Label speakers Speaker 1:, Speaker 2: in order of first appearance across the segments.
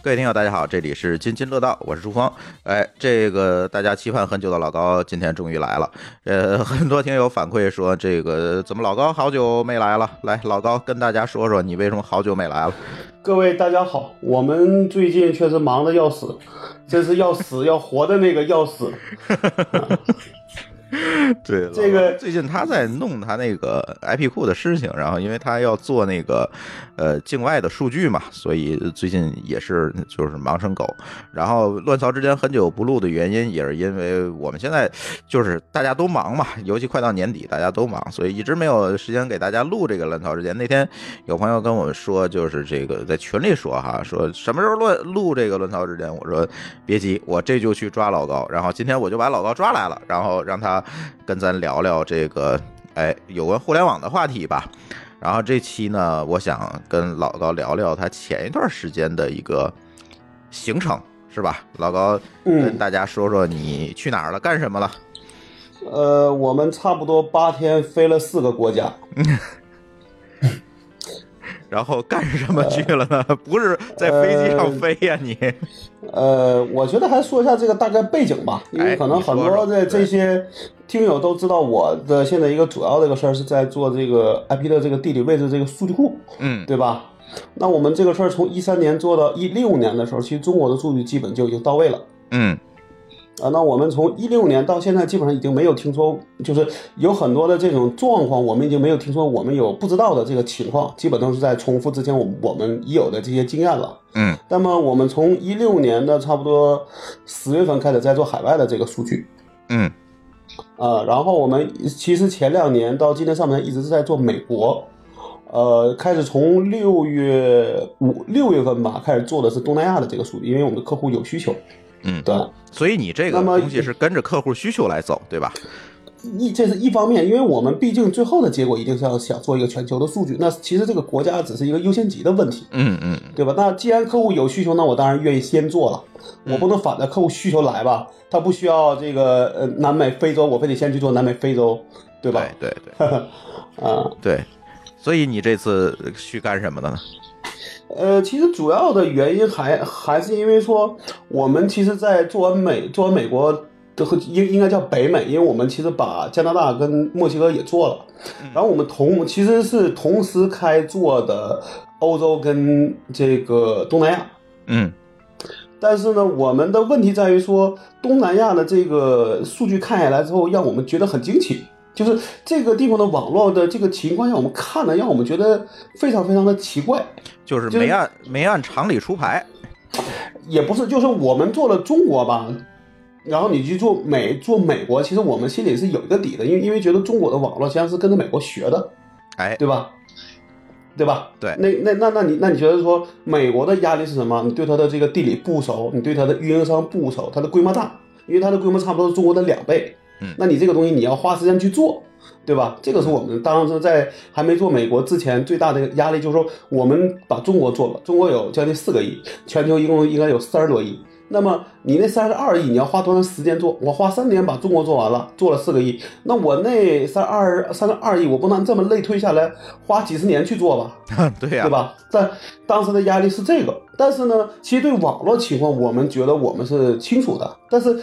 Speaker 1: 各位听友，大家好，这里是津津乐道，我是朱峰。哎，这个大家期盼很久的老高今天终于来了。呃， 很多听友反馈说，这个怎么老高好久没来了？来，老高跟大家说说你为什么好久没 来了？
Speaker 2: 各位大家好，我们最近确实忙得要死，真是要死要活的那个要死。
Speaker 1: 对，老高
Speaker 2: 这个
Speaker 1: 最近他在弄他那个 IP 库的事情，然后因为他要做那个呃境外的数据嘛，所以最近也是就是忙成狗。然后乱槽之间很久不录的原因，也是因为我们现在就是大家都忙嘛，尤其快到年底，大家都忙，所以一直没有时间给大家录这个乱槽之间。那天有朋友跟我说，就是这个在群里说哈，说什么时候乱录这个乱槽之间，我说别急，我这就去抓老高。然后今天我就把老高抓来了，然后让他跟咱聊聊这个哎有关互联网的话题吧。然后这期呢，我想跟老高聊聊他前一段时间的一个行程，是吧？老高
Speaker 2: 嗯
Speaker 1: 跟大家说说你去哪儿了，干什么了？
Speaker 2: 呃，我们差不多八天飞了四个国家，
Speaker 1: 然后干什么去了呢？不是在飞机上飞呀、你
Speaker 2: 呃，我觉得还说一下这个大概背景吧，因为可能很
Speaker 1: 你说
Speaker 2: 多
Speaker 1: 说
Speaker 2: 的
Speaker 1: 对
Speaker 2: 这些听友都知道，我的现在一个主要的一个事儿是在做这个 IP 的这个地理位置这个数据库，
Speaker 1: 嗯，
Speaker 2: 对吧？那我们这个事儿从一三年做到一六年的时候，其实中国的数据基本就已经到位了。
Speaker 1: 嗯
Speaker 2: 啊，那我们从一六年到现在，基本上已经没有听说，就是有很多的这种状况，我们已经没有听说我们有不知道的这个情况，基本都是在重复之前我们我们已有的这些经验了。
Speaker 1: 嗯，
Speaker 2: 那么我们从一六年的差不多十月份开始在做海外的这个数据，
Speaker 1: 嗯
Speaker 2: 啊，然后我们其实前两年到今年上半年一直是在做美国，呃，开始从六月五六月份吧开始做的是东南亚的这个数据，因为我们的客户有需求，
Speaker 1: 嗯，
Speaker 2: 对。
Speaker 1: 所以你这个
Speaker 2: 那么
Speaker 1: 东西是跟着客户需求来走，对吧？
Speaker 2: 一这是一方面，因为我们毕竟最后的结果一定是要想做一个全球的数据，那其实这个国家只是一个优先级的问题，
Speaker 1: 嗯嗯
Speaker 2: 对吧？那既然客户有需求，那我当然愿意先做了，我不能反着客户需求来吧？他不需要这个呃南美、非洲，我非得先去做南美、非洲，对吧？
Speaker 1: 对对对
Speaker 2: 啊、
Speaker 1: 对，所以你这次去干什么的呢？
Speaker 2: 呃，其实主要的原因还还是因为说，我们其实，在做完美做完美国的和应应该叫北美，因为我们其实把加拿大跟墨西哥也做了，然后我们同其实是同时开做的欧洲跟这个东南亚。
Speaker 1: 嗯
Speaker 2: 但是呢，我们的问题在于说，东南亚的这个数据看下来之后，让我们觉得很惊奇，就是这个地方的网络的这个情况，让我们看了，让我们觉得非常非常的奇怪。
Speaker 1: 就是
Speaker 2: 就
Speaker 1: 没按没按常理出牌。
Speaker 2: 也不是，就是我们做了中国吧，然后你去做美做美国，其实我们心里是有一个底的，因为因为觉得中国的网络实际上是跟着美国学的，
Speaker 1: 哎，
Speaker 2: 对吧？对吧？
Speaker 1: 对
Speaker 2: 那那那那你那你觉得说美国的压力是什么？你对它的这个地理不熟，你对它的运营商不熟，它的规模大，因为它的规模差不多是中国的两倍。
Speaker 1: 嗯
Speaker 2: 那你这个东西你要花时间去做，对吧？这个是我们当时在还没做美国之前最大的压力，就是说我们把中国做了，中国有将近四个亿，全球一共应该有三十多亿。那么你那三十二亿，你要花多长时间做？我花三年把中国做完了，做了四个亿，那我那三二三十二亿，我不能这么类推下来，花几十年去做吧？
Speaker 1: 对呀、
Speaker 2: 对吧？但当时的压力是这个，但是呢，其实对网络情况，我们觉得我们是清楚的。但是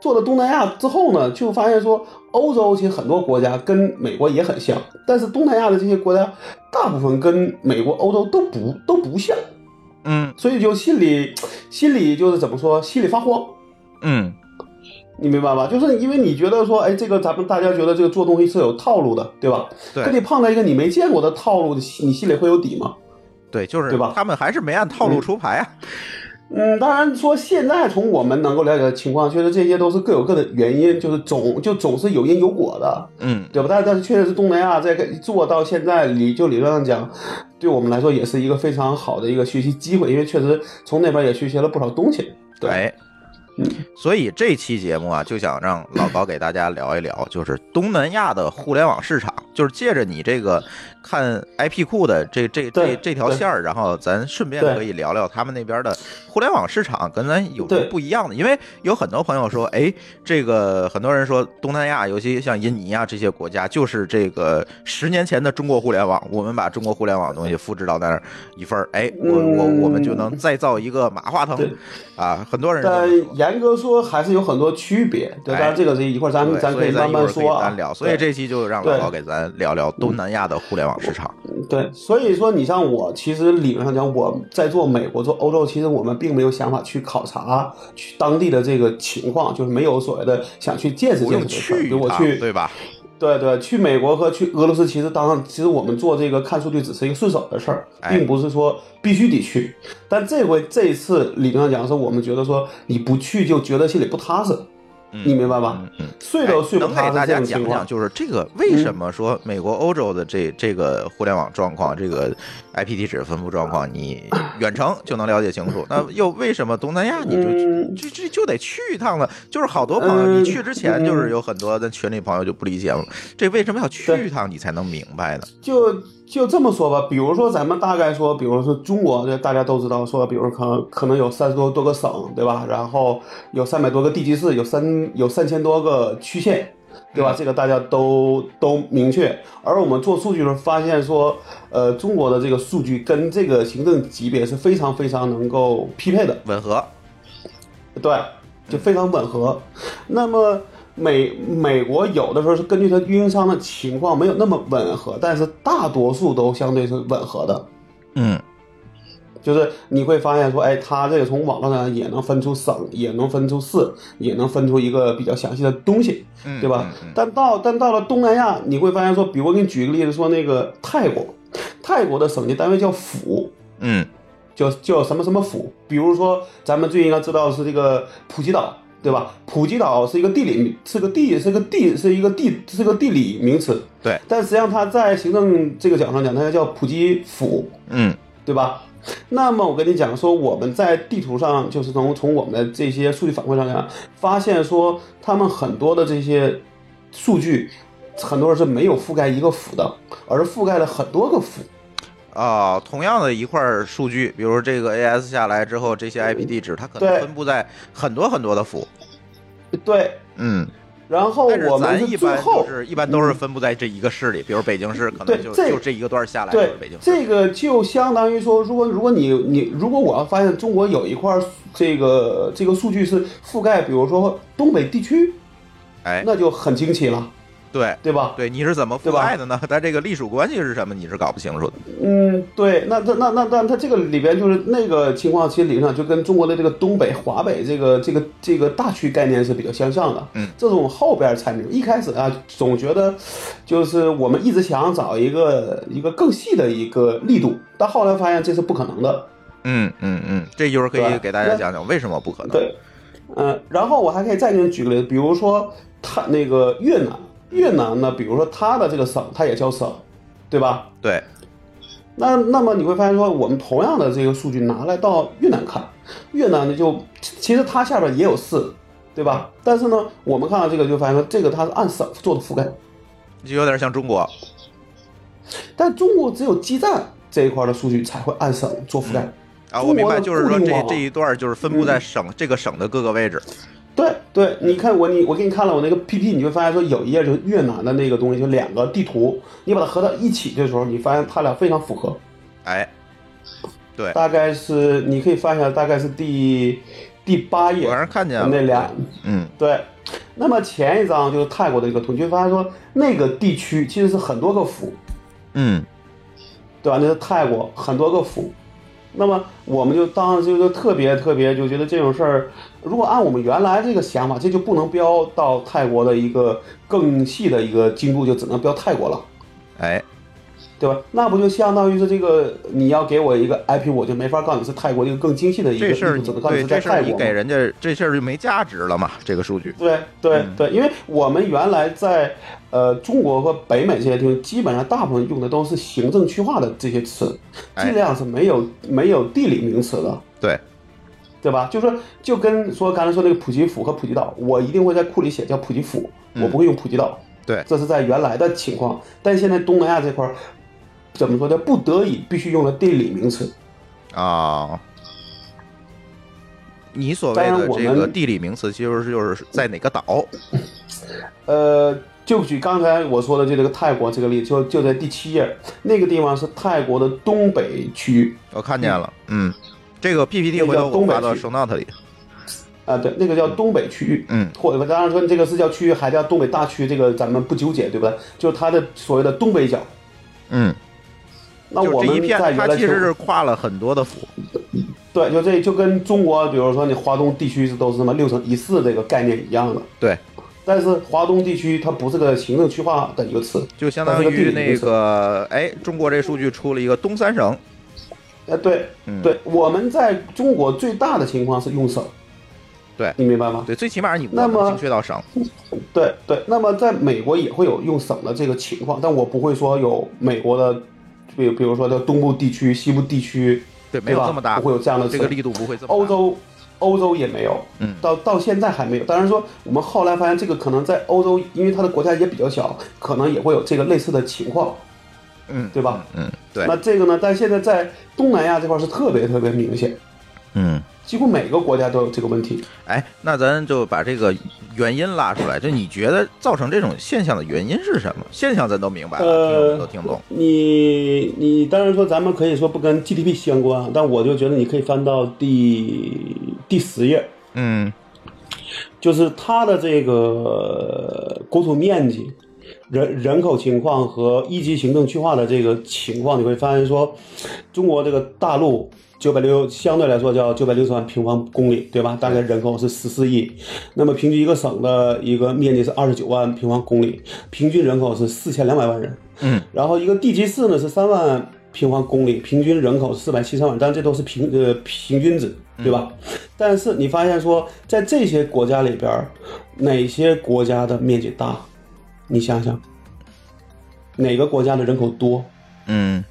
Speaker 2: 做了东南亚之后呢，就发现说，欧洲其实很多国家跟美国也很像，但是东南亚的这些国家，大部分跟美国、欧洲都不都不像，
Speaker 1: 嗯
Speaker 2: 所以就心里心里就是怎么说，心里发慌。
Speaker 1: 嗯
Speaker 2: 你明白吧？就是因为你觉得说，哎，这个咱们大家觉得这个做东西是有套路的，对吧？
Speaker 1: 对
Speaker 2: 可你碰到一个你没见过的套路，你心你心里会有底吗？
Speaker 1: 对，就是
Speaker 2: 对吧
Speaker 1: 他们还是没按套路出牌啊。
Speaker 2: 嗯，当然说现在从我们能够了解的情况，确实这些都是各有各的原因，就是总就总是有因有果的，
Speaker 1: 嗯，
Speaker 2: 对吧？但是但是确实是东南亚在个做到现在理就理论上讲，对我们来说也是一个非常好的一个学习机会，因为确实从那边也学习了不少东西。对，嗯
Speaker 1: 哎，所以这期节目啊，就想让老高给大家聊一聊，就是东南亚的互联网市场，就是借着你这个看 IP 库的这这这
Speaker 2: 对
Speaker 1: 这条线儿，然后咱顺便
Speaker 2: 对
Speaker 1: 可以聊聊他们那边的互联网市场跟咱有什么
Speaker 2: 对
Speaker 1: 不一样的，因为有很多朋友说，哎，这个很多人说东南亚，尤其像印尼啊这些国家，就是这个十年前的中国互联网，我们把中国互联网的东西复制到那儿一份儿，哎，我我我们就能再造一个马化腾
Speaker 2: 对
Speaker 1: 啊，很多人这么
Speaker 2: 但
Speaker 1: 说
Speaker 2: 严格说还是有很多区别，对，
Speaker 1: 哎
Speaker 2: 当然这个是一会儿咱们
Speaker 1: 对，
Speaker 2: 咱
Speaker 1: 所
Speaker 2: 可
Speaker 1: 以咱
Speaker 2: 慢慢
Speaker 1: 一会儿可以
Speaker 2: 说啊，
Speaker 1: 单聊。所以
Speaker 2: 对
Speaker 1: 这期就让老高给咱聊聊东南亚的互联网市场。
Speaker 2: 对，所以说你像我，其实理论上讲，我在做美国、做欧洲，其实我们并没有想法去考察去当地的这个情况，就是没有所谓的想去见识
Speaker 1: 不
Speaker 2: 见识
Speaker 1: 用
Speaker 2: 这事儿。
Speaker 1: 去
Speaker 2: 比如
Speaker 1: 一
Speaker 2: 我
Speaker 1: 趟，
Speaker 2: 去，
Speaker 1: 对吧？
Speaker 2: 对对，去美国和去俄罗斯，其实当然，其实我们做这个看数据只是一个顺手的事儿，
Speaker 1: 哎
Speaker 2: 并不是说必须得去。
Speaker 1: 嗯
Speaker 2: 但这回这一次理论上讲，是我们觉得说你不去就觉得心里不踏实，
Speaker 1: 嗯
Speaker 2: 你明白吧？
Speaker 1: 嗯嗯。
Speaker 2: 睡都睡不
Speaker 1: 能给
Speaker 2: 踏
Speaker 1: 大
Speaker 2: 实这
Speaker 1: 家
Speaker 2: 种
Speaker 1: 讲
Speaker 2: 情
Speaker 1: 讲，
Speaker 2: 况。嗯
Speaker 1: 就是这个为什么说美国、欧洲的这这个互联网状况，这个 IP 地址分布状况， 你远程就能了解清楚。那又为什么东南亚你
Speaker 2: 嗯
Speaker 1: 就就就就得去一趟了？就是好多朋友，
Speaker 2: 嗯
Speaker 1: 你去之前就是有很多的群里朋友就不理解了，这为什么要去一趟你才能明白呢？
Speaker 2: 就就这么说吧，比如说咱们大概说，比如说中国，这大家都知道说，比如说可能可能有三十多多个省，对吧？然后有三百多个地级市，有三有三千多个区县，对吧？这个大家都都明确。而我们做数据的时候发现说，呃，中国的这个数据跟这个行政级别是非常非常能够匹配的。
Speaker 1: 吻合，
Speaker 2: 对，就非常吻合。那么美美国有的时候是根据它运营商的情况没有那么吻合，但是大多数都相对是吻合的。
Speaker 1: 嗯，
Speaker 2: 就是你会发现说，哎，它这个从网络上也能分出省，也能分出市，也能分出一个比较详细的东西，
Speaker 1: 嗯
Speaker 2: 对吧？
Speaker 1: 嗯嗯
Speaker 2: 但到但到了东南亚，你会发现说，比如我给你举个例子，说那个泰国，泰国的省级单位叫府，
Speaker 1: 嗯，
Speaker 2: 叫叫什么什么府，比如说咱们最应该知道的是这个普吉岛，对吧？普吉岛是一个地理，是个地，是个地，是一个地，是个地理名词。
Speaker 1: 对，
Speaker 2: 但实际上它在行政这个角上讲，它叫普吉府，
Speaker 1: 嗯。
Speaker 2: 对吧？ 那么我跟你讲说，我们在地图上就是从从我们的这些数据反馈上讲，发现说他们很多的这些数据，很多人是没有覆盖一个府的，而覆盖了很多个府。
Speaker 1: 啊、同样的一块儿数据，比如说这个 AS 下来之后，这些 IP 地址它可
Speaker 2: 嗯
Speaker 1: 能
Speaker 2: 对
Speaker 1: 分布在很多很多的府，
Speaker 2: 对，
Speaker 1: 嗯，
Speaker 2: 然后
Speaker 1: 但是
Speaker 2: 我
Speaker 1: 咱
Speaker 2: 们
Speaker 1: 一
Speaker 2: 最
Speaker 1: 般
Speaker 2: 后
Speaker 1: 就是一般都是分布在这一个市里，比如北京市可能
Speaker 2: 对
Speaker 1: 就
Speaker 2: 这
Speaker 1: 就这一个段儿下来就
Speaker 2: 对
Speaker 1: 是北京，市，
Speaker 2: 这个就相当于说，如果如果你你如果我要发现中国有一块儿这个这个数据是覆盖，比如说东北地区，
Speaker 1: 哎，
Speaker 2: 那就很惊奇了，
Speaker 1: 对
Speaker 2: 对吧？
Speaker 1: 对，你是怎么覆
Speaker 2: 对吧
Speaker 1: 盖的呢？它这个隶属关系是什么？你是搞不清楚的，
Speaker 2: 嗯，对，那那那那那它这个里边就是那个情况，其实理论上就跟中国的这个东北、华北这个这个这个大区概念是比较相像的。
Speaker 1: 嗯
Speaker 2: 这是我们后边才明白。一开始啊，总觉得就是我们一直想找一个一个更细的一个力度，但后来发现这是不可能的。
Speaker 1: 嗯嗯嗯，这一会儿可以
Speaker 2: 对
Speaker 1: 给大家
Speaker 2: 那
Speaker 1: 讲讲为什么不可能，
Speaker 2: 对，嗯，然后我还可以再给你举个例子，比如说它那个越南，越南呢，比如说它的这个省，它也叫省，对吧？
Speaker 1: 对，
Speaker 2: 那那么你会发现说，我们同样的这个数据拿来到越南看，越南呢就其其实它下边也有市，对吧？但是呢，我们看到这个就发现说，这个它是按省做的覆盖，
Speaker 1: 就有点像中国，
Speaker 2: 但中国只有基站这一块的数据才会按省做覆盖。
Speaker 1: 啊，
Speaker 2: 中
Speaker 1: 我明
Speaker 2: 国
Speaker 1: 白，
Speaker 2: 的
Speaker 1: 就是说
Speaker 2: 固定
Speaker 1: 这
Speaker 2: 网嗯
Speaker 1: 这一段儿就是分布在省、这个省的各个位置，
Speaker 2: 对对，你看我你我给你看了我那个 PP，你就发现说有一页就是越南的那个东西，就两个地图，你把它合到一起的时候，你发现它俩非常符合。
Speaker 1: 哎，对，
Speaker 2: 大概是你可以翻一下，大概是第第八页
Speaker 1: 我让人看见了
Speaker 2: 那俩，
Speaker 1: 嗯
Speaker 2: 对。那么前一张就是泰国的一个图，你就发现说那个地区其实是很多个府，
Speaker 1: 嗯。
Speaker 2: 对吧？那是泰国很多个府，那么我们就当时就特别特别就觉得这种事儿，如果按我们原来这个想法，这就不能标到泰国的一个更细的一个进度，就只能标泰国了。
Speaker 1: 哎，
Speaker 2: 对吧？那不就相当于是这个你要给我一个 IP，我就没法告诉你是泰国这个更精细的一个，
Speaker 1: 这事儿
Speaker 2: 你
Speaker 1: 你
Speaker 2: 就只能告诉你是
Speaker 1: 对
Speaker 2: 在
Speaker 1: 这事儿
Speaker 2: 泰
Speaker 1: 你
Speaker 2: 国嘛。
Speaker 1: 给人家这事儿就没价值了嘛？这个数据，
Speaker 2: 对对
Speaker 1: 嗯
Speaker 2: 对，因为我们原来在呃中国和北美这些地方，基本上大部分用的都是行政区划的这些词，
Speaker 1: 哎
Speaker 2: 尽量是没有没有地理名词的，
Speaker 1: 对，
Speaker 2: 对吧？就说就跟说刚才说那个普吉府和普吉岛，我一定会在库里写叫普吉府，
Speaker 1: 嗯
Speaker 2: 我不会用普吉岛。
Speaker 1: 对
Speaker 2: 这是在原来的情况，但现在东南亚这块儿怎么说呢？不得已必须用了地理名词。
Speaker 1: 啊、你所谓
Speaker 2: 当
Speaker 1: 的
Speaker 2: 然我
Speaker 1: 这个
Speaker 2: 们
Speaker 1: 地理名词，其实是就是在哪个岛？
Speaker 2: 呃，就举刚才我说的这个泰国这个例子，就就在第七页，那个地方是泰国的东北区
Speaker 1: 我看见了，嗯，这个 PPT
Speaker 2: 那
Speaker 1: 回
Speaker 2: 叫
Speaker 1: 头我
Speaker 2: 东北
Speaker 1: 发到
Speaker 2: 区
Speaker 1: show note 里，
Speaker 2: 啊、对，那个叫东北区域，
Speaker 1: 嗯
Speaker 2: 或者当然说这个是叫区域，还叫东北大区，这个咱们不纠结，对不对？就是它的所谓的东北角。
Speaker 1: 嗯，
Speaker 2: 那
Speaker 1: 就
Speaker 2: 我
Speaker 1: 这一
Speaker 2: 们
Speaker 1: 片
Speaker 2: 在，原
Speaker 1: 它
Speaker 2: 来
Speaker 1: 其实
Speaker 2: 就是
Speaker 1: 跨了很多的府，
Speaker 2: 对，就这就跟中国，比如说你华东地区是都是什么六省一市这个概念一样的，
Speaker 1: 对，
Speaker 2: 但是华东地区它不是个行政区划的一个词，
Speaker 1: 就相
Speaker 2: 它
Speaker 1: 当
Speaker 2: 是个地
Speaker 1: 于
Speaker 2: 理
Speaker 1: 那
Speaker 2: 名词
Speaker 1: 个，哎，中国这数据出了一个东三省，
Speaker 2: 呃，对，
Speaker 1: 嗯
Speaker 2: 对，我们在中国最大的情况是用省，
Speaker 1: 对
Speaker 2: 你明白吗？
Speaker 1: 对，最起码你我
Speaker 2: 那
Speaker 1: 能
Speaker 2: 么
Speaker 1: 精确到省，
Speaker 2: 对对，那么在美国也会有用省的这个情况，但我不会说有美国的，比比如说叫东部地区、西部地区，
Speaker 1: 对，没有
Speaker 2: 吧
Speaker 1: 这么大，
Speaker 2: 不会有这样的
Speaker 1: 这个
Speaker 2: 词
Speaker 1: 力度不会这么大。
Speaker 2: 欧洲，欧洲也没有，
Speaker 1: 嗯
Speaker 2: 到到现在还没有。当然说，我们后来发现这个可能在欧洲，因为它的国家也比较小，可能也会有这个类似的情况。
Speaker 1: 嗯，
Speaker 2: 对吧
Speaker 1: 嗯？嗯，对，
Speaker 2: 那这个呢，但现在在东南亚这块是特别特别明显，
Speaker 1: 嗯，
Speaker 2: 几乎每个国家都有这个问题。
Speaker 1: 哎，那咱就把这个原因拉出来，就你觉得造成这种现象的原因是什么？现象咱都明白了，
Speaker 2: 呃
Speaker 1: 听众们都听懂。
Speaker 2: 你你当然说咱们可以说不跟 GDP 相关啊，但我就觉得你可以翻到第第十页，
Speaker 1: 嗯
Speaker 2: 就是它的这个国土面积、人人口情况和一级行政区划的这个情况，你会发现说，中国这个大陆九百六相对来说叫九百六十万平方公里，对吧？大概人口是十四亿，那么平均一个省的一个面积是二十九万平方公里，平均人口是四千两百万人。
Speaker 1: 嗯，
Speaker 2: 然后一个地级市呢是三万平方公里，平均人口是四百七十万，但这都是平呃平均值，
Speaker 1: 嗯
Speaker 2: 对吧？但是你发现说，在这些国家里边儿，哪些国家的面积大？你想想，哪个国家的人口多？
Speaker 1: 嗯，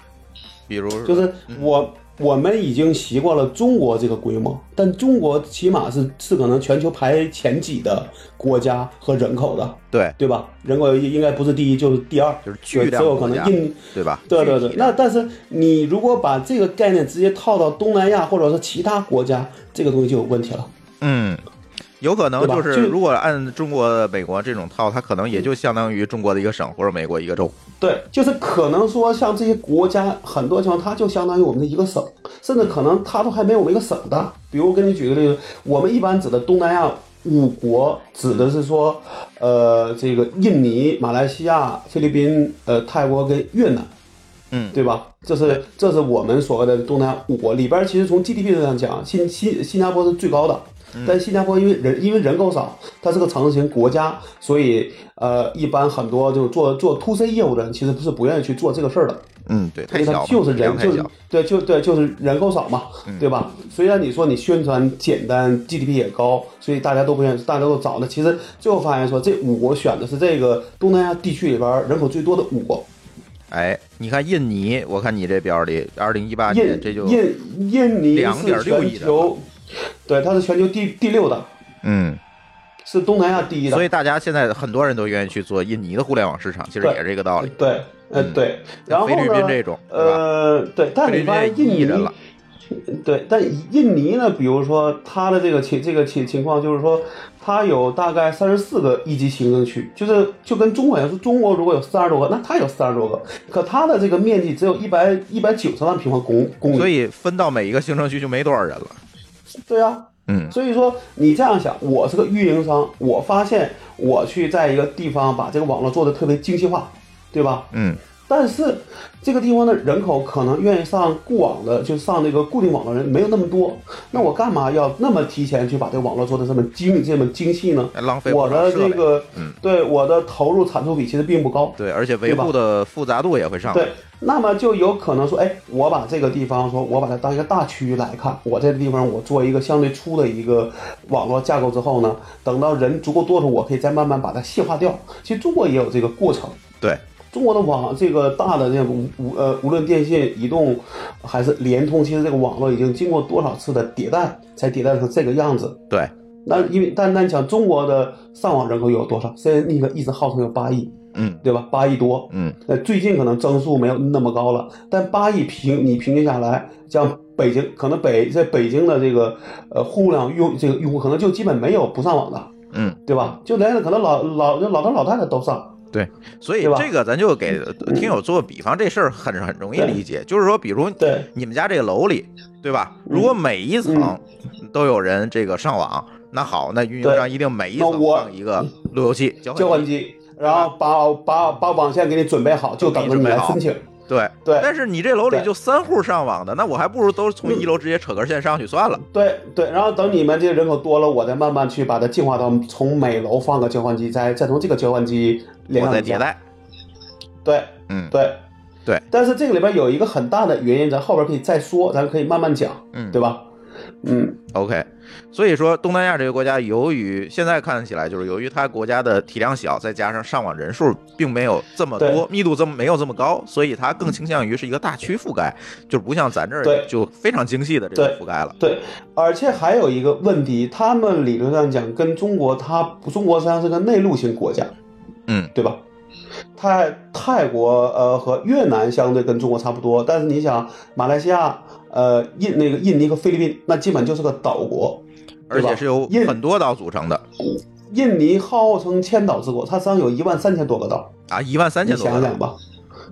Speaker 1: 比如
Speaker 2: 就是
Speaker 1: 嗯
Speaker 2: 我我们已经习惯了中国这个规模，但中国起码是是可能全球排前几的国家和人口的，
Speaker 1: 对，
Speaker 2: 对吧？人口应该不是第一就是第二，
Speaker 1: 就是巨
Speaker 2: 只
Speaker 1: 量
Speaker 2: 有
Speaker 1: 国
Speaker 2: 可
Speaker 1: 家
Speaker 2: 能印。
Speaker 1: 对吧？
Speaker 2: 对对
Speaker 1: 具
Speaker 2: 对
Speaker 1: 体，的
Speaker 2: 那但是你如果把这个概念直接套到东南亚或者说其他国家，这个东西就有问题了。
Speaker 1: 嗯。有可能
Speaker 2: 对吧
Speaker 1: 就是，
Speaker 2: 就是
Speaker 1: 如果按中国、美国这种套，它可能也就相当于中国的一个省或者美国一个州。
Speaker 2: 对，就是可能说像这些国家很多情况，它就相当于我们的一个省，甚至可能它都还没有我们一个省大。比如我给你举个例子，我们一般指的东南亚五国，指的是说，呃，这个印尼、马来西亚、菲律宾、呃泰国跟越南。
Speaker 1: 嗯
Speaker 2: 对吧？这是这是我们所谓的东南亚五国里边，其实从 GDP 上讲，新新新加坡是最高的，
Speaker 1: 嗯
Speaker 2: 但新加坡因为人因为人口少，它是个城市型国家，所以呃，一般很多就做做 to C 业务的人，其实不是不愿意去做这个事儿的，
Speaker 1: 嗯，对，
Speaker 2: 因
Speaker 1: 太
Speaker 2: 为
Speaker 1: 小
Speaker 2: 它
Speaker 1: 了，
Speaker 2: 就是
Speaker 1: 体量
Speaker 2: 人
Speaker 1: 太
Speaker 2: 就是
Speaker 1: 小。嗯
Speaker 2: 对就对就是人口少嘛，对吧？虽然你说你宣传简单，GDP 也高，所以大家都不愿意，大家都找的。其实最后发现说，这五国选的是这个东南亚地区里边人口最多的五国，
Speaker 1: 哎，你看印尼，我看你这表里，二零一八年
Speaker 2: 印
Speaker 1: 这就
Speaker 2: 印印尼
Speaker 1: 2.6
Speaker 2: 是
Speaker 1: 亿啊
Speaker 2: 全
Speaker 1: 人
Speaker 2: 球，对，它是全球第第六的，
Speaker 1: 嗯，
Speaker 2: 是东南亚第一的。
Speaker 1: 所以大家现在很多人都愿意去做印尼的互联网市场，其实
Speaker 2: 对
Speaker 1: 也是这个道理。
Speaker 2: 对，呃
Speaker 1: 嗯
Speaker 2: 对，然后呢？
Speaker 1: 菲律宾这种对吧
Speaker 2: 呃，对，但
Speaker 1: 菲律
Speaker 2: 你
Speaker 1: 宾
Speaker 2: 发
Speaker 1: 也
Speaker 2: 现印
Speaker 1: 一亿
Speaker 2: 尼
Speaker 1: 人了，
Speaker 2: 对，但印尼呢，比如说它的这个情这个情情况就是说，它有大概三十四个一级行政区，就是就跟中国一样，说中国如果有三十多个，那它有三十多个，可它的这个面积只有一百一百九十万平方公公里，
Speaker 1: 所以分到每一个行政区就没多少人了。
Speaker 2: 对啊，
Speaker 1: 嗯
Speaker 2: 所以说，你这样想，我是个运营商，我发现我去在一个地方把这个网络做的特别精细化，对吧？
Speaker 1: 嗯
Speaker 2: 但是这个地方的人口可能愿意上固网的，就上那个固定网络人没有那么多，那我干嘛要那么提前去把这个网络做的这么精这么精细呢？
Speaker 1: 哎浪费
Speaker 2: 我
Speaker 1: 不少
Speaker 2: 的
Speaker 1: 设备
Speaker 2: 这个，
Speaker 1: 嗯
Speaker 2: 对我的投入产出比其实并不高，
Speaker 1: 对，而且维护的复杂度也会上来。
Speaker 2: 对，那么就有可能说，哎，我把这个地方说，我把它当一个大区域来看，我这个地方我做一个相对粗的一个网络架构之后呢，等到人足够多的时候，我可以再慢慢把它细化掉。其实中国也有这个过程。
Speaker 1: 对
Speaker 2: 中国的网这个大的这种无无呃，无论电信、移动还是联通，其实这个网络已经经过多少次的迭代，才迭代成这个样子。
Speaker 1: 对
Speaker 2: 那因为但那你想，中国的上网人口有多少？现在那个一直号称有八亿，
Speaker 1: 嗯
Speaker 2: 对吧？八亿多，
Speaker 1: 嗯，
Speaker 2: 呃，最近可能增速没有那么高了，但八亿平你平均下来，像北京可能北在北京的这个呃互联网用这个用户可能就基本没有不上网的，
Speaker 1: 嗯，
Speaker 2: 对吧？就连可能老老老头老太太都上，
Speaker 1: 所以
Speaker 2: 对吧
Speaker 1: 这个咱就给听友做比方，这事儿很很容易理解。就是说，比如
Speaker 2: 对嗯
Speaker 1: 你们家这个楼里，对吧？如果每一层都有人这个上网，那好，那运营商一定每一
Speaker 2: 那
Speaker 1: 层
Speaker 2: 我
Speaker 1: 放一个路由器、交
Speaker 2: 交
Speaker 1: 换
Speaker 2: 换
Speaker 1: 机。
Speaker 2: 机，然后把把把网线给你准备好，就等着你来申请。
Speaker 1: 对，
Speaker 2: 对
Speaker 1: 但是你这楼里
Speaker 2: 对
Speaker 1: 就三户上网的，那我还不如都从一楼直接扯根线上去算了。
Speaker 2: 对对，然后等你们这个人口多了，我再慢慢去把它进化到从每楼放个交换机，再再从这个交换机连
Speaker 1: 我
Speaker 2: 上
Speaker 1: 再
Speaker 2: 你家
Speaker 1: 迭。代。
Speaker 2: 对，
Speaker 1: 嗯，
Speaker 2: 对
Speaker 1: 对，
Speaker 2: 但是这个里边有一个很大的原因，咱后边可以再说，咱可以慢慢讲，
Speaker 1: 嗯
Speaker 2: 对吧？嗯，
Speaker 1: OK，所以说东南亚这个国家，由于现在看起来就是由于它国家的体量小，再加上上网人数并没有这么多
Speaker 2: 对，
Speaker 1: 密度这么没有这么高，所以它更倾向于是一个大区覆盖，就是不像咱这儿
Speaker 2: 对
Speaker 1: 就非常精细的这个
Speaker 2: 对
Speaker 1: 覆盖了。
Speaker 2: 对，而且还有一个问题，他们理论上讲跟中国它，中国实际上是个内陆型国家，
Speaker 1: 嗯，
Speaker 2: 对吧？泰泰国呃和越南相对跟中国差不多，但是你想马来西亚呃印那个印尼和菲律宾，那基本就是个岛国，
Speaker 1: 而
Speaker 2: 对吧
Speaker 1: 且是由
Speaker 2: 印
Speaker 1: 很多岛组成的
Speaker 2: 印尼号称千岛之国，它实际上有一万三千多个岛，
Speaker 1: 啊，一万三
Speaker 2: 你
Speaker 1: 千多
Speaker 2: 想
Speaker 1: 个
Speaker 2: 想吧，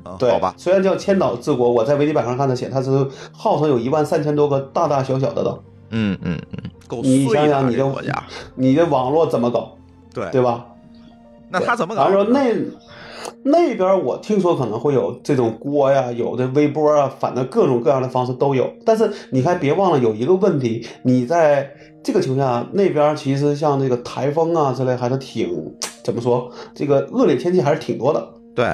Speaker 1: 嗯
Speaker 2: 对，
Speaker 1: 好吧，
Speaker 2: 虽然叫千岛之国，我在维基百科上看它写，它是号称有一万三千多个大大小小的岛，
Speaker 1: 嗯嗯嗯，够
Speaker 2: 你
Speaker 1: 碎
Speaker 2: 想
Speaker 1: 的啊
Speaker 2: 想你
Speaker 1: 这
Speaker 2: 的
Speaker 1: 个国家，
Speaker 2: 你的网络怎么搞，
Speaker 1: 对
Speaker 2: 对吧？
Speaker 1: 哎那他怎么搞
Speaker 2: 然？后说那那边我听说可能会有这种锅呀，有的微波啊，反正各种各样的方式都有。但是你还别忘了有一个问题，你在这个情况下，那边其实像这个台风啊之类，还是挺怎么说，这个恶劣天气还是挺多的。
Speaker 1: 对，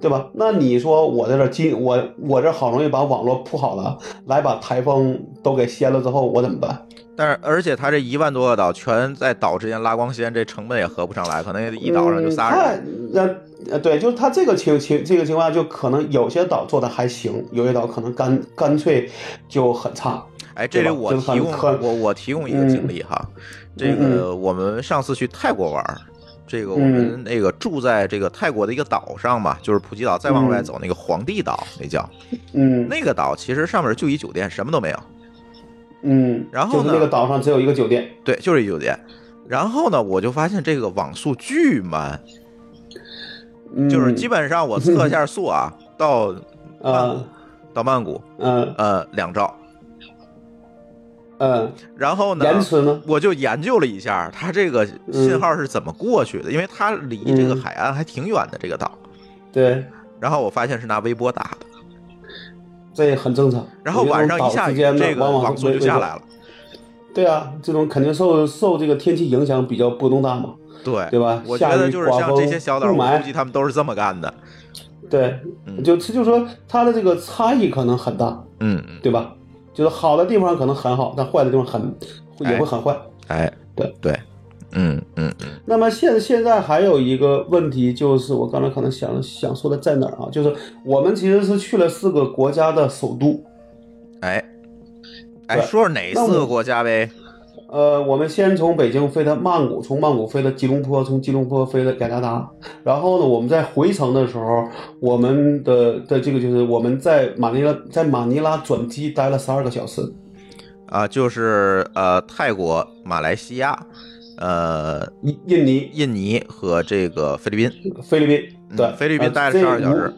Speaker 2: 对
Speaker 1: 嗯
Speaker 2: 吧？那你说我在这儿今我我这好容易把网络铺好了，来把台风都给掀了之后，我怎么办？
Speaker 1: 但是而且他这一万多个岛全在岛之间拉光纤，这成本也合不上来，可能一岛上就仨人。
Speaker 2: 嗯他呃对，就是他这个情情这个情况下，就可能有些岛做的还行，有些岛可能干干脆就很差。
Speaker 1: 哎，这里
Speaker 2: 对吧嗯
Speaker 1: 我
Speaker 2: 就是
Speaker 1: 提
Speaker 2: 很
Speaker 1: 供
Speaker 2: 很
Speaker 1: 我我提供一个经历哈，这
Speaker 2: 嗯
Speaker 1: 个我们上次去泰国玩儿，这个我
Speaker 2: 嗯
Speaker 1: 们那个住在这个泰国的一个岛上嘛，就是普吉岛，再往外走那个皇帝岛，那叫
Speaker 2: 嗯
Speaker 1: 那个岛，其实上面就一酒店，什么都没有，
Speaker 2: 嗯，
Speaker 1: 然后呢
Speaker 2: 就是那个岛上只有一个酒店，
Speaker 1: 对，就是一酒店。然后呢，我就发现这个网速巨慢，
Speaker 2: 嗯、
Speaker 1: 就是基本上我测一下速啊，到
Speaker 2: 啊
Speaker 1: 到曼谷
Speaker 2: 嗯
Speaker 1: 呃两兆，
Speaker 2: 嗯
Speaker 1: 然后呢，
Speaker 2: 延迟呢？
Speaker 1: 我就研究了一下，它这个
Speaker 2: 嗯
Speaker 1: 信号是怎么过去的，因为它离这个海岸还挺远的这个岛。
Speaker 2: 对，
Speaker 1: 然后我发现是拿微波打的，
Speaker 2: 这也很正常。
Speaker 1: 然后晚上一下雨，
Speaker 2: 有些岛之间呢
Speaker 1: 这个
Speaker 2: 往往
Speaker 1: 网速就下来
Speaker 2: 了。
Speaker 1: 了。
Speaker 2: 对啊，这种肯定受受这个天气影响比较波动大嘛。
Speaker 1: 对，
Speaker 2: 对吧
Speaker 1: 哎我觉得就是
Speaker 2: 下雨
Speaker 1: 像这些小岛，
Speaker 2: 刮风雾霾
Speaker 1: 我估计他们都是这么干的。
Speaker 2: 对，
Speaker 1: 嗯
Speaker 2: 就就说它的这个差异可能很大，
Speaker 1: 嗯，嗯，
Speaker 2: 对吧？就是好的地方可能很好，但坏的地方很也会很坏。
Speaker 1: 哎，
Speaker 2: 对
Speaker 1: 对，嗯嗯嗯，
Speaker 2: 那么现现在还有一个问题，就是我刚才可能想想说的在哪儿啊？就是我们其实是去了四个国家的首都，
Speaker 1: 哎，哎，
Speaker 2: 对
Speaker 1: 说说哪四个国家呗？
Speaker 2: 呃，我们先从北京飞的曼谷，从曼谷飞的吉隆坡，从吉隆坡飞的雅加达。然后呢，我们在回程的时候，我们的的这个就是我们在马尼拉在马尼拉转机待了十二个小时。
Speaker 1: 啊，就是呃，泰国、马来西亚、呃，
Speaker 2: 印印尼、
Speaker 1: 印尼和这个菲律宾。
Speaker 2: 菲律宾，
Speaker 1: 嗯
Speaker 2: 对，
Speaker 1: 菲律宾
Speaker 2: 呃
Speaker 1: 待了
Speaker 2: 这
Speaker 1: 12小时
Speaker 2: 五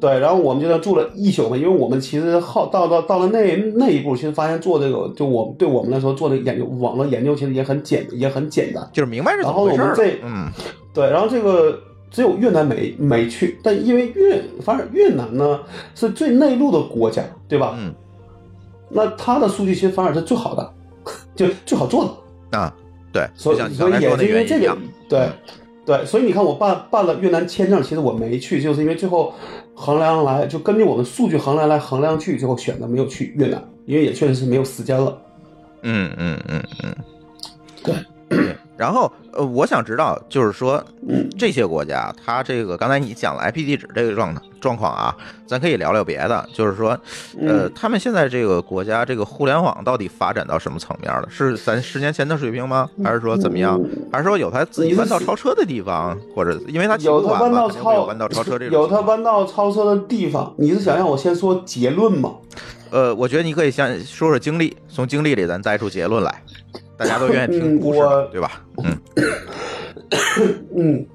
Speaker 2: 对，然后我们就在住了一宿嘛，因为我们其实好到到到了那那一步，其实发现做这个，就我对我们来说做这个研究，网络研究其实也很简也很简单。
Speaker 1: 就是明白是怎
Speaker 2: 然后
Speaker 1: 么回
Speaker 2: 我
Speaker 1: 事
Speaker 2: 们
Speaker 1: 儿了
Speaker 2: 这
Speaker 1: 嗯，
Speaker 2: 对，然后这个只有越南没没去，但因为越反而越南呢是最内陆的国家，对吧？
Speaker 1: 嗯
Speaker 2: 那它的数据其实反而是最好的， 就最好做的。
Speaker 1: 啊，对，
Speaker 2: 所以
Speaker 1: 就像你
Speaker 2: 所
Speaker 1: 刚
Speaker 2: 以
Speaker 1: 才说
Speaker 2: 也
Speaker 1: 那
Speaker 2: 是因为
Speaker 1: 原
Speaker 2: 这
Speaker 1: 因一
Speaker 2: 个
Speaker 1: 样，，
Speaker 2: 对对，所以你看我办办了越南签证，其实我没去，就是因为最后衡量来就根据我们数据衡量来衡量去，最后选择没有去越南，因为也确实是没有时间了。
Speaker 1: 嗯嗯嗯嗯，
Speaker 2: 对
Speaker 1: 对。然后呃，我想知道，就是说
Speaker 2: 嗯
Speaker 1: 这些国家，它这个刚才你讲了 IP 地址这个状状况啊，咱可以聊聊别的，就是说，呃，
Speaker 2: 嗯
Speaker 1: 他们现在这个国家这个互联网到底发展到什么层面了？是咱十年前的水平吗？还是说怎么样？
Speaker 2: 嗯
Speaker 1: 还是说有他自己弯道超车的地方，或者因为他起步
Speaker 2: 有他
Speaker 1: 晚
Speaker 2: 弯
Speaker 1: 嘛，
Speaker 2: 道
Speaker 1: 肯定会有
Speaker 2: 超
Speaker 1: 弯道超车这种
Speaker 2: 有他
Speaker 1: 情况。
Speaker 2: 弯道超车的地方，你是想让我先说结论吗？
Speaker 1: 呃，我觉得你可以先说说经历，从经历里咱摘出结论来，大家都愿意听
Speaker 2: 嗯
Speaker 1: 故事嘛，
Speaker 2: 我
Speaker 1: 对吧？嗯，
Speaker 2: 嗯，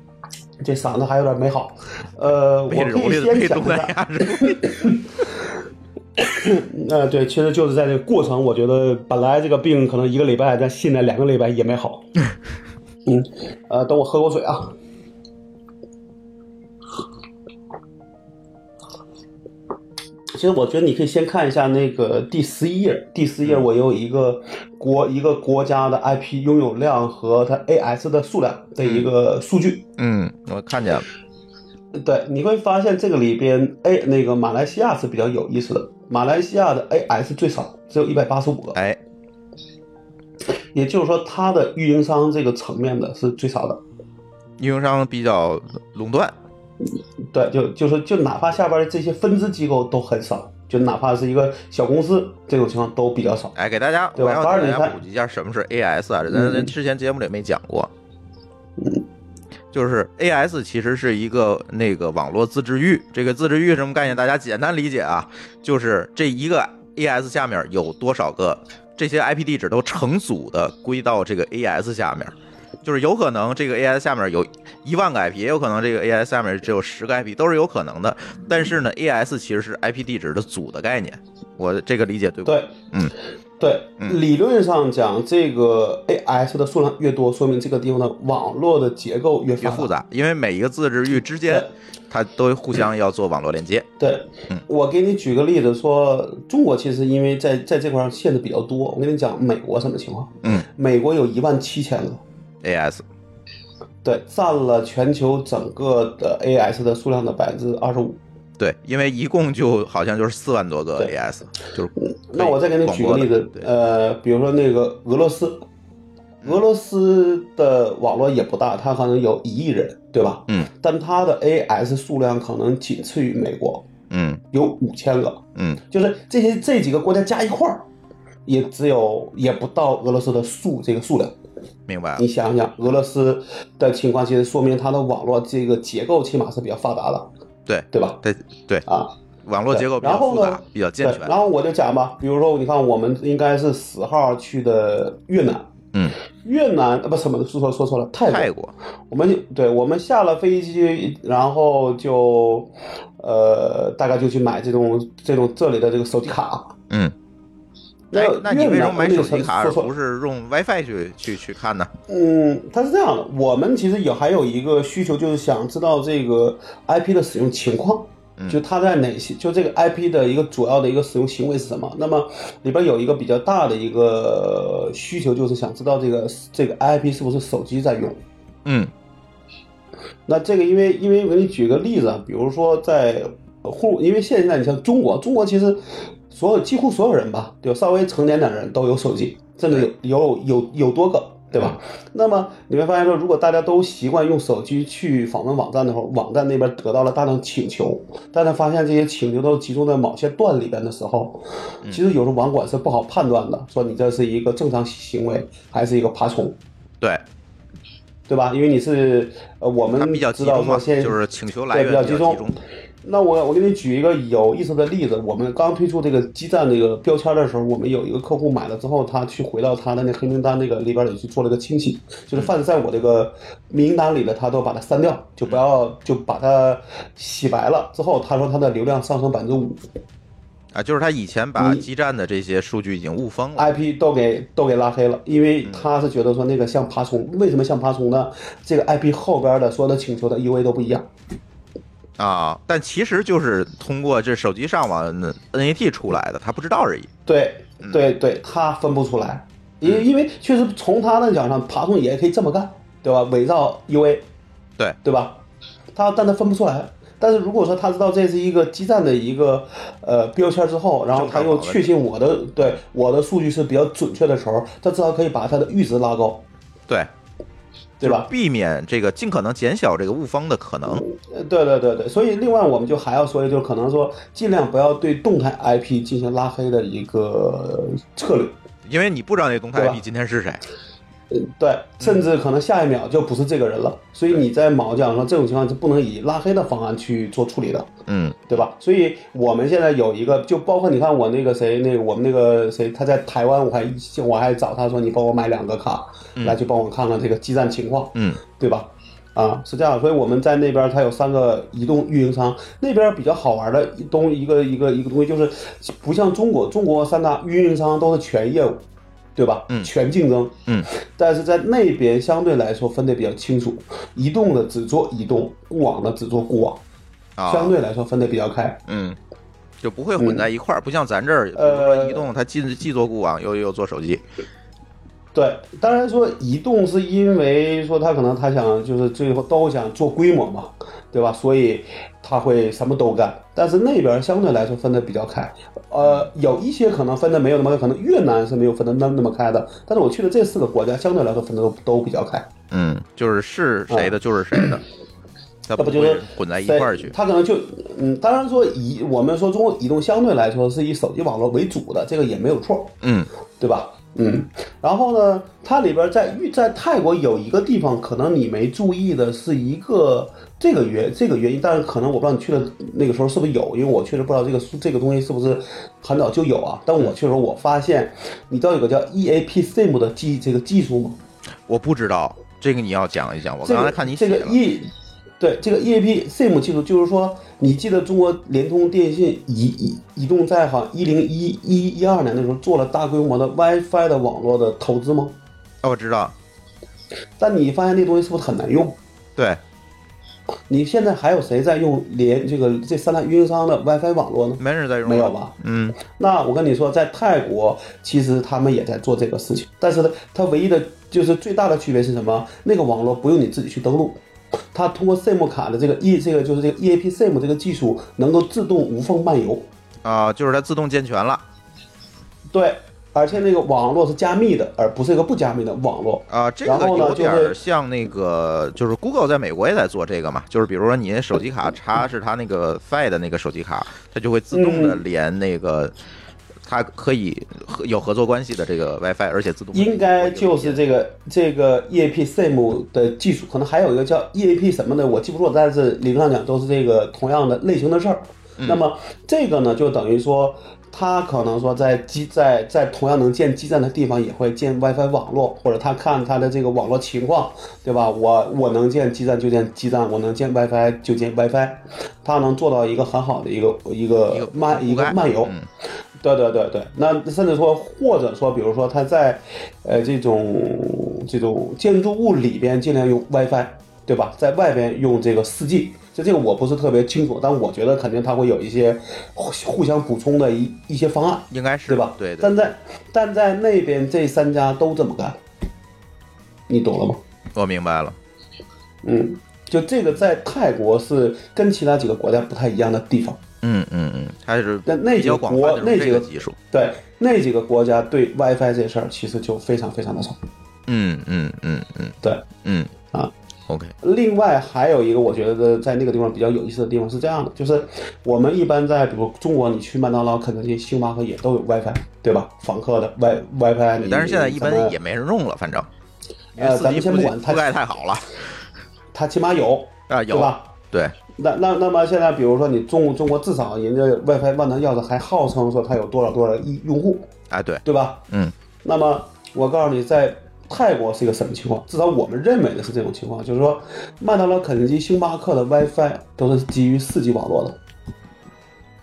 Speaker 2: 这嗓子还有点没好，呃，我
Speaker 1: 被
Speaker 2: 可
Speaker 1: 蹂
Speaker 2: 以
Speaker 1: 躏的
Speaker 2: 先
Speaker 1: 被
Speaker 2: 讲
Speaker 1: 东
Speaker 2: 一
Speaker 1: 南
Speaker 2: 下。
Speaker 1: 亚人，
Speaker 2: 呃，对，其实就是在这个过程，我觉得本来这个病可能一个礼拜，但现在两个礼拜也没好。嗯，呃，等我喝口水啊。其实我觉得你可以先看一下那个第十一页，第十页我有一个国一个国家的 IP 拥有量和它 AS 的数量的一个数据。
Speaker 1: 嗯，我看见了，
Speaker 2: 对，你会发现这个里边 A 那个马来西亚是比较有意思的，马来西亚的 AS 最少，只有一百八十五个，
Speaker 1: 哎，
Speaker 2: 也就是说它的运营商这个层面的是最少的。
Speaker 1: 运营商比较垄断，
Speaker 2: 对，就就是就哪怕下边的这些分支机构都很少，就哪怕是一个小公司这种情况都比较少。
Speaker 1: 哎，给大家，
Speaker 2: 对
Speaker 1: 我
Speaker 2: 吧
Speaker 1: 要
Speaker 2: 当然
Speaker 1: 给
Speaker 2: 你
Speaker 1: 大家
Speaker 2: 看
Speaker 1: 普及一下什么是 AS 啊，咱咱
Speaker 2: 嗯
Speaker 1: 之前节目里没讲过。
Speaker 2: 嗯
Speaker 1: 就是 AS 其实是一个那个网络自治域，这个自治域什么概念？大家简单理解啊，就是这一个 AS 下面有多少个这些 IP 地址都成组的归到这个 AS 下面，就是有可能这个 AS 下面有一万个 IP，也有可能这个 AS 下面只有十个 IP，都是有可能的。但是呢，AS 其实是 IP 地址的组的概念，我这个理解对不？
Speaker 2: 对，
Speaker 1: 嗯，
Speaker 2: 对，
Speaker 1: 嗯
Speaker 2: 理论上讲，这个 AS 的数量越多，说明这个地方的网络的结构越
Speaker 1: 越
Speaker 2: 发达
Speaker 1: 复。杂，因为每一个自治域之间
Speaker 2: 对，
Speaker 1: 它都互相要做网络连接。
Speaker 2: 对
Speaker 1: 嗯，
Speaker 2: 我给你举个例子说，中国其实因为在在这块儿限制比较多。我跟你讲，美国什么情况？
Speaker 1: 嗯
Speaker 2: 美国有一万七千个，
Speaker 1: ，AS，
Speaker 2: 对，占了全球整个的 AS 的数量的百分之二十五。
Speaker 1: 对，因为一共就好像就是四万多个
Speaker 2: 对
Speaker 1: AS，就是
Speaker 2: 那我再给你举个例子
Speaker 1: 广播的，对嗯
Speaker 2: 呃，比如说那个俄罗斯，俄罗斯的网络也不大，它可能有一亿人，对吧？
Speaker 1: 嗯。
Speaker 2: 但它的 AS 数量可能仅次于美国，
Speaker 1: 嗯
Speaker 2: 有五千个。
Speaker 1: 嗯
Speaker 2: 就是这些这几个国家加一块儿，也只有也不到俄罗斯的数这个数量。
Speaker 1: 明白了
Speaker 2: 你，想想，俄罗斯的情况，其实说明它的网络这个结构起码是比较发达的，
Speaker 1: 对
Speaker 2: 对吧？
Speaker 1: 对对，
Speaker 2: 啊，
Speaker 1: 网络结构比较
Speaker 2: 然后
Speaker 1: 复杂
Speaker 2: 呢，
Speaker 1: 比较
Speaker 2: 对
Speaker 1: 健。全
Speaker 2: 然。后我就讲吧，比如说，你看我们应该是十号去的越南，
Speaker 1: 嗯，
Speaker 2: 越南呃不什么说错说错了，泰国。
Speaker 1: 泰国，
Speaker 2: 我们就对我们下了飞机，然后就呃大概就去买这种这种这里的这个手机卡。
Speaker 1: 嗯，哎，那你
Speaker 2: 越
Speaker 1: 为什么
Speaker 2: 南
Speaker 1: 买手机卡
Speaker 2: 那
Speaker 1: 而
Speaker 2: 个说错
Speaker 1: 不是用 WiFi 去去去看呢？
Speaker 2: 嗯，它是这样的，我们其实有还有一个需求，就是想知道这个 IP 的使用情况，
Speaker 1: 嗯
Speaker 2: 就它在哪些，就这个 IP 的一个主要的一个使用行为是什么。那么里边有一个比较大的一个需求，就是想知道这个这个 IP 是不是手机在用。
Speaker 1: 嗯
Speaker 2: 那这个因为因为我给你举个例子啊，比如说在互，因为现在你像中国，中国其实所有几乎所有人吧，就稍微成年点的人都有手机，甚至有有有有多个。对吧？
Speaker 1: 嗯
Speaker 2: 那么你会发现说，如果大家都习惯用手机去访问网站的时候，网站那边得到了大量请求，但是发现这些请求都集中在某些段里边的时候，
Speaker 1: 嗯
Speaker 2: 其实有时候网管是不好判断的，说你这是一个正常行为还是一个爬虫，
Speaker 1: 对，
Speaker 2: 对吧？因为你是呃，我
Speaker 1: 它
Speaker 2: 们
Speaker 1: 比较集
Speaker 2: 知道
Speaker 1: 中嘛，
Speaker 2: 说现
Speaker 1: 就是请求来
Speaker 2: 对
Speaker 1: 源
Speaker 2: 比较
Speaker 1: 集
Speaker 2: 集中
Speaker 1: 中。
Speaker 2: 那我我给你举一个有意思的例子，我们刚推出这个基站这个标签的时候，我们有一个客户买了之后，他去回到他的那黑名单那个里边里去做了个清洗，就是凡是在我这个名单里的，他都把它删掉，就不要就把它洗白了。之后他说他的流量上升百分之五，
Speaker 1: 啊，就是他以前把
Speaker 2: 你哎
Speaker 1: 基站的这些数据已经雾封了，
Speaker 2: IP 都给都给拉黑了，因为他是觉得说那个像爬虫，为什么像爬虫呢？这个 IP 后边的所有的请求的 EUA 都不一样，
Speaker 1: 啊，但其实就是通过这手机上网嗯 NAT 出来的，他不知道而已。
Speaker 2: 对对对，他分不出来，因因为确实从他那讲上，爬虫也可以这么干，对吧？伪造 EUA，
Speaker 1: 对
Speaker 2: 对吧？他但他分不出来。但是如果说他知道这是一个基站的一个呃标签之后，然后他又确信我的对我的数据是比较准确的时候，他至少可以把他的阈值拉高，
Speaker 1: 对，
Speaker 2: 对吧？
Speaker 1: 避免这个尽可能减小这个雾封的可能。
Speaker 2: 呃，对对对对，所以另外我们就还要说一，就是可能说尽量不要对动态 IP 进行拉黑的一个策略，
Speaker 1: 因为你不知道那动态
Speaker 2: 对吧
Speaker 1: IP 今天是谁，
Speaker 2: 呃对，甚至可能下一秒就不是这个人了，所以你在毛讲说这种情况是不能以拉黑的方案去做处理的，
Speaker 1: 嗯
Speaker 2: 对吧？所以我们现在有一个，就包括你看我那个谁，那个我们那个谁，他在台湾，我还我还找他说你帮我买两个卡，来去帮我看看这个基站情况，
Speaker 1: 嗯
Speaker 2: 对吧？啊，是这样，所以我们在那边它有三个移动运营商，那边比较好玩的一东一个一个一个东西就是，不像中国，中国三大运营商都是全业务，对吧？
Speaker 1: 嗯
Speaker 2: 全竞争，
Speaker 1: 嗯，
Speaker 2: 但是在那边相对来说分得比较清楚，移动的只做移动，固网的只做固网，
Speaker 1: 啊，
Speaker 2: 相对来说分得比较开。
Speaker 1: 嗯，就不会混在一块儿，不像咱这儿，比如
Speaker 2: 呃
Speaker 1: 说移动它既既做固网又又做手机，
Speaker 2: 对，当然说移动是因为说他可能他想就是最后都想做规模嘛，对吧？所以他会什么都干。但是那边相对来说分得比较开，呃，有一些可能分得没有那么开，可能越南是没有分得那那么开的。但是我去的这四个国家相对来说分得都都比较开，
Speaker 1: 嗯，就是是谁的就是谁的，它
Speaker 2: 那
Speaker 1: 不
Speaker 2: 不就
Speaker 1: 会
Speaker 2: 是
Speaker 1: 混在一块儿
Speaker 2: 对
Speaker 1: 去，
Speaker 2: 他可能就嗯，当然说移我们说中国移动相对来说是以手机网络为主的，这个也没有错。
Speaker 1: 嗯
Speaker 2: 对吧？嗯，然后呢，它里边在玉在泰国有一个地方，可能你没注意的是一个这个原这个原因，但是可能我不知道你去的那个时候是不是有，因为我确实不知道这个这个东西是不是很早就有啊。但我去的时候，我发现你知道有个叫 EAP SIM 的技这个技术吗？
Speaker 1: 我不知道这个你要讲一讲，我
Speaker 2: 这
Speaker 1: 刚
Speaker 2: 个
Speaker 1: 才看你写
Speaker 2: 这个
Speaker 1: 了，
Speaker 2: E，对这个 EAP SIM 技术，就是说，你记得中国联通、电信、移移移动在好像一零一一一二年的时候做了大规模的 WiFi 的网络的投资吗？
Speaker 1: 啊，我知道，
Speaker 2: 但你发现那东西是不是很难用？
Speaker 1: 对，
Speaker 2: 你现在还有谁在用连这个这三大运营商的 WiFi 网络呢？
Speaker 1: 没人在用，
Speaker 2: 没有吧？
Speaker 1: 嗯
Speaker 2: 那我跟你说，在泰国其实他们也在做这个事情，但是呢，它唯一的就是最大的区别是什么？那个网络不用你自己去登录，它通过 SIM 卡的这个 E 这个就是这个 EAP SIM 这个技术能够自动无缝漫游。
Speaker 1: 啊，就是它自动健全了。
Speaker 2: 对，而且那个网络是加密的，而不是一个不加密的网络。
Speaker 1: 啊，这
Speaker 2: 然
Speaker 1: 个
Speaker 2: 后呢
Speaker 1: 有点
Speaker 2: 就
Speaker 1: 儿
Speaker 2: 会
Speaker 1: 像那个，就是 Google 在美国也在做这个嘛，就是比如说你手机
Speaker 2: 嗯
Speaker 1: 卡插是它那个 Fi 的那个手机卡，它就会自动的
Speaker 2: 嗯
Speaker 1: 连那个，它可以合有合作关系的这个 WiFi，而且自动
Speaker 2: 应该
Speaker 1: 啊
Speaker 2: 就是这个这个 EAP SIM 的技术，可能还有一个叫 EAP 什么的，我记不住，但是理论上讲都是这个同样的类型的事儿。
Speaker 1: 嗯
Speaker 2: 那么这个呢，就等于说，它可能说在基在在同样能建基站的地方也会建 WiFi 网络，或者他看它的这个网络情况，对吧？我我能建基站就建基站，我能建 WiFi 就建 WiFi，它能做到一个很好的一个一
Speaker 1: 一个
Speaker 2: 个漫一
Speaker 1: 覆盖
Speaker 2: 个漫游。
Speaker 1: 嗯
Speaker 2: 对对对对，那甚至说，或者说，比如说他在，呃，这种这种建筑物里边尽量用 WiFi，对吧？在外边用这个 4G，就这个我不是特别清楚，但我觉得肯定它会有一些互互相补充的一一些方案，
Speaker 1: 应该是
Speaker 2: 对吧？
Speaker 1: 对对
Speaker 2: 但，在但在那边这三家都这么干，你懂了吗？
Speaker 1: 我明白了。
Speaker 2: 嗯，就这个在泰国是跟其他几个国家不太一样的地方。
Speaker 1: 嗯嗯嗯，它是
Speaker 2: 但那
Speaker 1: 比较
Speaker 2: 几个
Speaker 1: 广泛
Speaker 2: 国
Speaker 1: 的
Speaker 2: 那
Speaker 1: 这
Speaker 2: 几
Speaker 1: 个
Speaker 2: 个
Speaker 1: 技术。
Speaker 2: 对那几个国家对 WiFi 这事儿其实就非常非常的少。
Speaker 1: 嗯嗯嗯嗯
Speaker 2: 对，
Speaker 1: 嗯
Speaker 2: 啊
Speaker 1: ，OK，
Speaker 2: 另外还有一个我觉得在那个地方比较有意思的地方是这样的，就是我们一般在比如中国，你去麦当劳、肯德基、星巴克也都有 WiFi，对吧？访客的 Wi WiFi，你
Speaker 1: 但是现在一
Speaker 2: 咱
Speaker 1: 般
Speaker 2: 们
Speaker 1: 也没人用了，反正因为
Speaker 2: 呃，咱
Speaker 1: 四 G
Speaker 2: 们先不管
Speaker 1: 覆盖覆
Speaker 2: 它，
Speaker 1: 盖太好了
Speaker 2: 它起码有，
Speaker 1: 啊，
Speaker 2: 对
Speaker 1: 有
Speaker 2: 吧？
Speaker 1: 对，
Speaker 2: 那那那么现在，比如说你中中国至少人家 WiFi 万能钥匙还号称说它有多少多少亿用户，
Speaker 1: 啊对，
Speaker 2: 对吧？
Speaker 1: 嗯。
Speaker 2: 那么我告诉你，在泰国是一个什么情况？至少我们认为的是这种情况，就是说，麦当劳、肯德基、星巴克的 WiFi 都是基于 4G 网络的。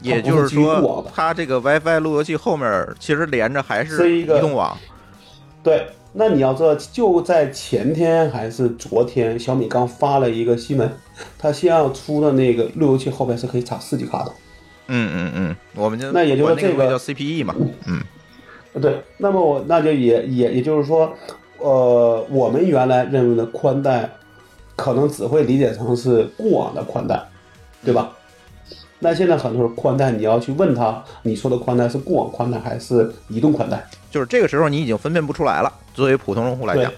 Speaker 1: 也
Speaker 2: 它不
Speaker 1: 就是
Speaker 2: 基于固网
Speaker 1: 说
Speaker 2: 的，
Speaker 1: 它这个 WiFi 路由器后面其实连着还是
Speaker 2: 是一
Speaker 1: 移
Speaker 2: 个
Speaker 1: 动网，
Speaker 2: 对，那你要知道，就在前天还是昨天，小米刚发了一个新闻，它先要出的那个路由器后边是可以插四 G 卡的。
Speaker 1: 嗯嗯嗯，我们就
Speaker 2: 那也就是
Speaker 1: 管那
Speaker 2: 这
Speaker 1: 个
Speaker 2: 个
Speaker 1: 叫 CPE 嘛，嗯
Speaker 2: 呃对，那么我那就也也也就是说，呃，我们原来认为的宽带，可能只会理解成是固网的宽带，对吧？那现在很多时候宽带，你要去问他，你说的宽带是固网宽带还是移动宽带？
Speaker 1: 就是这个时候你已经分辨不出来了。作为普通用户来
Speaker 2: 对
Speaker 1: 讲，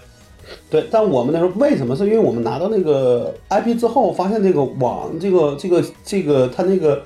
Speaker 2: 对，但我们那时候为什么？是因为我们拿到那个 IP 之后，发现这个网，这个这个这个它那个，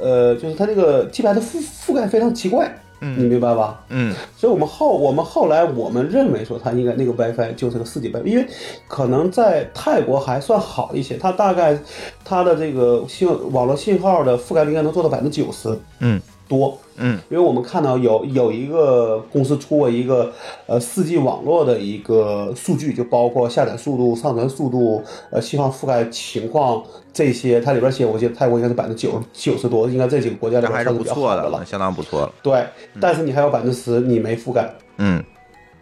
Speaker 2: 呃，就是它那个 G 牌的覆覆盖非常奇怪，你
Speaker 1: 嗯
Speaker 2: 明白吧？
Speaker 1: 嗯
Speaker 2: 所以我们后我们后来我们认为说它应该那个 WiFi 就是个四 G WiFi，因为可能在泰国还算好一些，它大概它的这个信网络信号的覆盖率应该能做到百分之九十
Speaker 1: 嗯
Speaker 2: 多，
Speaker 1: 嗯
Speaker 2: 因为我们看到有有一个公司出过一个呃四 G 网络的一个数据，就包括下载速度、上传速度、呃信号覆盖情况这些，它里边写，我记得泰国应该是百分之九九十多，应该这几个国家里
Speaker 1: 这
Speaker 2: 边
Speaker 1: 还是
Speaker 2: 算
Speaker 1: 不
Speaker 2: 比较
Speaker 1: 错
Speaker 2: 好
Speaker 1: 的
Speaker 2: 的了
Speaker 1: 了，。相嗯当不错了。
Speaker 2: 对，但是你还有百分之十你没覆盖，
Speaker 1: 嗯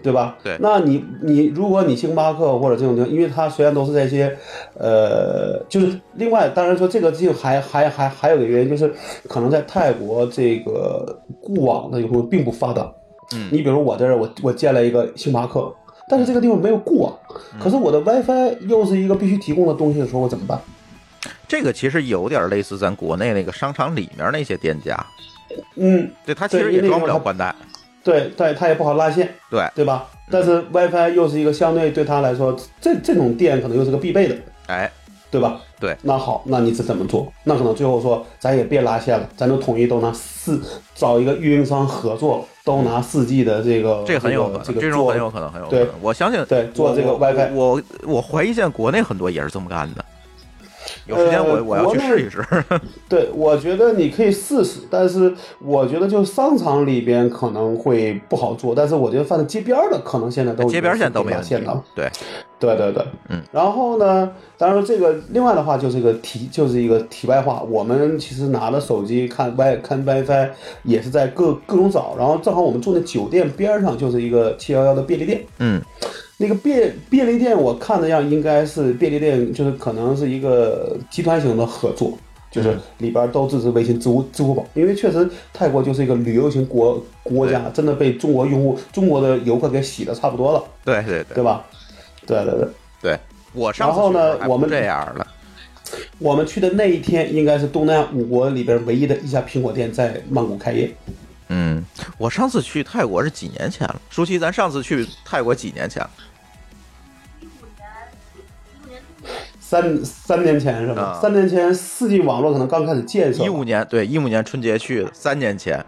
Speaker 2: 对吧？
Speaker 1: 对
Speaker 2: 那你你如果你星巴克或者这种地方，因为它虽然都是在一些，呃，就是另外，当然说这个就还还还还有个原因，就是可能在泰国这个固网的有时候并不发达。
Speaker 1: 嗯
Speaker 2: 你比如我这儿，我我建了一个星巴克，但是这个地方没有固网，
Speaker 1: 嗯
Speaker 2: 可是我的 WiFi 又是一个必须提供的东西的时候，我怎么办？
Speaker 1: 这个其实有点类似咱国内那个商场里面那些店家，
Speaker 2: 嗯，
Speaker 1: 对，它其实
Speaker 2: 对
Speaker 1: 也
Speaker 2: 那个
Speaker 1: 装不了
Speaker 2: 它
Speaker 1: 宽带，
Speaker 2: 对对，它也不好拉线，
Speaker 1: 对
Speaker 2: 对吧？但是 WiFi 又是一个相对对它来说，这这种店可能又是个必备的。
Speaker 1: 哎，
Speaker 2: 对吧？
Speaker 1: 对，
Speaker 2: 那好，那你是怎么做？那可能最后说，咱也别拉线了，咱就统一都拿四，找一个运营商合作，都拿四 G 的这个，
Speaker 1: 嗯这很有可
Speaker 2: 这
Speaker 1: 能，
Speaker 2: 个
Speaker 1: 这种
Speaker 2: 做
Speaker 1: 很有可能，很有可
Speaker 2: 对
Speaker 1: 能。我相信
Speaker 2: 对做这个
Speaker 1: 我
Speaker 2: WiFi
Speaker 1: 我我我怀疑现在国内很多也是这么干的。有时间
Speaker 2: 呃
Speaker 1: 我我要
Speaker 2: 国
Speaker 1: 去
Speaker 2: 内
Speaker 1: 试一试。
Speaker 2: 对，我觉得你可以试试，但是我觉得就商场里边可能会不好做，但是我觉得放在街边儿的可能现在都
Speaker 1: 街边儿现在都没
Speaker 2: 有
Speaker 1: 问题
Speaker 2: 线了。，
Speaker 1: 对，
Speaker 2: 对对对，
Speaker 1: 嗯。
Speaker 2: 然后呢，当然这个另外的话就是一个题，就是一个题外话。我们其实拿了手机看 Wi 看 WiFi 也是在各各种找，然后正好我们住那酒店边儿上就是一个七幺幺的便利店，
Speaker 1: 嗯
Speaker 2: 那个便便利店，我看的样应该是便利店，就是可能是一个集团型的合作，
Speaker 1: 嗯
Speaker 2: 就是里边都支持微信、支付、支付宝，因为确实泰国就是一个旅游型国国家，真的被中国用户、中国的游客给洗的差不多了，
Speaker 1: 对对对
Speaker 2: 对吧？对对对，
Speaker 1: 对。我上
Speaker 2: 然
Speaker 1: 次
Speaker 2: 后
Speaker 1: 去的时候
Speaker 2: 呢
Speaker 1: 还不
Speaker 2: 我们
Speaker 1: 这样了，
Speaker 2: 我们去的那一天应该是东南亚五国里边唯一的一家苹果店在曼谷开业，
Speaker 1: 嗯，我上次去泰国是几年前了？舒淇，咱上次去泰国几年前了？
Speaker 2: 三三年前是吧
Speaker 1: 啊？
Speaker 2: 三年前四 G 网络可能刚开始建设
Speaker 1: 一，五年，对，一五年春节去的，三年前，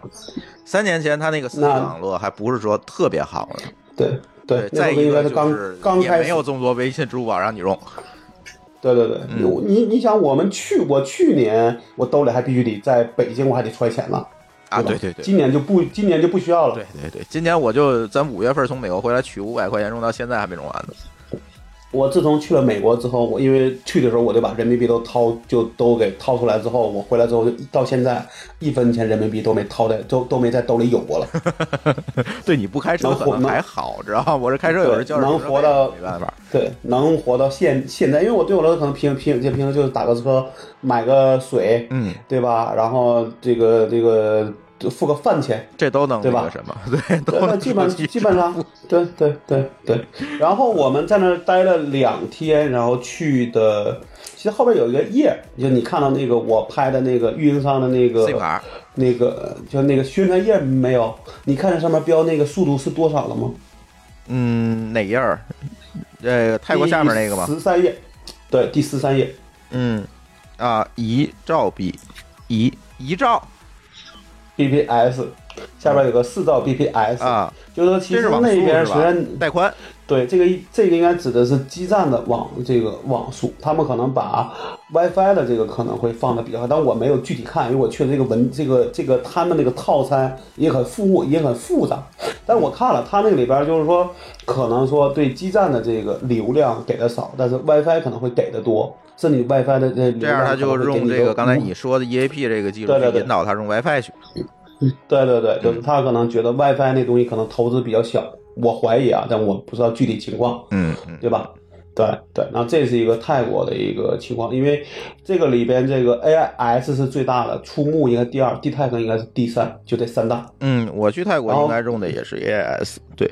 Speaker 1: 三年前他那个四 G
Speaker 2: 那
Speaker 1: 网络还不是说特别好呢。
Speaker 2: 对对，那
Speaker 1: 再
Speaker 2: 会儿
Speaker 1: 一
Speaker 2: 应该
Speaker 1: 个
Speaker 2: 是
Speaker 1: 就
Speaker 2: 刚
Speaker 1: 是
Speaker 2: 刚
Speaker 1: 也
Speaker 2: 开
Speaker 1: 没
Speaker 2: 始
Speaker 1: 有这么多微信、支付宝让你用。
Speaker 2: 对对对，
Speaker 1: 嗯
Speaker 2: 我你你想，我们去我去年我兜里还必须得在北京我还得揣钱了
Speaker 1: 啊，
Speaker 2: 吧
Speaker 1: 对对对，
Speaker 2: 今年就不今年就不需要了。
Speaker 1: 对对对，哦今年我就咱五月份从美国回来取五百块钱，用到现在还没用完呢。
Speaker 2: 我自从去了美国之后，我因为去的时候我就把人民币都掏就都给掏出来之后，我回来之后就到现在一分钱人民币都没掏在都都没在兜里有过了。
Speaker 1: 对你不开车
Speaker 2: 能
Speaker 1: 可
Speaker 2: 活
Speaker 1: 能
Speaker 2: 能
Speaker 1: 还好，知道吗？我这开车有时候
Speaker 2: 对
Speaker 1: 交
Speaker 2: 能活到
Speaker 1: 哎没办法。
Speaker 2: 对，能活到现现在，因为我对我来说可能平平就平时就是打个车，买个水，
Speaker 1: 嗯，
Speaker 2: 对吧？然后这个这个就付个饭钱，
Speaker 1: 这都能
Speaker 2: 对
Speaker 1: 那
Speaker 2: 吧
Speaker 1: 个什么，对，
Speaker 2: 对，
Speaker 1: 都
Speaker 2: 那
Speaker 1: 能
Speaker 2: 基本
Speaker 1: 手机
Speaker 2: 基本上，对对对对。然后我们在那儿待了两天，然后去的，其实后边有一个页，就你看到那个我拍的那个运营商的那个
Speaker 1: SIM 卡，
Speaker 2: 那个就那个宣传页没有？你看着上面标那个速度是多少了吗？
Speaker 1: 嗯，哪页儿？这个泰国下面那个吗？
Speaker 2: 十三页，对，第十三页。
Speaker 1: 嗯，啊，遗照比遗遗照
Speaker 2: BPS 下边有个四兆 BPS，、
Speaker 1: 啊，
Speaker 2: 就是说其
Speaker 1: 这
Speaker 2: 实
Speaker 1: 是网
Speaker 2: 那
Speaker 1: 速
Speaker 2: 边
Speaker 1: 是
Speaker 2: 虽然
Speaker 1: 吧？带宽，
Speaker 2: 对，这个这个应该指的是基站的网这个网速，他们可能把 WiFi 的这个可能会放的比较好，但我没有具体看，因为我去的这个文这个这个他们那个套餐也很复也很复杂，但我看了他那个里边就是说，可能说对基站的这个流量给的少，但是 WiFi 可能会给的多，甚至 WiFi 的呃
Speaker 1: 这样他就用这个刚才你说的 EAP 这个技术
Speaker 2: 对对
Speaker 1: 去
Speaker 2: 对
Speaker 1: 引导他用 WiFi 去。
Speaker 2: 对对对，就是他可能觉得 WiFi 那东西可能投资比较小，我怀疑啊，但我不知道具体情况。
Speaker 1: 嗯嗯
Speaker 2: 对吧？对对，然后这是一个泰国的一个情况，因为这个里边这个 AIS 是最大的，出木应该第二，地泰可能应该是第三，就这三大。
Speaker 1: 嗯，我去泰国
Speaker 2: 然后
Speaker 1: 应该用的也是 AIS，对，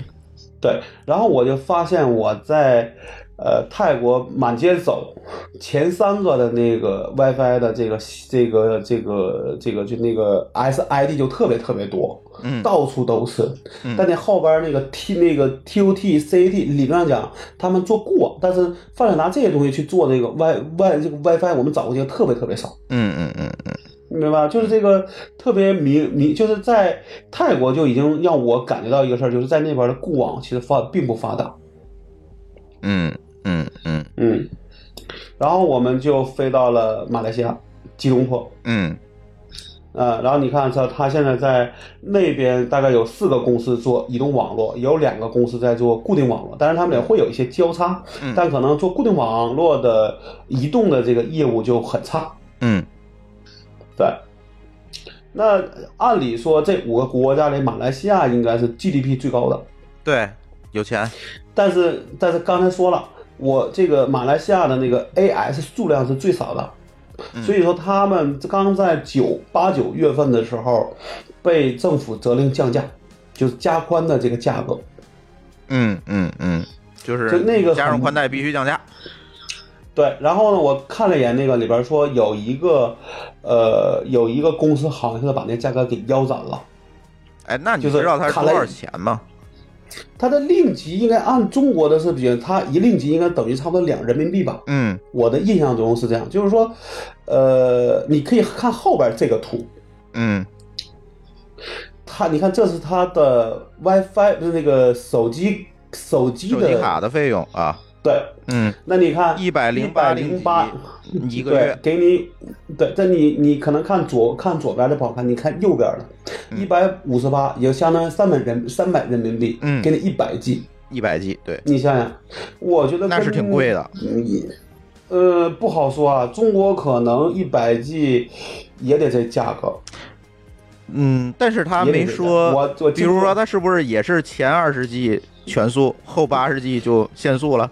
Speaker 2: 对，然后我就发现我在呃泰国满街走，前三个的那个 WiFi 的这个这个这个这个就那个 SID 就特别特别多，
Speaker 1: 嗯
Speaker 2: 到处都是
Speaker 1: 嗯。
Speaker 2: 但那后边那个 T 那个 TOT、CAT 理论上讲他们做过，但是范展拿这些东西去做这个 Wi Wi 这个 WiFi，我们掌握就特别特别少。
Speaker 1: 嗯嗯嗯嗯，
Speaker 2: 你明白吧？就是这个特别迷迷，就是在泰国就已经让我感觉到一个事儿，就是在那边的固网其实发并不发达。
Speaker 1: 嗯嗯嗯
Speaker 2: 嗯，然后我们就飞到了马来西亚吉隆坡，
Speaker 1: 嗯
Speaker 2: 呃，然后你看他他现在在那边大概有四个公司做移动网络，有两个公司在做固定网络，但是他们也会有一些交叉，
Speaker 1: 嗯
Speaker 2: 但可能做固定网络的移动的这个业务就很差。
Speaker 1: 嗯
Speaker 2: 对。那按理说，这五个国家里，马来西亚应该是 GDP 最高的，
Speaker 1: 对，有钱，
Speaker 2: 但是但是刚才说了，我这个马来西亚的那个 AS 数量是最少的，所以说他们刚在九八九月份的时候被政府责令降价，就是加宽的这个价格。
Speaker 1: 嗯嗯嗯，就是
Speaker 2: 就那个
Speaker 1: 加上
Speaker 2: 很
Speaker 1: 宽带必须降价，
Speaker 2: 对，然后呢，我看了一眼那个里边说有一个，呃，有一个公司好像是把那价格给腰斩了。
Speaker 1: 哎，那你
Speaker 2: 就是
Speaker 1: 知道它是
Speaker 2: 卡
Speaker 1: 多
Speaker 2: 莱
Speaker 1: 少钱吗？
Speaker 2: 它的令吉应该按中国的是比，它一令吉应该等于差不多两人民币吧。
Speaker 1: 嗯
Speaker 2: 我的印象中是这样，就是说，呃，你可以看后边这个图，
Speaker 1: 嗯
Speaker 2: 它你看这是它的 WiFi 不是那个手机手机
Speaker 1: 手
Speaker 2: 的
Speaker 1: 机卡的费用啊，
Speaker 2: 对，
Speaker 1: 嗯，
Speaker 2: 那你看
Speaker 1: 一百零八
Speaker 2: 八
Speaker 1: 零
Speaker 2: 零
Speaker 1: 一个月，
Speaker 2: 给你，对，这你你可能看左看左边的不好看，你看右边
Speaker 1: 嗯
Speaker 2: 的，一百五十八也就相当于三百人三百人民币，
Speaker 1: 嗯
Speaker 2: 给你一百 G，
Speaker 1: 一百 G，对，
Speaker 2: 你想想，我觉得
Speaker 1: 那是
Speaker 2: 跟
Speaker 1: 挺贵的，
Speaker 2: 嗯，呃，不好说啊，中国可能一百 G 也得这价格，
Speaker 1: 嗯，但是他
Speaker 2: 也得
Speaker 1: 没
Speaker 2: 这样
Speaker 1: 说，
Speaker 2: 我我
Speaker 1: 比
Speaker 2: 记
Speaker 1: 如
Speaker 2: 住
Speaker 1: 说他是不是也是前二十 G 全速，后八十 G 就限速了？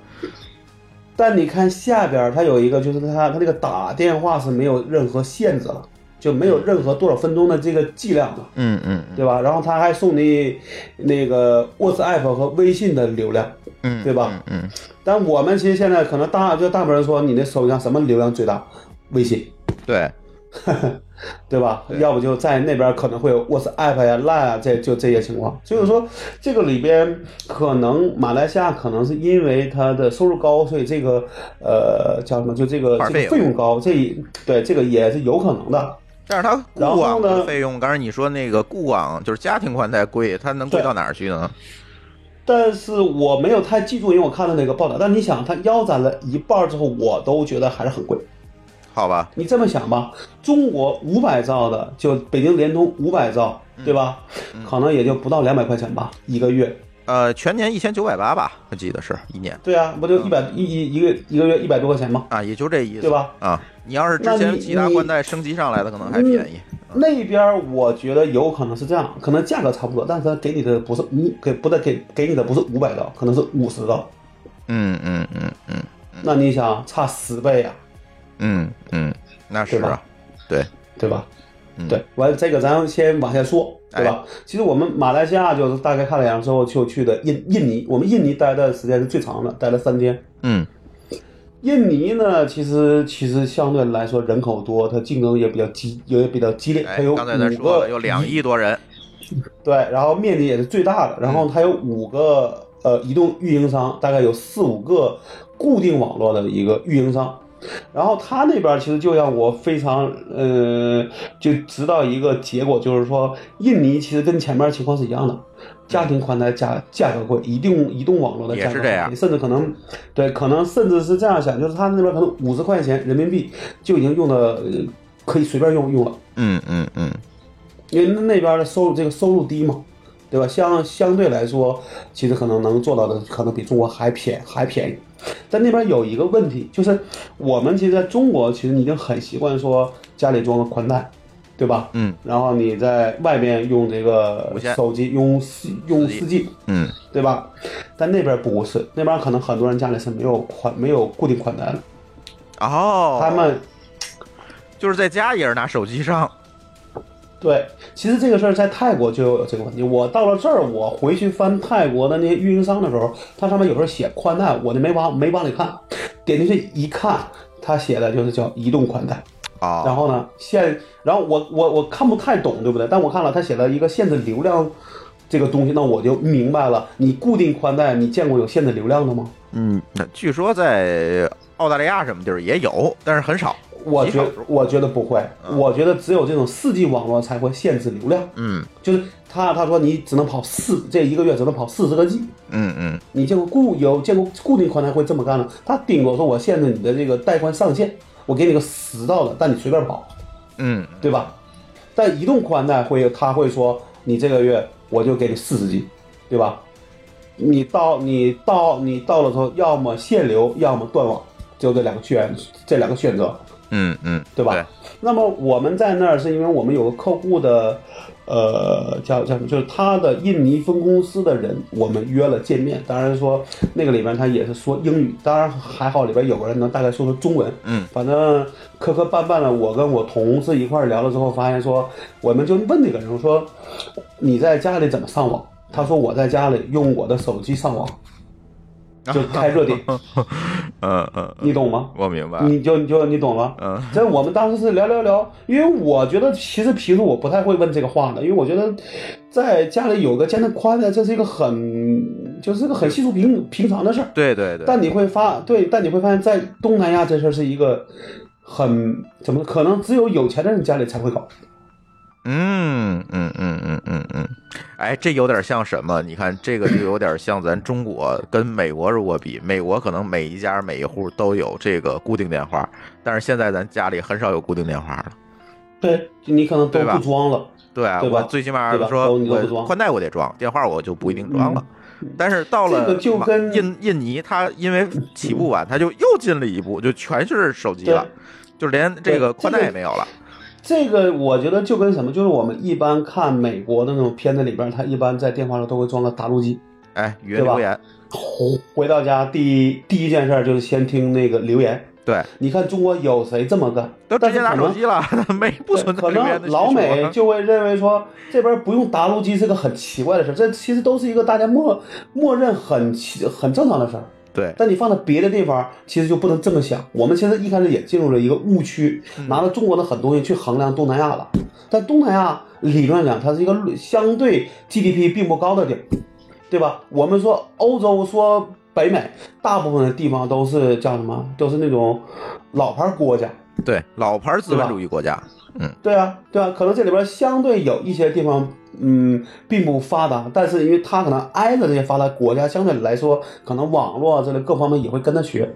Speaker 2: 但你看下边儿它有一个，就是它它那个打电话是没有任何限制了，就没有任何多少分钟的这个剂量了，
Speaker 1: 嗯嗯嗯
Speaker 2: 对吧？然后它还送你那个 WhatsApp 和微信的流量，
Speaker 1: 嗯，
Speaker 2: 对吧
Speaker 1: 嗯？嗯，
Speaker 2: 但我们其实现在可能大就大部分人说你的手机上什么流量最大？微信。
Speaker 1: 对，
Speaker 2: 对吧？
Speaker 1: 对
Speaker 2: 要不就在那边可能会有 WhatsApp 呀、Line 啊，这就这些情况。所以说，这个里边可能马来西亚可能是因为它的收入高，所以这个呃叫什么？就这个
Speaker 1: 花
Speaker 2: 这
Speaker 1: 费
Speaker 2: 个费用高，这一对这个也是有可能的。
Speaker 1: 但是它
Speaker 2: 然
Speaker 1: 固
Speaker 2: 后
Speaker 1: 网的
Speaker 2: 呢
Speaker 1: 费用，刚才你说那个固网就是家庭宽带贵，它能贵
Speaker 2: 对
Speaker 1: 到哪儿去呢？
Speaker 2: 但是我没有太记住，因为我看了那个报道。但你想，它腰斩了一半之后，我都觉得还是很贵。
Speaker 1: 好吧，
Speaker 2: 你这么想吧，中国五百兆的，就北京联通五百兆，
Speaker 1: 嗯
Speaker 2: 对吧？可能也就不到两百块钱吧，一个月。
Speaker 1: 呃，全年一千九百八吧，我记得是一年
Speaker 2: 对啊，不
Speaker 1: 嗯
Speaker 2: 就一百一一一个一个月一百多块钱吗？
Speaker 1: 啊，也就这意思，
Speaker 2: 对吧？
Speaker 1: 啊，你要是之
Speaker 2: 那
Speaker 1: 前
Speaker 2: 你
Speaker 1: 其他
Speaker 2: 你
Speaker 1: 宽带升级上来的，可能还便宜。
Speaker 2: 那边儿我觉得有可能是这样，可能价格差不多，但是他给你的不是五给不对给给你的不是五百刀，可能是五十刀。
Speaker 1: 嗯嗯嗯嗯
Speaker 2: 那你想差十倍啊，
Speaker 1: 嗯嗯，那是
Speaker 2: 对
Speaker 1: 啊
Speaker 2: 吧，
Speaker 1: 对，
Speaker 2: 对吧？
Speaker 1: 嗯哎
Speaker 2: 对，完这个咱先往下说，对吧？其实我们马来西亚就是大概看了一眼之后就去的印印尼，我们印尼待的时间是最长的，待了三天。
Speaker 1: 嗯
Speaker 2: 印尼呢，其实其实相对来说人口多，它竞争也比较激，也比较激烈。
Speaker 1: 哎
Speaker 2: 它有，
Speaker 1: 刚才咱
Speaker 2: 五
Speaker 1: 说
Speaker 2: 个
Speaker 1: 了，有两亿多人，
Speaker 2: 对，然后面积也是最大
Speaker 1: 嗯
Speaker 2: 的，然后它有五个呃移动运营商，大概有四五个固定网络的一个运营商。然后他那边其实就让我非常呃，就知道一个结果，就是说印尼其实跟前面情况是一样的，家庭宽带价价格贵，移动移动网络的价格
Speaker 1: 也是这样
Speaker 2: 贵甚至可能对，可能甚至是这样想，就是他那边可能五十块钱人民币就已经用的、呃可以随便用用了。
Speaker 1: 嗯嗯嗯
Speaker 2: 因为那边的收入这个收入低嘛，对吧？相相对来说，其实可能能做到的，可能比中国还便还便宜。但那边有一个问题，就是我们其实在中国其实已经很习惯说家里装个宽带，对吧？
Speaker 1: 嗯
Speaker 2: 然后你在外边用这个
Speaker 1: 无线
Speaker 2: 手机用四用
Speaker 1: 四 G
Speaker 2: 四 G，
Speaker 1: 嗯，
Speaker 2: 对吧？但那边不是，那边可能很多人家里是没有宽没有固定宽带的，
Speaker 1: 哦，
Speaker 2: 他们
Speaker 1: 就是在家也是拿手机上，
Speaker 2: 对，其实这个事儿在泰国就有这个问题。我到了这儿，我回去翻泰国的那些运营商的时候，它上面有时候写宽带，我就没往没往里看，点进去一看，它写的就是叫移动宽带。
Speaker 1: 哦，
Speaker 2: 然后呢，限，然后我我我看不太懂，对不对？但我看了它写了一个限制流量这个东西，那我就明白了。你固定宽带，你见过有限制流量的吗？
Speaker 1: 嗯，那据说在澳大利亚什么地儿也有，但是很少。
Speaker 2: 我
Speaker 1: 极
Speaker 2: 觉
Speaker 1: 少数
Speaker 2: 我觉得不会，
Speaker 1: 嗯
Speaker 2: 我觉得只有这种四 G 网络才会限制流量。
Speaker 1: 嗯
Speaker 2: 就是他他说你只能跑四，这一个月只能跑四十个 G。
Speaker 1: 嗯嗯，
Speaker 2: 你见过固有见过固定宽带会这么干的？他顶多说我限制你的这个带宽上限，我给你个十兆的，但你随便跑，
Speaker 1: 嗯，
Speaker 2: 对吧？但移动宽带会他会说你这个月我就给你四十 G，对吧？你到你到你到了之后，要么限流，要么断网，只有这两个选这两个选择。
Speaker 1: 嗯嗯，
Speaker 2: 对吧？那么我们在那儿是因为我们有个客户的，呃，叫叫就是他的印尼分公司的人，我们约了见面。当然说那个里边他也是说英语，当然还好里边有个人能大概说说中文。
Speaker 1: 嗯，
Speaker 2: 反正磕磕绊绊了，我跟我同事一块儿聊了之后，发现说我们就问那个人我说你在家里怎么上网？他说我在家里用我的手机上网，就开热点，
Speaker 1: 嗯嗯，
Speaker 2: 你懂吗？
Speaker 1: 我明白。
Speaker 2: 你就你就你懂了。
Speaker 1: 嗯，
Speaker 2: 这我们当时是聊聊聊，因为我觉得其实平时我不太会问这个话的，因为我觉得在家里有个家庭宽带，这是一个很就是一个很稀疏平平常的事儿。
Speaker 1: 对对对，
Speaker 2: 但你会发对，但你会发现在东南亚这事儿是一个很怎么可能只有有钱的人家里才会搞。
Speaker 1: 嗯嗯嗯嗯嗯嗯，哎，这有点像什么？你看这个就有点像咱中国跟美国如果比，美国可能每一家每一户都有这个固定电话，但是现在咱家里很少有固定电话了。
Speaker 2: 对你可能都
Speaker 1: 对吧
Speaker 2: 不装了，
Speaker 1: 对啊，
Speaker 2: 对吧
Speaker 1: 我最起码
Speaker 2: 对吧
Speaker 1: 说
Speaker 2: 都你都不
Speaker 1: 我
Speaker 2: 装
Speaker 1: 宽带我得装，电话我就不一定装了。
Speaker 2: 嗯
Speaker 1: 但是到了
Speaker 2: 这个就
Speaker 1: 马
Speaker 2: 跟
Speaker 1: 印印尼，它因为起步晚，它就又进了一步，就全是手机了
Speaker 2: 对，
Speaker 1: 就是连这
Speaker 2: 对
Speaker 1: 个宽
Speaker 2: 这
Speaker 1: 带
Speaker 2: 个
Speaker 1: 也没有了。
Speaker 2: 这个我觉得就跟什么，就是我们一般看美国的那种片子里边，他一般在电话上都会装个打录机。
Speaker 1: 哎，语音
Speaker 2: 对吧
Speaker 1: 留言，
Speaker 2: 回回到家第一第一件事儿就是先听那个留言。
Speaker 1: 对，
Speaker 2: 你看中国有谁这么干？
Speaker 1: 都直接拿
Speaker 2: 但是可能
Speaker 1: 手机了，没不存在
Speaker 2: 可
Speaker 1: 留
Speaker 2: 能
Speaker 1: 言的需求啊
Speaker 2: 老美就会认为说这边不用打录机是个很奇怪的事儿，这其实都是一个大家默默认很奇很正常的事儿。
Speaker 1: 对，
Speaker 2: 但你放在别的地方，其实就不能这么想。我们其实一开始也进入了一个误区，拿了中国的很多东西去衡量东南亚了。但东南亚理论上讲，它是一个相对 GDP 并不高的地儿，对吧？我们说欧洲，说北美，大部分的地方都是叫什么？都是那种老牌国家。
Speaker 1: 对，老牌资
Speaker 2: 对
Speaker 1: 本
Speaker 2: 吧
Speaker 1: 主义国家，
Speaker 2: 对啊，对啊，可能这里边相对有一些地方，嗯，并不发达，但是因为它可能挨着这些发达国家，相对来说，可能网络啊之类各方面也会跟着学，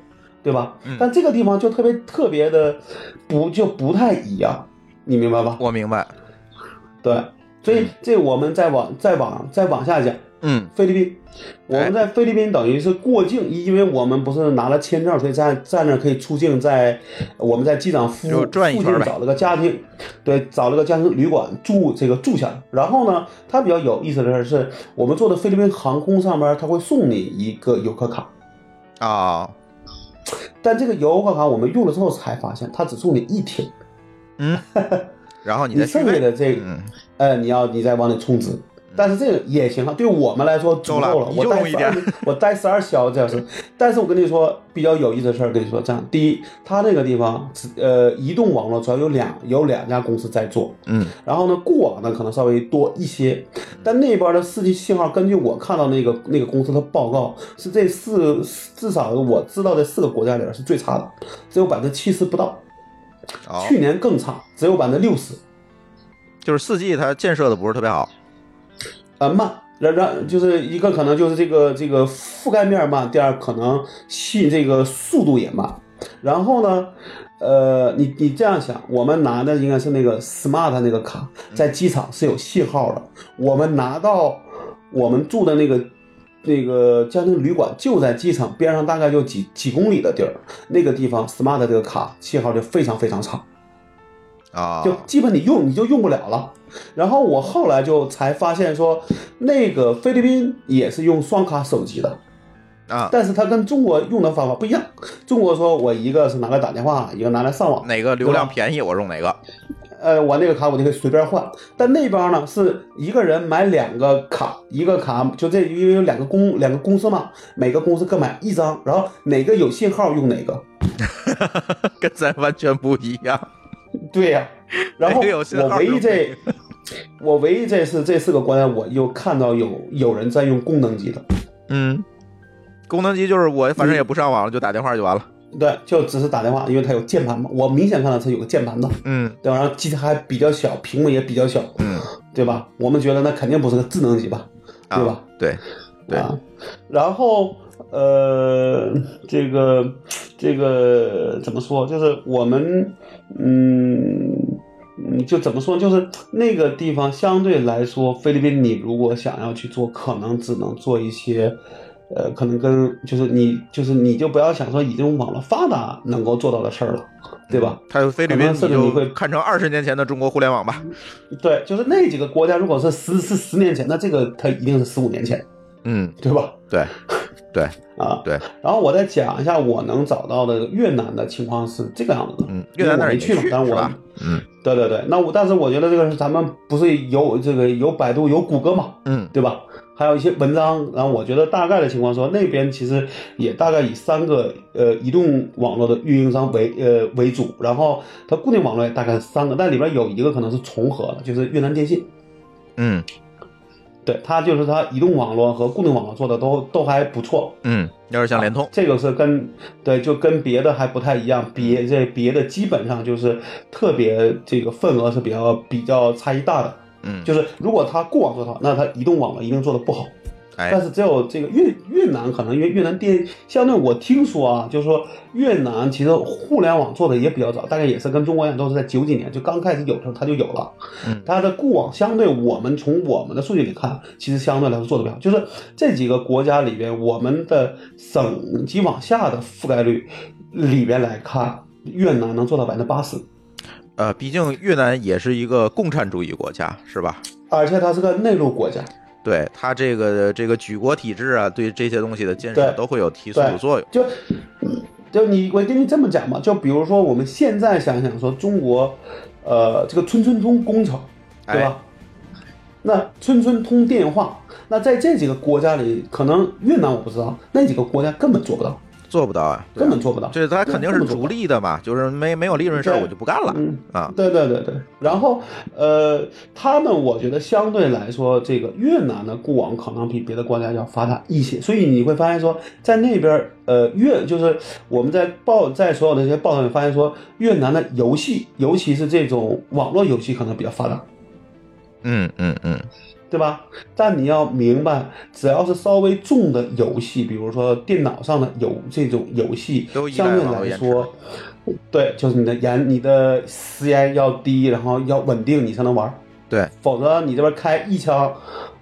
Speaker 2: 对吧？但这个地方就特别特别的不就不太一样，你明白吧？
Speaker 1: 我明白。
Speaker 2: 对，所以这我们再往再往再往下讲，
Speaker 1: 嗯，
Speaker 2: 菲律宾，我
Speaker 1: 哎
Speaker 2: 们在菲律宾等于是过境，因为我们不是拿了签证，所以在在那儿可以出境在，我们在机场附
Speaker 1: 就转一
Speaker 2: 附
Speaker 1: 圈
Speaker 2: 近
Speaker 1: 呗
Speaker 2: 找了个家庭，对，找了个家庭旅馆住这个住下来。然后呢，它比较有意思的是，是我们坐的菲律宾航空上边，它会送你一个游客卡，
Speaker 1: 啊，
Speaker 2: 但这个游客卡我们用了之后才发现，它只送你一天，
Speaker 1: 嗯，然后你
Speaker 2: 你
Speaker 1: 再续
Speaker 2: 剩下
Speaker 1: 费，
Speaker 2: 的这个，
Speaker 1: 嗯，
Speaker 2: 呃，你要你再往里充值。但是这个也行啊，对我们来说足够
Speaker 1: 够了你
Speaker 2: 我
Speaker 1: 就
Speaker 2: 待
Speaker 1: 用一
Speaker 2: 12
Speaker 1: 点
Speaker 2: 我待十二小时。但是我跟你说，比较有意思的事儿，跟你说这样：第一，它那个地方只呃，移动网络主要有两有两家公司在做，
Speaker 1: 嗯，
Speaker 2: 然后呢，固网呢可能稍微多一些，但那边的四 G 信号，根据我看到那个那个公司的报告，是这四至少我知道这四个国家里边是最差的，只有百分之七十不到，
Speaker 1: 哦，
Speaker 2: 去年更差，只有百分之六十。
Speaker 1: 就是四 G 它建设的不是特别好，
Speaker 2: 呃慢，然然就是一个可能就是这个这个覆盖面慢，第二可能信这个速度也慢。然后呢，呃，你你这样想，我们拿的应该是那个 smart 那个卡，在机场是有信号的。我们拿到我们住的那个那个家庭旅馆就在机场边上，大概就几几公里的地儿，那个地方 smart 这个卡信号就非常非常差。
Speaker 1: 啊，
Speaker 2: 就基本你用你就用不了了。然后我后来就才发现说，那个菲律宾也是用双卡手机的，
Speaker 1: 啊，
Speaker 2: 但是它跟中国用的方法不一样。中国说我一个是拿来打电话，一个拿来上网，
Speaker 1: 哪个流量便宜我用哪个
Speaker 2: 呃，我那个卡我就可以随便换。但那边呢是一个人买两个卡，一个卡就这因为有两个公两个公司嘛，每个公司各买一张，然后哪个有信号用哪个。
Speaker 1: 跟咱完全不一样。
Speaker 2: 对 呀、然后
Speaker 1: 哎呦信号
Speaker 2: 我唯一
Speaker 1: 有
Speaker 2: 这， 我唯一这次这四个国家，我又看到有有人在用功能机的，
Speaker 1: 嗯，功能机就是我
Speaker 2: 嗯
Speaker 1: 反正也不上网了，就打电话就完了。
Speaker 2: 对，就只是打电话，因为它有键盘嘛，我明显看到它有个键盘的，
Speaker 1: 嗯
Speaker 2: 对吧？然后机台还比较小，屏幕也比较小，
Speaker 1: 嗯，
Speaker 2: 对吧？我们觉得那肯定不是个智能机吧，
Speaker 1: 啊
Speaker 2: 对吧？
Speaker 1: 对，对
Speaker 2: 啊，然后呃，这个这个怎么说？就是我们嗯。嗯，就怎么说，就是那个地方相对来说，菲律宾，你如果想要去做，可能只能做一些，呃，可能跟就是你就是你就不要想说已经网络发达能够做到的事儿了，对吧？
Speaker 1: 它有菲律
Speaker 2: 可
Speaker 1: 宾
Speaker 2: 能
Speaker 1: 你
Speaker 2: 甚至你会
Speaker 1: 就看成二十年前的中国互联网吧。
Speaker 2: 对，就是那几个国家，如果是十是十年前，那这个它一定是十五年前，
Speaker 1: 嗯，
Speaker 2: 对吧？
Speaker 1: 对，对，
Speaker 2: 啊，
Speaker 1: 嗯对。
Speaker 2: 然后我再讲一下我能找到的越南的情况是这个样子的。
Speaker 1: 嗯，越南那儿也
Speaker 2: 因为我没去嘛，但
Speaker 1: 是
Speaker 2: 是我
Speaker 1: 吧？嗯
Speaker 2: 对对对，那我但是我觉得这个是咱们不是有这个有百度有谷歌嘛，
Speaker 1: 嗯
Speaker 2: 对吧？还有一些文章，然后我觉得大概的情况说，那边其实也大概以三个呃移动网络的运营商为呃为主，然后它固定网络也大概是三个，但里边有一个可能是重合的，就是越南电信。
Speaker 1: 嗯
Speaker 2: 对，它就是它移动网络和固定网络做的都都还不错，
Speaker 1: 嗯，有点像联通。
Speaker 2: 这个是跟对，就跟别的还不太一样，别这别的基本上就是特别这个份额是比较比较差异大的，
Speaker 1: 嗯，
Speaker 2: 就是如果它固网做得好，那它移动网络一定做得不好。
Speaker 1: 哎
Speaker 2: 但是只有这个越越南可能因为越南电相对我听说啊，就是说越南其实互联网做的也比较早，大概也是跟中国一样都是在九几年就刚开始有的时候它就有了。
Speaker 1: 嗯
Speaker 2: 它的固网相对我们从我们的数据里看，其实相对来说做的比较好。就是这几个国家里边，我们的省级往下的覆盖率里边来看，越南能做到百分之八十，
Speaker 1: 呃，毕竟越南也是一个共产主义国家，是吧？
Speaker 2: 而且它是个内陆国家。
Speaker 1: 对它这个这个举国体制啊，对这些东西的建设
Speaker 2: 对
Speaker 1: 都会有提速的作用。
Speaker 2: 就嗯就你我跟你这么讲嘛，就比如说我们现在想想说中国，呃，这个村村通工程，对
Speaker 1: 哎
Speaker 2: 吧？那村村通电话，那在这几个国家里，可能越南我不知道，那几个国家根本做不到，
Speaker 1: 做不到啊，对啊
Speaker 2: 根本做不到。
Speaker 1: 这它肯定是逐利的嘛，就是没没有利润事儿
Speaker 2: 对
Speaker 1: 我就不干了
Speaker 2: 嗯
Speaker 1: 啊。
Speaker 2: 对对对对，然后呃，他们我觉得相对来说，这个越南的固网可能比别的国家要发达一些，所以你会发现说，在那边儿呃越就是我们在报在所有的这些报道里发现说，越南的游戏，尤其是这种网络游戏可能比较发达，
Speaker 1: 嗯嗯嗯，
Speaker 2: 对吧？但你要明白，只要是稍微重的游戏，比如说电脑上的游这种游戏
Speaker 1: 都，依赖
Speaker 2: 相对
Speaker 1: 网络
Speaker 2: 来
Speaker 1: 延迟
Speaker 2: 说，对，就是你的延你的 CI 要低，然后要稳定，你才能玩儿。
Speaker 1: 对，
Speaker 2: 否则你这边开一枪，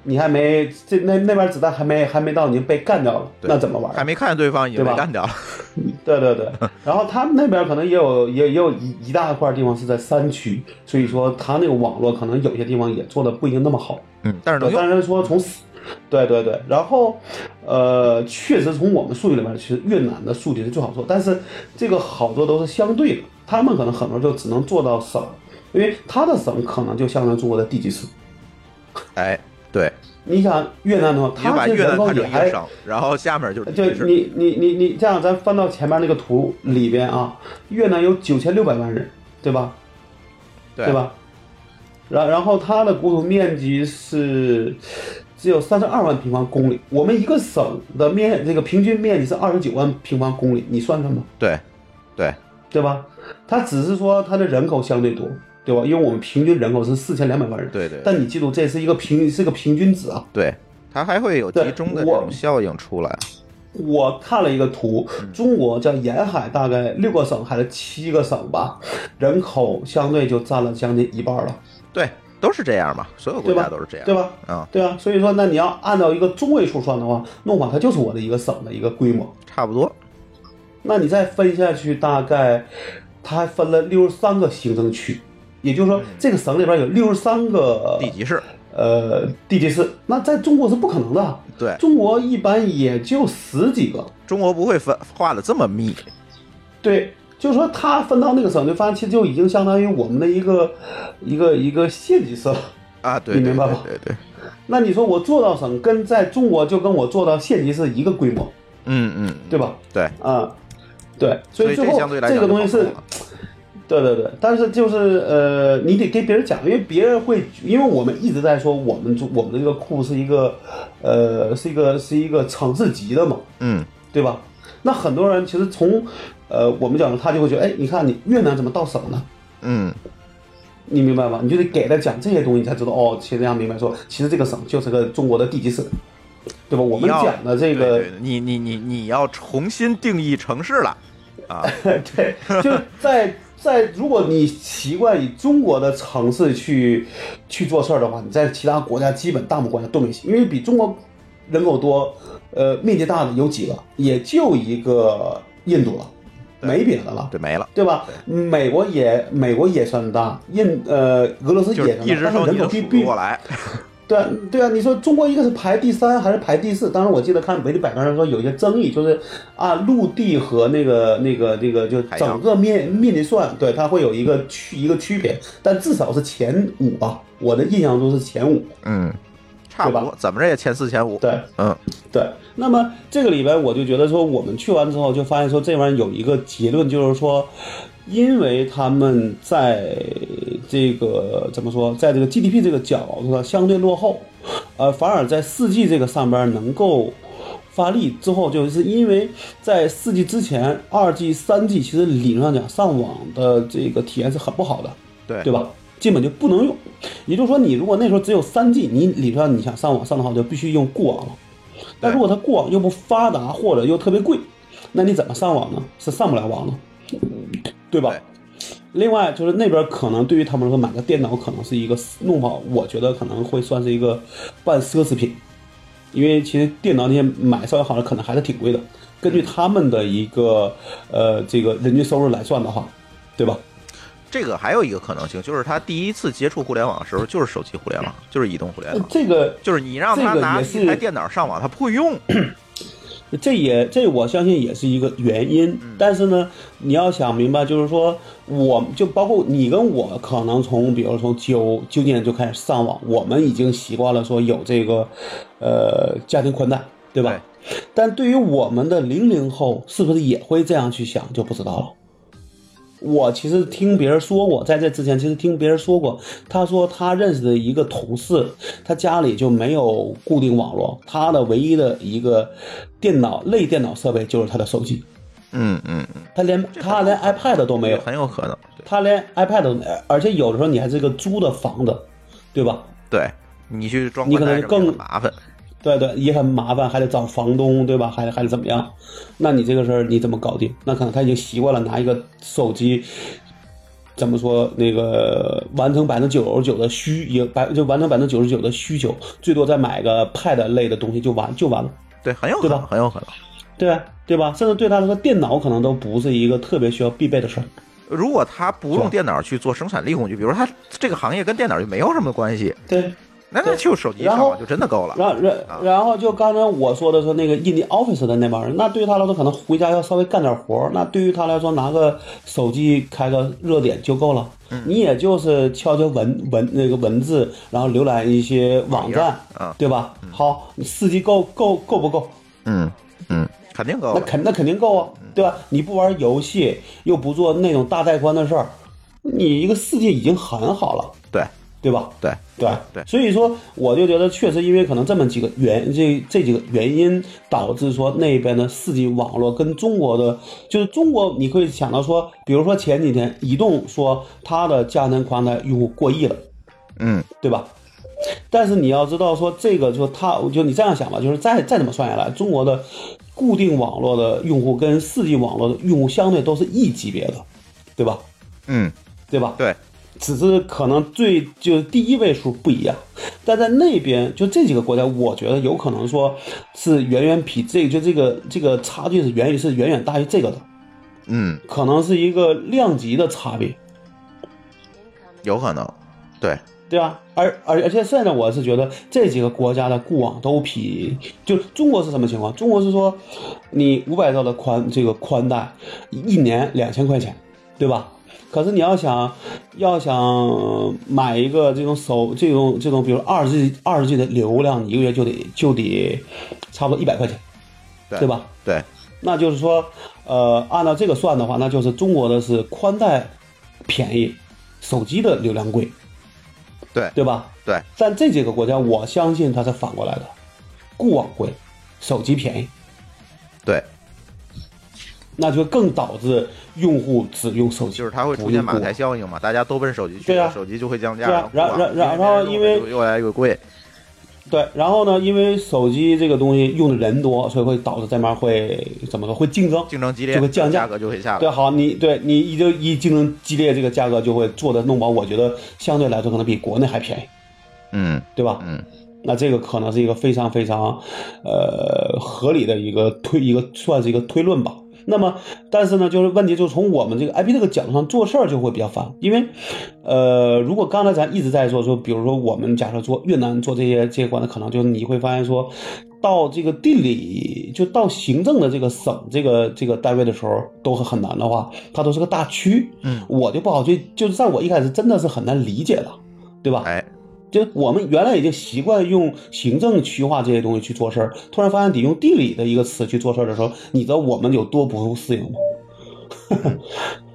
Speaker 2: 你还没这那那边子弹还没还没到，你就被干掉了，
Speaker 1: 对
Speaker 2: 那怎么玩儿？
Speaker 1: 还没看见对方已
Speaker 2: 对
Speaker 1: 经被
Speaker 2: 吧
Speaker 1: 干掉了。
Speaker 2: 对对 对，然后他们那边可能也有也也有一一大块地方是在山区，所以说他那个网络可能有些地方也做的不一定那么好。
Speaker 1: 嗯，但是能
Speaker 2: 对，
Speaker 1: 用。
Speaker 2: 但是说从死，对对对，然后，呃，确实从我们数据里面，其实越南的数据是最好做，但是这个好多都是相对的，他们可能很多就只能做到省，因为他的省可能就相当于中国的地级市。
Speaker 1: 哎，对，
Speaker 2: 你想越南的话，
Speaker 1: 你就把
Speaker 2: 它这
Speaker 1: 越
Speaker 2: 人
Speaker 1: 南
Speaker 2: 口
Speaker 1: 看
Speaker 2: 也
Speaker 1: 成一个
Speaker 2: 还
Speaker 1: 省，然后下面就是
Speaker 2: 就
Speaker 1: 地市
Speaker 2: 你你你你这样，咱翻到前面那个图里边啊，越南有九千六百万人，对吧？
Speaker 1: 对
Speaker 2: 对？吧？然然后它的国土面积是只有三十二万平方公里，我们一个省的面这个平均面积是二十九万平方公里，你算算吧，
Speaker 1: 对，对，
Speaker 2: 对吧？它只是说它的人口相对多，对吧？因为我们平均人口是四千两百万人，
Speaker 1: 对对
Speaker 2: 但你记住，这是一个平是个平均值啊。
Speaker 1: 对，它还会有集
Speaker 2: 对
Speaker 1: 中的这
Speaker 2: 我
Speaker 1: 种效应出来。
Speaker 2: 我看了一个图，
Speaker 1: 嗯
Speaker 2: 中国叫沿海大概六个省还是七个省吧，人口相对就占了将近一半了。
Speaker 1: 对，都是这样嘛，所有国
Speaker 2: 对吧
Speaker 1: 家都是这样，
Speaker 2: 对？吧？
Speaker 1: 嗯，
Speaker 2: 对啊，所以说，那你要按照一个中位数算的话，弄垮它就是我的一个省的一个规模。
Speaker 1: 差不多。
Speaker 2: 那你再分下去，大概它还分了六十三个行政区，也就是说，这个省里边有六十三个
Speaker 1: 嗯地级市，
Speaker 2: 呃地级市。那在中国是不可能的，
Speaker 1: 对，
Speaker 2: 中国一般也就十几个。
Speaker 1: 中国不会分画的这么密，
Speaker 2: 对，就是说它分到那个省，就发现其实就已经相当于我们的一个一个一个县级市了。
Speaker 1: 啊，对，
Speaker 2: 你
Speaker 1: 对
Speaker 2: 明白吗
Speaker 1: 对对对，
Speaker 2: 那你说我做到省，跟在中国就跟我做到县级市一个规模，
Speaker 1: 嗯嗯，
Speaker 2: 对吧？
Speaker 1: 对，
Speaker 2: 啊、对，
Speaker 1: 所
Speaker 2: 所
Speaker 1: 以
Speaker 2: 以最
Speaker 1: 这
Speaker 2: 后
Speaker 1: 相对来讲
Speaker 2: 个东西
Speaker 1: 就
Speaker 2: 是
Speaker 1: 好弄了，
Speaker 2: 对对对，但是就是呃，你得给别人讲，因为别人会，因为我们一直在说我们中我们的这个库是一个，呃，是一个是一个城市级的嘛，
Speaker 1: 嗯，
Speaker 2: 对吧？那很多人其实从，呃，我们角度他就会觉得，哎，你看你越南怎么到省呢？
Speaker 1: 嗯，
Speaker 2: 你明白吗？你就得给他讲这些东西，你才知道哦。其实这样明白说，其实这个省就是个中国的地级市，对吧？我
Speaker 1: 你
Speaker 2: 们
Speaker 1: 要
Speaker 2: 讲的这个，
Speaker 1: 对对对你你你你要重新定义城市了啊，
Speaker 2: 对，就是在在，如果你习惯以中国的城市去去做事儿的话，你在其他国家基本大部分国家都没戏，因为比中国人口多，呃，面积大的有几个，也就一个印度了，
Speaker 1: 对
Speaker 2: 没别的了。
Speaker 1: 对，没了。
Speaker 2: 对吧？美国也美国也算大，印呃俄罗斯
Speaker 1: 就
Speaker 2: 也
Speaker 1: 是
Speaker 2: 算大，但
Speaker 1: 一直
Speaker 2: 是人
Speaker 1: 说你
Speaker 2: 口
Speaker 1: 都
Speaker 2: 比
Speaker 1: 数不
Speaker 2: 比
Speaker 1: 过来，
Speaker 2: 对啊，对啊，你说中国一个是排第三还是排第四？当然，我记得看维基百科上说有一些争议，就是按陆地和那个、那个、那个，就
Speaker 1: 海洋
Speaker 2: 整个面面积算，对它会有一个区一个区别，但至少是前五吧。我的印象中是前五。
Speaker 1: 嗯，差不
Speaker 2: 对
Speaker 1: 多，怎么着也前四前五，
Speaker 2: 对
Speaker 1: 嗯，
Speaker 2: 对，那么这个里边我就觉得说，我们去完之后就发现说，这玩意儿有一个结论，就是说，因为他们在这个怎么说，在这个 GDP 这个角度上相对落后，呃，反而在四 G 这个上边能够。发力之后，就是因为在四 G 之前，二 G、三 G 其实理论上讲上网的这个体验是很不好的，
Speaker 1: 对
Speaker 2: 对？吧？基本就不能用。也就是说，你如果那时候只有三 G，你理论上你想上网上的好，就必须用固网了。但如果它固网又不发达或者又特别贵，那你怎么上网呢？是上不了网了，对吧？
Speaker 1: 对
Speaker 2: 另外就是那边可能对于他们来说，买个电脑可能是一个弄不好，我觉得可能会算是一个半奢侈品，因为其实电脑那些买稍微好的可能还是挺贵的。根据他们的一个呃这个人均收入来算的话，对吧？
Speaker 1: 这个还有一个可能性，就是他第一次接触互联网的时候就是手机互联网，就是移动互联
Speaker 2: 呃
Speaker 1: 网，
Speaker 2: 这个
Speaker 1: 就是你让他
Speaker 2: 这个
Speaker 1: 拿
Speaker 2: 也是
Speaker 1: 一台电脑上网，他不会用，
Speaker 2: 这也这我相信也是一个原因，但是呢，你要想明白，就是说，我就包括你跟我，可能从比如说从九九几年就开始上网，我们已经习惯了说有这个，呃，家庭宽带，对吧？但对于我们的零零后，是不是也会这样去想，就不知道了。我其实听别人说过，在这之前其实听别人说过，他说他认识的一个同事，他家里就没有固定网络，他的唯一的一个电脑类电脑设备就是他的手机，
Speaker 1: 嗯嗯嗯，
Speaker 2: 他连他连 iPad 都没有，
Speaker 1: 很有可能，对
Speaker 2: 他连 iPad 都没有，而且有的时候你还是个租的房子，对吧？
Speaker 1: 对，你去装
Speaker 2: 你
Speaker 1: 宽
Speaker 2: 可能
Speaker 1: 带什么也
Speaker 2: 更
Speaker 1: 很麻烦，
Speaker 2: 对对，也很麻烦，还得找房东，对吧？还得还得怎么样？那你这个事儿你怎么搞定？那可能他已经习惯了拿一个手机，怎么说那个完成百分之九十九的需也百就完成百分之九十九的需求，最多再买个 Pad 类的东西就完就完了，
Speaker 1: 对，很有可
Speaker 2: 对
Speaker 1: 能，
Speaker 2: 吧
Speaker 1: 很有可能。
Speaker 2: 对吧？对吧？甚至对他来说，电脑可能都不是一个特别需要必备的事儿。
Speaker 1: 如果他不用电脑去做生产力工具，比如说他这个行业跟电脑就没有什么关系，
Speaker 2: 对，
Speaker 1: 那那
Speaker 2: 对
Speaker 1: 就手机
Speaker 2: 然
Speaker 1: 上
Speaker 2: 后
Speaker 1: 网就真的够了。
Speaker 2: 然然然后就刚才我说的说那个印尼 office 的那帮人，那对于他来说可能回家要稍微干点活儿，那对于他来说拿个手机开个热点就够了。
Speaker 1: 嗯
Speaker 2: 你也就是敲敲文文那个文字，然后浏览一些网
Speaker 1: 页儿
Speaker 2: 站，
Speaker 1: 啊
Speaker 2: 对吧？好，你四 G 够够够不够？
Speaker 1: 嗯嗯，肯定够
Speaker 2: 那
Speaker 1: 了。嗯
Speaker 2: 肯那肯定够啊，对吧？你不玩游戏，又不做那种大带宽的事儿，你一个四 G 已经很好了，
Speaker 1: 对
Speaker 2: 对吧？
Speaker 1: 对，
Speaker 2: 对
Speaker 1: 对
Speaker 2: 所以说我就觉得确实因为可能这么几个原这这几个原因导致说那边的四 G 网络跟中国的，就是中国你可以想到说，比如说前几天移动说它的家庭宽带用户过亿了，
Speaker 1: 嗯
Speaker 2: 对吧？但是你要知道说这个就它就你这样想吧，就是再再怎么算下来，中国的固定网络的用户跟四 G 网络的用户相对都是一级别的，对吧？
Speaker 1: 嗯，
Speaker 2: 对吧？
Speaker 1: 对，
Speaker 2: 只是可能最就是第一位数不一样，但在那边就这几个国家，我觉得有可能说是远远比这个就这个这个差距是远远是远远大于这个的，
Speaker 1: 嗯，
Speaker 2: 可能是一个量级的差别，
Speaker 1: 有可能，对，
Speaker 2: 对吧？而而而且现在我是觉得这几个国家的固网都比就中国是什么情况？中国是说你五百兆的宽这个宽带，一年两千块钱，对吧？可是你要想要想买一个这种手这种这种，比如二十 G 二十 G 的流量，你一个月就得就得差不多一百块钱，
Speaker 1: 对
Speaker 2: 对吧？
Speaker 1: 对，
Speaker 2: 那就是说，呃，按照这个算的话，那就是中国的是宽带便宜，手机的流量贵，
Speaker 1: 对
Speaker 2: 对吧？
Speaker 1: 对，
Speaker 2: 但这几个国家，我相信它是反过来的，固网贵，手机便宜，
Speaker 1: 对，
Speaker 2: 那就更导致用户只用手机，
Speaker 1: 就是它会出
Speaker 2: 不用
Speaker 1: 现马
Speaker 2: 固网
Speaker 1: 太效应嘛，大家都奔手机去
Speaker 2: 对
Speaker 1: 了，
Speaker 2: 啊
Speaker 1: 手机就会降价，
Speaker 2: 对啊
Speaker 1: 然
Speaker 2: 然然然后因为
Speaker 1: 越来越贵，
Speaker 2: 对，然后呢，因为手机这个东西用的人多，所以会导致这面会怎么说？会竞争。
Speaker 1: 竞争激烈，
Speaker 2: 就会降价
Speaker 1: 价格就会下
Speaker 2: 对，啊
Speaker 1: 来，
Speaker 2: 好，你对你一就一竞争激烈，这个价格就会做的弄薄。我觉得相对来说可能比国内还便宜，
Speaker 1: 嗯
Speaker 2: 对吧？
Speaker 1: 嗯，
Speaker 2: 那这个可能是一个非常非常，呃，合理的一个推一个算是一个推论吧。那么，但是呢，就是问题就从我们这个 IP 这个角度上做事儿就会比较烦，因为，呃，如果刚才咱一直在说说，比如说我们假设做越南做这些这些关的，可能就是你会发现说，到这个地理就到行政的这个省这个这个单位的时候都很很难的话，它都是个大区，
Speaker 1: 嗯
Speaker 2: 我就不好去，就是在我一开始真的是很难理解的，对吧？
Speaker 1: 哎，
Speaker 2: 就我们原来已经习惯用行政区划这些东西去做事儿，突然发现得用地理的一个词去做事儿的时候，你知道我们有多不适应吗？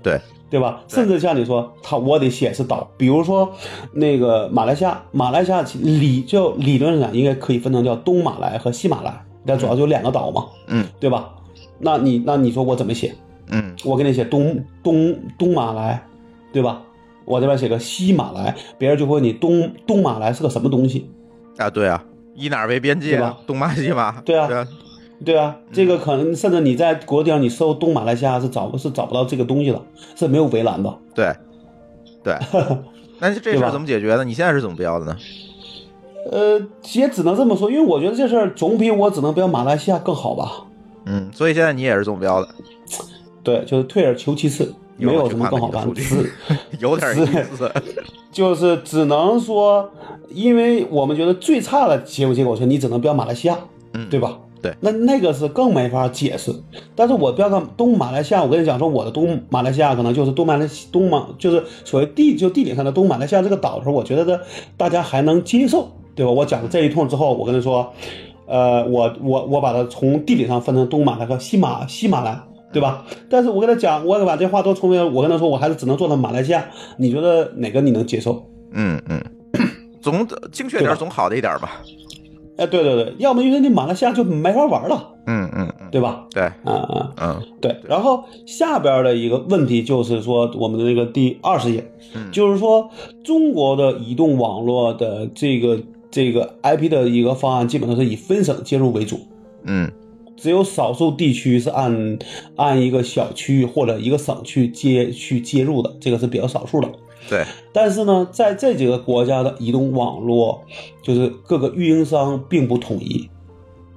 Speaker 1: 对，
Speaker 2: 对吧？
Speaker 1: 对
Speaker 2: 甚至像你说，他我得写是岛，比如说那个马来西亚，马来西亚其理就理论上应该可以分成叫东马来和西马来，但主要就两个岛嘛，
Speaker 1: 嗯
Speaker 2: 对吧？那你那你说我怎么写？
Speaker 1: 嗯
Speaker 2: 我给你写东东东马来，对吧？我这边写个西马来，别人就会问你东东马来是个什么东西，
Speaker 1: 啊，对啊，以哪儿为边界
Speaker 2: 对
Speaker 1: 啊
Speaker 2: 吧？
Speaker 1: 东马西马，
Speaker 2: 对啊对啊，这个可能甚至你在国际上你搜东马来西亚是找是找不到这个东西的，是没有围栏的。
Speaker 1: 对对，那这
Speaker 2: 对
Speaker 1: 事儿
Speaker 2: 吧
Speaker 1: 怎么解决的？你现在是怎么标的呢？
Speaker 2: 呃，也只能这么说，因为我觉得这事儿总比我只能标马来西亚更好吧。
Speaker 1: 嗯，所以现在你也是中 标的，
Speaker 2: 对，就是退而求其次，
Speaker 1: 一会
Speaker 2: 没
Speaker 1: 儿我
Speaker 2: 有
Speaker 1: 去
Speaker 2: 什么
Speaker 1: 看
Speaker 2: 更
Speaker 1: 看
Speaker 2: 好
Speaker 1: 你的
Speaker 2: 办，
Speaker 1: 数
Speaker 2: 只
Speaker 1: 据有点意思。
Speaker 2: 就是只能说，因为我们觉得最差的结果结果是你只能标马来西亚，
Speaker 1: 嗯，
Speaker 2: 对？吧？
Speaker 1: 对
Speaker 2: 那那个是更没法解释。但是我标个东马来西亚，我跟你讲说，我的东马来西亚可能就是东马来西东马，就是所谓地就地理上的东马来西亚这个岛的时候，我觉得的大家还能接受，对吧？我讲了这一通之后，我跟他说，呃，我我我把它从地理上分成东马来和西马西马来。对吧？但是我跟他讲，我把这话都重复，我跟他说，我还是只能做到马来西亚。你觉得哪个你能接受？
Speaker 1: 嗯嗯，总精确点
Speaker 2: 对
Speaker 1: 儿
Speaker 2: 吧
Speaker 1: 总好的一点儿吧。
Speaker 2: 哎，对对对，要么因为你马来西亚就没法玩了，
Speaker 1: 嗯嗯嗯，
Speaker 2: 对吧？
Speaker 1: 对，
Speaker 2: 啊、啊。
Speaker 1: 嗯
Speaker 2: 对，然后下边的一个问题就是说，我们的那个第二十页，
Speaker 1: 嗯
Speaker 2: 就是说中国的移动网络的这个这个 IP 的一个方案，基本上是以分省接入为主，
Speaker 1: 嗯
Speaker 2: 只有少数地区是按按一个小区域或者一个省去接去接入的，这个是比较少数的。
Speaker 1: 对，
Speaker 2: 但是呢，在这几个国家的移动网络，就是各个运营商并不统一，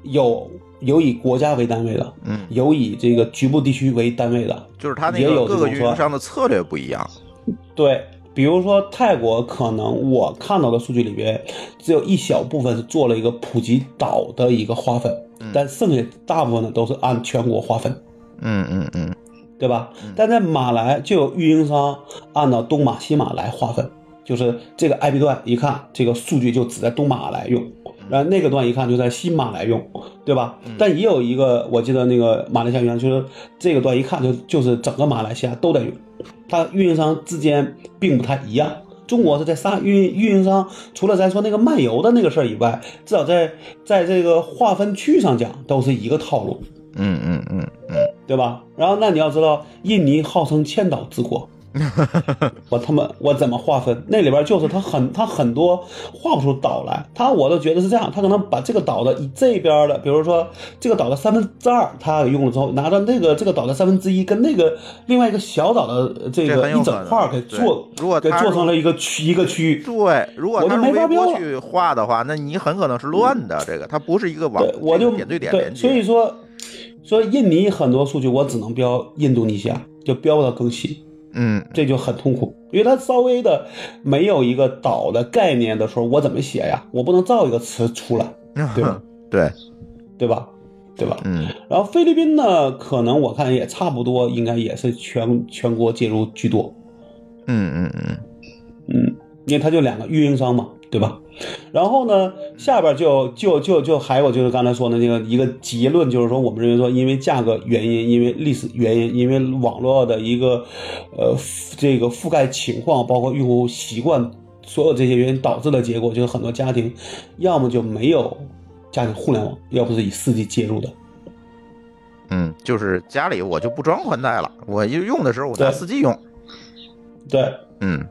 Speaker 2: 有有以国家为单位的，
Speaker 1: 嗯，
Speaker 2: 有以这个局部地区为单位的，
Speaker 1: 就是它那
Speaker 2: 也
Speaker 1: 个
Speaker 2: 有这
Speaker 1: 各
Speaker 2: 种
Speaker 1: 个
Speaker 2: 啊
Speaker 1: 运
Speaker 2: 说
Speaker 1: 营商的策略不一样。
Speaker 2: 对，比如说泰国，可能我看到的数据里边，只有一小部分是做了一个普及岛的一个划分，但剩下大部分呢都是按全国划分，
Speaker 1: 嗯嗯嗯
Speaker 2: 对吧
Speaker 1: 嗯？
Speaker 2: 但在马来就有运营商按照东马、西马来划分，就是这个 IP 段一看这个数据就只在东马来用。然后那个段一看就在西马来用，对吧？但也有一个，我记得那个马来西亚原来就是这个段一看就就是整个马来西亚都在用，它运营商之间并不太一样。中国是在仨运运营商，除了咱说那个漫游的那个事儿以外，至少在在这个划分区上讲都是一个套路，
Speaker 1: 嗯嗯嗯嗯
Speaker 2: 对吧？然后那你要知道，印尼号称千岛之国，我他妈我怎么划分？那里边就是他很他很多画不出岛来，他我都觉得是这样，他可能把这个岛的以这边的，比如说这个岛的三分之二，他给用了之后，拿着那个这个岛的三分之一跟那个另外一个小岛的这
Speaker 1: 这
Speaker 2: 个
Speaker 1: 很有
Speaker 2: 一
Speaker 1: 可
Speaker 2: 整
Speaker 1: 能
Speaker 2: 块儿给做，
Speaker 1: 对如果
Speaker 2: 给
Speaker 1: 他
Speaker 2: 做
Speaker 1: 如
Speaker 2: 成了一个区一个区域。
Speaker 1: 对，如果
Speaker 2: 我就
Speaker 1: 他是
Speaker 2: 没
Speaker 1: 微
Speaker 2: 法标
Speaker 1: 波
Speaker 2: 了
Speaker 1: 去画的话，那你很可能是乱的。这个它不是一个网
Speaker 2: 对，，我
Speaker 1: 这
Speaker 2: 就
Speaker 1: 个点对点连
Speaker 2: 对，所以
Speaker 1: 接。
Speaker 2: 说所以印尼很多数据我只能标印度尼西亚，就标不到更新。
Speaker 1: 嗯，
Speaker 2: 这就很痛苦，因为它稍微的没有一个岛的概念的时候，我怎么写呀？我不能造一个词出来， 对吧？
Speaker 1: 对，
Speaker 2: 对吧？对吧？
Speaker 1: 嗯，
Speaker 2: 然后菲律宾呢，可能我看也差不多，应该也是全全国介入居多，
Speaker 1: 嗯嗯嗯，
Speaker 2: 嗯，因为它就两个运营商嘛，对吧？然后呢，下边就就就就还有就是刚才说的那个一个结论，就是说我们认为说，因为价格原因，因为历史原因，因为网络的一个呃这个覆盖情况，包括用户习惯，所有这些原因导致的结果，就是很多家庭要么就没有家庭互联网，要不是以四 G 介入的，
Speaker 1: 嗯，就是家里我就不装宽带了，我就用的时候我拿
Speaker 2: 对
Speaker 1: 四 G 用。
Speaker 2: 对，
Speaker 1: 嗯，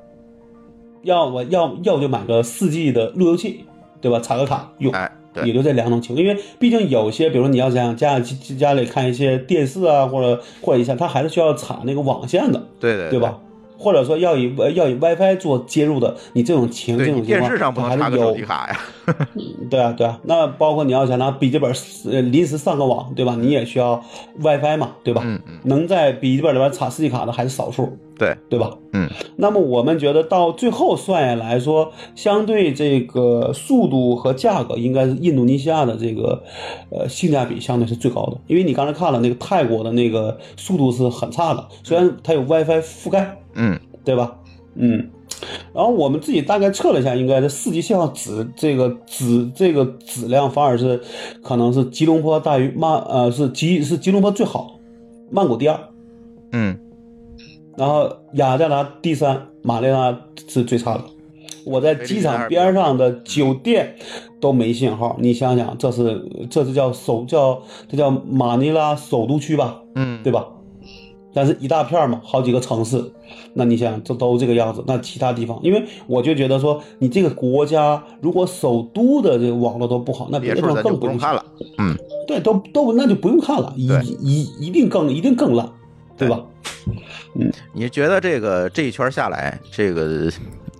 Speaker 2: 要么要要就买个四 G 的路由器，对吧？插个卡用。
Speaker 1: 哎，
Speaker 2: 也
Speaker 1: 对，
Speaker 2: 就这两种情况，因为毕竟有些，比如说你要想家家家里看一些电视啊，或者或者一下，他还是需要插那个网线的，
Speaker 1: 对对
Speaker 2: 对吧？？或者说要以呃要以 WiFi 做接入的，你这种情这
Speaker 1: 对你
Speaker 2: 种情
Speaker 1: 电
Speaker 2: 况，
Speaker 1: 视上不
Speaker 2: 它
Speaker 1: 能插
Speaker 2: 还是
Speaker 1: 个手
Speaker 2: 有
Speaker 1: 机卡呀。
Speaker 2: 对啊对啊。那包括你要想拿笔记本呃临时上个网，对吧？你也需要 WiFi 嘛，对吧？
Speaker 1: 嗯嗯，
Speaker 2: 能在笔记本里边插四 G 卡的还是少数，
Speaker 1: 对，
Speaker 2: 对吧？
Speaker 1: 嗯，
Speaker 2: 那么我们觉得到最后算下来说，相对这个速度和价格，应该是印度尼西亚的这个呃性价比相对是最高的。因为你刚才看了那个泰国的那个速度是很差的，虽然它有 WiFi 覆盖，
Speaker 1: 嗯
Speaker 2: 对吧？嗯，然后我们自己大概测了一下，应该这四 G 信号质这个质这个质量反而是可能是吉隆坡大于曼呃是吉是吉隆坡最好，曼谷第二。
Speaker 1: 嗯，
Speaker 2: 然后雅加达第三，马累拉是最差的。我在机场边上的酒店都没信号，你想想，这是这是叫首叫这叫马尼拉首都区吧，
Speaker 1: 嗯，
Speaker 2: 对吧？但是一大片儿嘛，好几个城市，那你想想，这都这个样子，那其他地方，因为我就觉得说，你这个国家如果首都的这个网络都不好，那别的
Speaker 1: 别
Speaker 2: 地
Speaker 1: 处
Speaker 2: 方
Speaker 1: 咱就
Speaker 2: 更
Speaker 1: 不用
Speaker 2: 用
Speaker 1: 看
Speaker 2: 了。
Speaker 1: 了。嗯，
Speaker 2: 对，都都那就不用看了，一
Speaker 1: 对
Speaker 2: 一一定更一定更烂，对吧？
Speaker 1: 你觉得这个这一圈下来，这个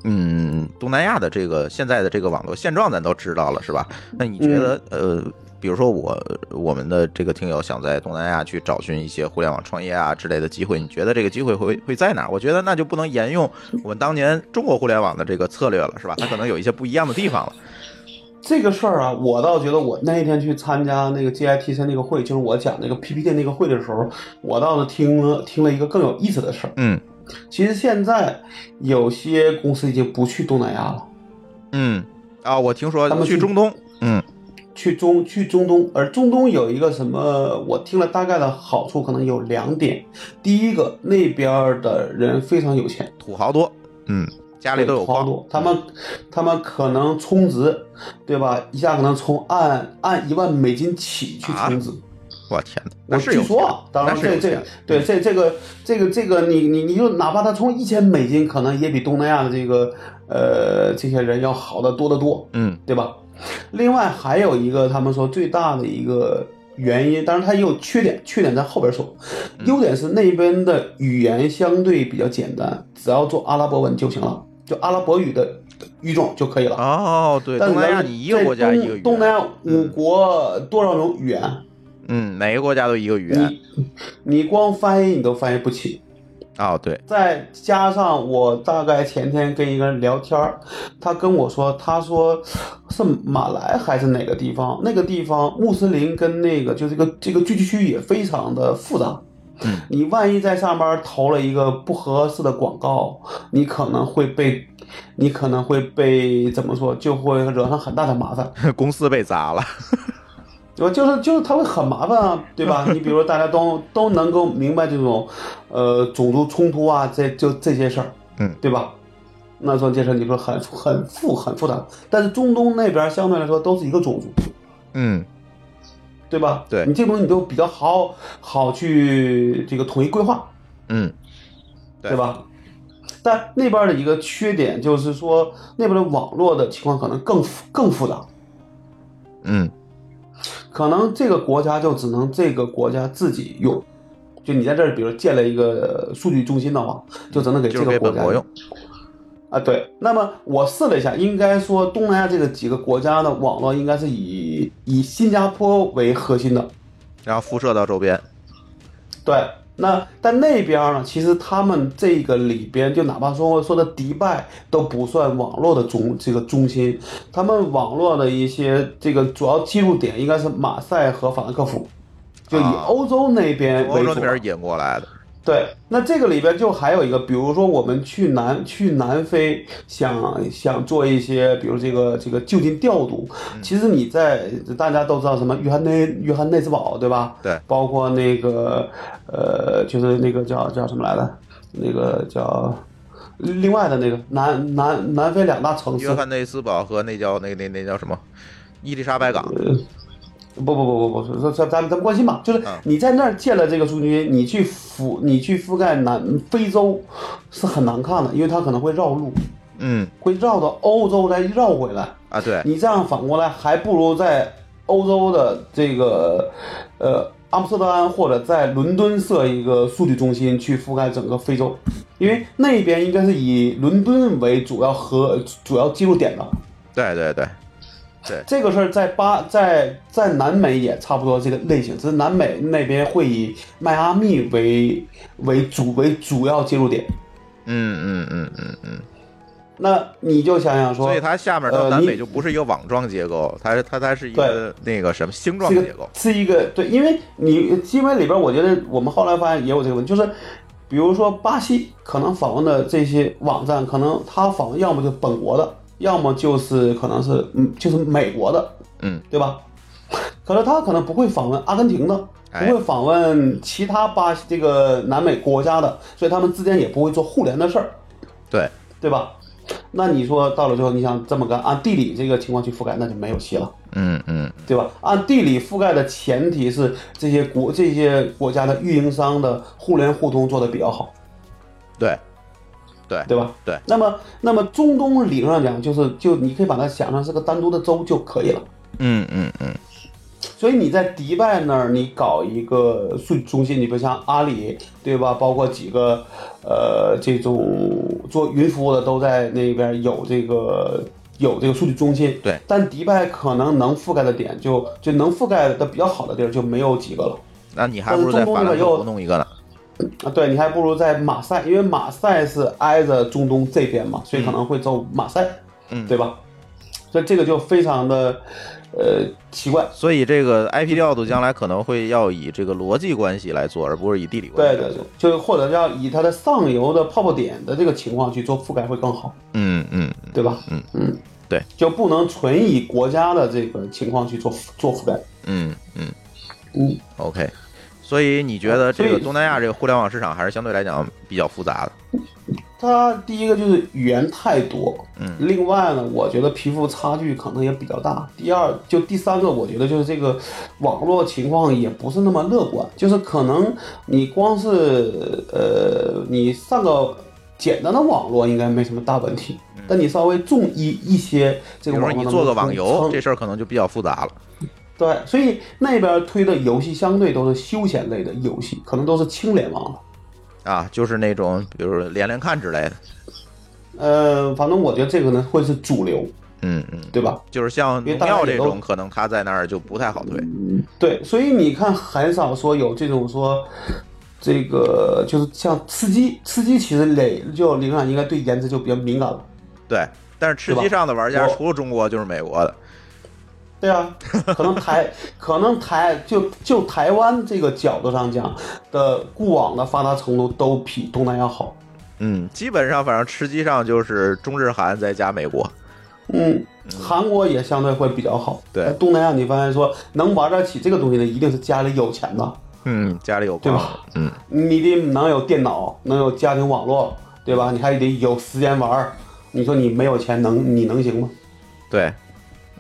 Speaker 1: 嗯，东南亚的这个现在的这个网络现状咱都知道了，是吧？那你觉得、
Speaker 2: 嗯
Speaker 1: 呃，比如说我我们的这个听友想在东南亚去找寻一些互联网创业啊之类的机会，你觉得这个机会会会在哪儿？我觉得那就不能沿用我们当年中国互联网的这个策略了，是吧？它可能有一些不一样的地方了。
Speaker 2: 这个事儿啊，我倒觉得我那一天去参加那个 GITC 那个会，就是我讲那个 PPT 那个会的时候，我倒是听了听了一个更有意思的事儿。
Speaker 1: 嗯
Speaker 2: 其实现在有些公司已经不去东南亚了，
Speaker 1: 嗯啊，我听说
Speaker 2: 他们
Speaker 1: 去
Speaker 2: 去
Speaker 1: 中东，嗯
Speaker 2: 去中去中东，而中东有一个什么，我听了大概的好处可能有两点。第一个，那边儿的人非常有钱，
Speaker 1: 土豪多，嗯，家里都有
Speaker 2: 好
Speaker 1: 矿，
Speaker 2: 多，他们他们可能充值，对吧？一下可能从按按一万美金起去
Speaker 1: 啊
Speaker 2: 充值。
Speaker 1: 我天哪，
Speaker 2: 我
Speaker 1: 那是有
Speaker 2: 据说啊，
Speaker 1: 钱
Speaker 2: 当然
Speaker 1: 那是有
Speaker 2: 这这
Speaker 1: 钱嗯
Speaker 2: 对这这个这个这个你你你就哪怕他充一千美金，可能也比东南亚的这个呃这些人要好的多得多，
Speaker 1: 嗯
Speaker 2: 对吧？另外还有一个他们说最大的一个原因，当然它也有缺点，缺点在后边说，
Speaker 1: 嗯
Speaker 2: 优点是那边的语言相对比较简单，只要做阿拉伯文就行了，就阿拉伯语的语种就可以了。
Speaker 1: 哦，对，
Speaker 2: 但
Speaker 1: 东
Speaker 2: 是
Speaker 1: 南亚
Speaker 2: 咱们
Speaker 1: 你一个国家
Speaker 2: 在
Speaker 1: 一
Speaker 2: 东
Speaker 1: 个语言，
Speaker 2: 东南亚五
Speaker 1: 嗯
Speaker 2: 国多少种语言？
Speaker 1: 嗯，哪个国家都一个语言
Speaker 2: 你你光翻译你都翻译不起，
Speaker 1: 哦，对，
Speaker 2: 再加上我大概前天跟一个人聊天儿，他跟我说，他说是马来还是哪个地方？那个地方穆斯林跟那个就这个这个聚集区也非常的复杂。
Speaker 1: 嗯
Speaker 2: 你万一在上面投了一个不合适的广告，你可能会被，你可能会被怎么说，就会惹上很大的麻烦。
Speaker 1: 公司被砸了，
Speaker 2: 对吧？就是就是他会很麻烦啊，对 吧？你比如说大家都都能够明白这种，呃，种族冲突啊，这就这些事儿，
Speaker 1: 嗯，
Speaker 2: 对吧？那说这事儿你说很很复很复杂，但是中东那边相对来说都是一个种族，
Speaker 1: 嗯，
Speaker 2: 对吧？
Speaker 1: 对
Speaker 2: 你这东西你都比较好好去这个统一规划，
Speaker 1: 嗯，对
Speaker 2: 对吧？但那边的一个缺点就是说，那边的网络的情况可能更复更复杂，
Speaker 1: 嗯
Speaker 2: 可能这个国家就只能这个国家自己用。就你在这儿，比如建了一个呃数据中心的话，就只能给这
Speaker 1: 就是
Speaker 2: 个
Speaker 1: 给
Speaker 2: 国
Speaker 1: 本
Speaker 2: 家
Speaker 1: 国用。
Speaker 2: 啊，对。那么我试了一下，应该说东南亚这个几个国家的网络应该是以以新加坡为核心的，
Speaker 1: 然后辐射到周边。
Speaker 2: 对。那但那边呢，其实他们这个里边，就哪怕说说的迪拜都不算网络的中这个中心，他们网络的一些这个主要记录点应该是马赛和法兰克福，就以
Speaker 1: 啊
Speaker 2: 欧洲那边为
Speaker 1: 欧
Speaker 2: 主。
Speaker 1: 洲那边引过来的，
Speaker 2: 对，那这个里边就还有一个，比如说我们去南去南非想想做一些，比如这个这个就近调度，其实你在大家都知道什么约翰内约翰内斯堡对吧？
Speaker 1: 对
Speaker 2: 包括那个呃，就是那个叫叫什么来着？那个叫另外的那个南南南非两大城市
Speaker 1: 约，翰内斯堡和那叫那那那叫什么伊丽莎白港，
Speaker 2: 呃不不不不不，说咱咱咱们关心吧，就是
Speaker 1: 嗯
Speaker 2: 你在那儿建了这个数据，你去覆你去覆盖南非洲是很难看的，因为它可能会绕路，
Speaker 1: 嗯
Speaker 2: 会绕到欧洲再绕回来。
Speaker 1: 啊对，
Speaker 2: 你这样反过来，还不如在欧洲的这个呃阿姆斯特丹或者在伦敦设一个数据中心去覆盖整个非洲，因为那边应该是以伦敦为主要和主要记录点的。
Speaker 1: 对对对，
Speaker 2: 这个事儿在巴在在南美也差不多这个类型，只是南美那边会以迈阿密为为主为主要接入点。
Speaker 1: 嗯嗯嗯嗯嗯，
Speaker 2: 那你就想想说，
Speaker 1: 所以它下面到
Speaker 2: 呃
Speaker 1: 南
Speaker 2: 你
Speaker 1: 北就不是一个网状结构，它它它是一个那个什么星状
Speaker 2: 这
Speaker 1: 结
Speaker 2: 个
Speaker 1: 构，
Speaker 2: 是一个对，因为你因为里边，我觉得我们后来发现也有这个问题，就是比如说巴西可能访问的这些网站，可能他访问要么就本国的，要么就是可能是嗯就是美国的，
Speaker 1: 嗯，
Speaker 2: 对吧？可是他可能不会访问阿根廷的，不
Speaker 1: 哎
Speaker 2: 会访问其他巴西这个南美国家的，所以他们之间也不会做互联的事儿，
Speaker 1: 对，
Speaker 2: 对吧？那你说到了最后，你想这么干，按地理这个情况去覆盖，那就没有戏了。
Speaker 1: 嗯嗯
Speaker 2: 对吧？按地理覆盖的前提是这些国这些国家的运营商的互联互通做得比较好，
Speaker 1: 对对
Speaker 2: 对吧？
Speaker 1: 对。
Speaker 2: 那么，那么中东理论上讲，就是就你可以把它想象是个单独的州就可以了。
Speaker 1: 嗯嗯嗯
Speaker 2: 所以你在迪拜那儿，你搞一个数据中心，你比如像阿里，对吧？包括几个呃这种做云服务的都在那边有这个有这个数据中心。
Speaker 1: 对
Speaker 2: 但迪拜可能能覆盖的点就就能覆盖的比较好的地儿就没有几个了。
Speaker 1: 那你还不如在法兰克福弄一个呢，
Speaker 2: 啊，对你还不如在马赛，因为马赛是挨着中东这边嘛，所以可能会走马赛，
Speaker 1: 嗯
Speaker 2: 对吧？所以这个就非常的呃奇怪。
Speaker 1: 所以这个 IP 调度将来可能会要以这个逻辑关系来做，而不是以地理关
Speaker 2: 对对
Speaker 1: 系。
Speaker 2: 对，就或者要以它的上游的泡泡点的这个情况去做覆盖会更好，
Speaker 1: 嗯嗯嗯
Speaker 2: 对吧？
Speaker 1: 嗯
Speaker 2: 嗯，
Speaker 1: 对，
Speaker 2: 就不能纯以国家的这个情况去做做覆盖。
Speaker 1: 嗯嗯
Speaker 2: 嗯，哦
Speaker 1: ，OK。所以你觉得这
Speaker 2: 所
Speaker 1: 个
Speaker 2: 以
Speaker 1: 东南亚这个互联网市场还是相对来讲比较复杂的？
Speaker 2: 它第一个就是语言太多，
Speaker 1: 嗯
Speaker 2: 另外呢，我觉得皮肤差距可能也比较大。第二，就第三个，我觉得就是这个网络情况也不是那么乐观，就是可能你光是呃，你上个简单的网络应该没什么大问题，但你稍微重一一些这
Speaker 1: 嗯
Speaker 2: 个
Speaker 1: 比如
Speaker 2: 网络
Speaker 1: 说你
Speaker 2: 能
Speaker 1: 做个
Speaker 2: 不能
Speaker 1: 网游，
Speaker 2: 撑
Speaker 1: 这事儿可能就比较复杂了。
Speaker 2: 对，所以那边推的游戏相对都是休闲类的游戏，可能都是轻联网了。
Speaker 1: 啊，就是那种比如说连连看之类的，
Speaker 2: 呃，反正我觉得这个呢会是主流，
Speaker 1: 嗯嗯，
Speaker 2: 对吧？
Speaker 1: 就是像农
Speaker 2: 因为大家
Speaker 1: 药
Speaker 2: 也
Speaker 1: 这
Speaker 2: 都嗯
Speaker 1: 种，可能它在那儿就不太好推。
Speaker 2: 对，所以你看，很少说有这种说，这个就是像吃鸡，吃鸡其实累就灵感应该对颜值就比较敏感了。
Speaker 1: 对，但是吃
Speaker 2: 对
Speaker 1: 鸡
Speaker 2: 吧
Speaker 1: 上的玩家
Speaker 2: 我
Speaker 1: 除了中国就是美国的，
Speaker 2: 对啊，可能台可能台就就台湾这个角度上讲的固网的发达程度都比东南亚好。
Speaker 1: 嗯，基本上反正吃鸡上就是中日韩再加美国，
Speaker 2: 嗯，韩国也相对会比较好。
Speaker 1: 对
Speaker 2: 但东南亚你发现说能玩得起这个东西的，一定是家里有钱的，
Speaker 1: 嗯，家里有
Speaker 2: 对
Speaker 1: 矿，
Speaker 2: 吧？
Speaker 1: 嗯，
Speaker 2: 你得能有电脑，能有家庭网络，对吧？你还得有时间玩儿。你说你没有钱能你能行吗？
Speaker 1: 对，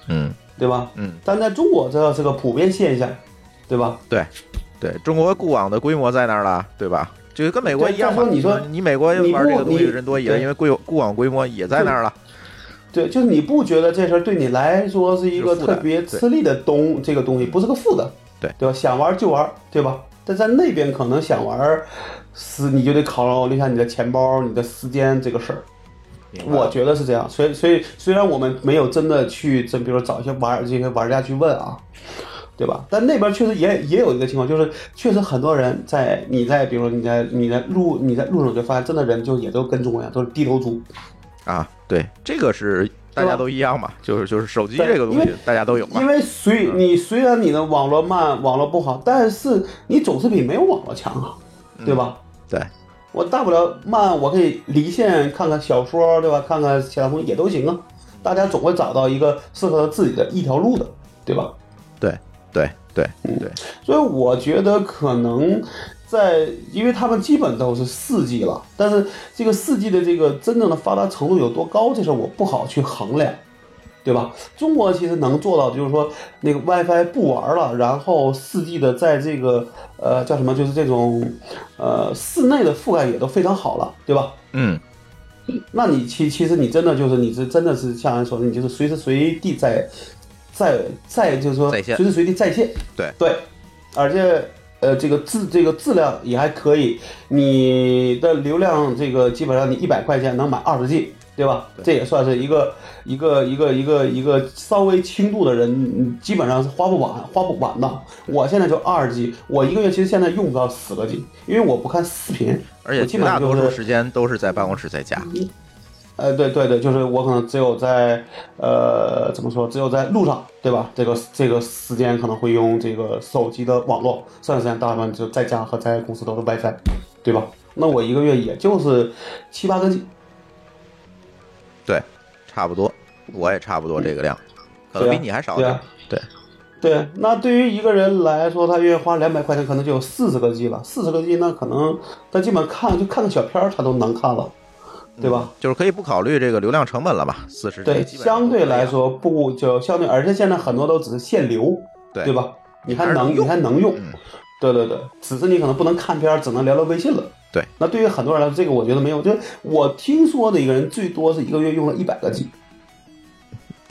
Speaker 1: 嗯
Speaker 2: 对吧？
Speaker 1: 嗯，
Speaker 2: 但在中国这是个普遍现象，对吧？
Speaker 1: 对，对中国固网的规模在那儿了，对吧？就跟美国一样
Speaker 2: 对
Speaker 1: 嘛。
Speaker 2: 再说你说
Speaker 1: 你美国
Speaker 2: 你
Speaker 1: 玩这个
Speaker 2: 不
Speaker 1: 东西
Speaker 2: 你
Speaker 1: 人多也
Speaker 2: 对
Speaker 1: 因为规固网规模也在那儿了，
Speaker 2: 对，就是你不觉得这事儿对你来说是一个
Speaker 1: 是负
Speaker 2: 特
Speaker 1: 担
Speaker 2: 别
Speaker 1: 对
Speaker 2: 吃力的东，这个东西不是个负担，
Speaker 1: 对
Speaker 2: 对吧？想玩就玩，对吧？但在那边可能想玩，是你就得考虑一下你的钱包、你的时间这个事儿。
Speaker 1: 明白
Speaker 2: 我觉得是这样，所以所以虽然我们没有真的去真，比如说找一些玩这些玩家去问啊，对吧？但那边确实也也有一个情况，就是确实很多人在你在比如说你在你在路你在路上就发现，真的人就也都跟中国一样，都是低头族。
Speaker 1: 啊，对，这个是大家
Speaker 2: 对吧
Speaker 1: 都一样嘛，就是就是手机
Speaker 2: 对
Speaker 1: 这个东
Speaker 2: 因
Speaker 1: 西
Speaker 2: 为
Speaker 1: 大家都有啊嘛
Speaker 2: 因，为虽你虽然你的网络慢，网络不好，但是你总是比没有网络强啊，对吧？
Speaker 1: 对，
Speaker 2: 我大不了慢，我可以离线看看小说，对吧？看看其他东西也都行啊。大家总会找到一个适合自己的一条路的，对吧？
Speaker 1: 对，对，对，
Speaker 2: 嗯
Speaker 1: 对，
Speaker 2: 所以我觉得可能在，因为他们基本都是四 G 了，但是这个四 G 的这个真正的发达程度有多高，这事儿我不好去衡量，对吧？中国其实能做到，就是说那个 WiFi 不玩了，然后四 G 的在这个呃叫什么，就是这种呃室内的覆盖也都非常好了，对吧？
Speaker 1: 嗯，
Speaker 2: 那你其其实你真的就是你是真的是像人说的，你就是随时随地在在在就是说
Speaker 1: 在线
Speaker 2: 随时随地在线，
Speaker 1: 对
Speaker 2: 对，而且呃这个质这个质量也还可以，你的流量这个基本上你一百块钱能买二十 G，对吧？
Speaker 1: 对
Speaker 2: 这也算是一个一个一个一个一个稍微轻度的人，嗯基本上是花不完花不完的。我现在就二 G，我一个月其实现在用不到十个 G，因为我不看视频，
Speaker 1: 而且
Speaker 2: 我基
Speaker 1: 绝
Speaker 2: 本
Speaker 1: 大
Speaker 2: 上就
Speaker 1: 多
Speaker 2: 是
Speaker 1: 数时间都是在办公室在家，
Speaker 2: 呃，对对对，就是我可能只有在呃怎么说，只有在路上，对吧？这个这个时间可能会用这个手机的网络，剩下时间大部分就在家和在公司都是 WiFi，对吧？那我一个月也就是七八个 G，
Speaker 1: 对，差不多，我也差不多这个量，可能
Speaker 2: 对啊
Speaker 1: 比你还少
Speaker 2: 对
Speaker 1: 点
Speaker 2: 啊，
Speaker 1: 对，
Speaker 2: 对，那对于一个人来说，他愿意花两百块钱，可能就有四十个 G 了。四十个 G，那可能他基本看就看个小片儿，他都能看了，对吧？
Speaker 1: 嗯就是可以不考虑这个流量成本了吧，四十
Speaker 2: 对，相对来，说不就相对，而且现在很多都只是限流，
Speaker 1: 对
Speaker 2: 对？吧？你还
Speaker 1: 还是能
Speaker 2: 能你
Speaker 1: 用
Speaker 2: 还能用
Speaker 1: 嗯，
Speaker 2: 对对对，只是你可能不能看片儿，只能聊聊微信了。
Speaker 1: 对，
Speaker 2: 那对于很多人来说，这个我觉得没有，就是我听说的一个人最多是一个月用了一百个 G，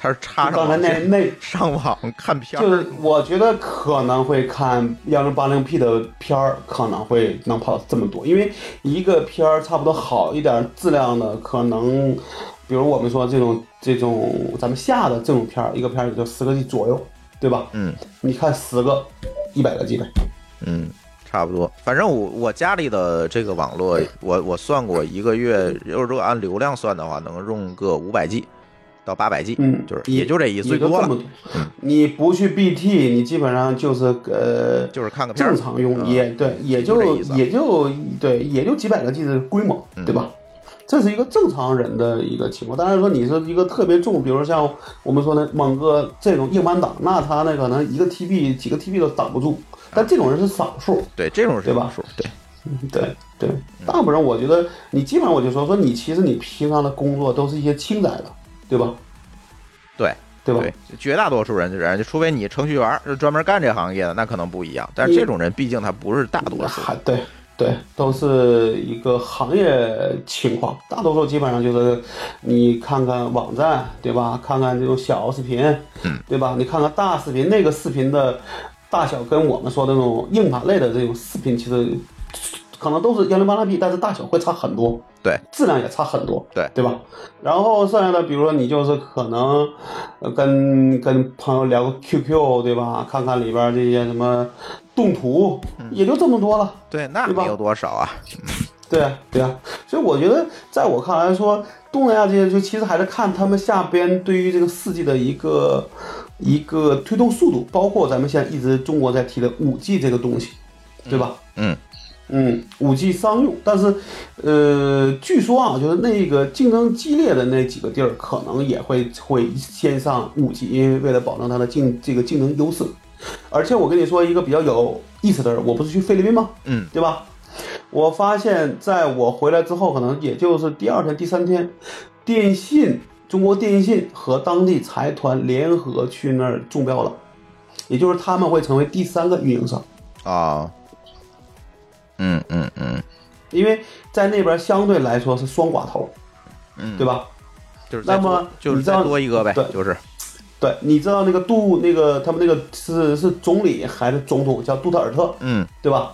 Speaker 1: 它是插上
Speaker 2: 刚才
Speaker 1: 网
Speaker 2: 那
Speaker 1: 线
Speaker 2: 那
Speaker 1: 上网看片
Speaker 2: 就是
Speaker 1: 儿，
Speaker 2: 我觉得可能会看幺零八零 P 的片儿，可能会能跑这么多，因为一个片儿差不多好一点质量的，可能比如我们说这种这种咱们下的这种片儿，一个片儿也就十个 G 左右，对吧？
Speaker 1: 嗯
Speaker 2: 你看十个，一百个 G 呗。
Speaker 1: 嗯。差不多，反正我我家里的这个网络，我我算过一个月，要如果按流量算的话，能用个五百 G 到八百 G，
Speaker 2: 嗯
Speaker 1: 就是也就这一
Speaker 2: 你
Speaker 1: 最
Speaker 2: 都
Speaker 1: 多
Speaker 2: 这么
Speaker 1: 了，
Speaker 2: 多，
Speaker 1: 嗯
Speaker 2: 你不去 BT，你基本上就是呃，
Speaker 1: 就是看个片儿
Speaker 2: 正常用
Speaker 1: 嗯
Speaker 2: 也对，也
Speaker 1: 就这
Speaker 2: 就
Speaker 1: 意思啊嗯
Speaker 2: 也就对，也就几百个 G 的规模，对吧？这是一个正常人的一个情况。当然说你是一个特别重，比如像我们说的猛哥这种硬盘党，那他那可能一个 TB 几个 TB 都挡不住，但这种人是少数。
Speaker 1: 对，这种是
Speaker 2: 对吧
Speaker 1: 少数，对，
Speaker 2: 对对，
Speaker 1: 嗯
Speaker 2: 大部分人我觉得你基本上我就说说你其实你平常的工作都是一些轻载的，对吧？
Speaker 1: 对
Speaker 2: 对吧？
Speaker 1: 对，绝大多数人就是这样，就除非你程序员儿是专门干这行业的，那可能不一样。
Speaker 2: 嗯
Speaker 1: 但是这种人毕竟他不是大多数，
Speaker 2: 还对对，都是一个行业情况，大多数基本上就是你看看网站，对吧？看看这种小视频，
Speaker 1: 嗯
Speaker 2: 对吧？你看看大视频，那个视频的大小跟我们说的那种硬盘类的这种视频，其实可能都是幺零八零 P，但是大小会差很多，
Speaker 1: 对，
Speaker 2: 质量也差很多，
Speaker 1: 对
Speaker 2: 对吧？然后剩下的，比如说你就是可能呃跟跟朋友聊个 QQ，对吧？看看里边儿这些什么动图，也就这么多了。
Speaker 1: 对，那
Speaker 2: 对吧
Speaker 1: 没有多少啊，
Speaker 2: 对啊，对啊，所以我觉得，在我看来说，东南亚这些就其实还是看他们下边对于这个四 G 的一个一个推动速度，包括咱们现在一直中国在提的五 G 这个东西，对吧？
Speaker 1: 嗯，
Speaker 2: 嗯，五 G 商用，但是，呃，据说啊，就是那个竞争激烈的那几个地儿，可能也会会先上五 G，因为为了保证它的竞这个竞争优势。而且我跟你说一个比较有意思的事儿，我不是去菲律宾吗？
Speaker 1: 嗯，
Speaker 2: 对吧？我发现，在我回来之后，可能也就是第二天、第三天，电信中国电信和当地财团联合去那儿中标了，也就是他们会成为第三个运营商。
Speaker 1: 啊、嗯嗯嗯，
Speaker 2: 因为在那边相对来说是双寡头，
Speaker 1: 嗯，
Speaker 2: 对？吧？
Speaker 1: 就是
Speaker 2: 那
Speaker 1: 再多
Speaker 2: 么
Speaker 1: 就
Speaker 2: 你
Speaker 1: 是
Speaker 2: 知
Speaker 1: 再
Speaker 2: 道
Speaker 1: 多一个呗
Speaker 2: 对，
Speaker 1: 就是
Speaker 2: 对，你知道那个杜那个他们那个是是总理还是总统叫杜特尔特，
Speaker 1: 嗯，
Speaker 2: 对吧？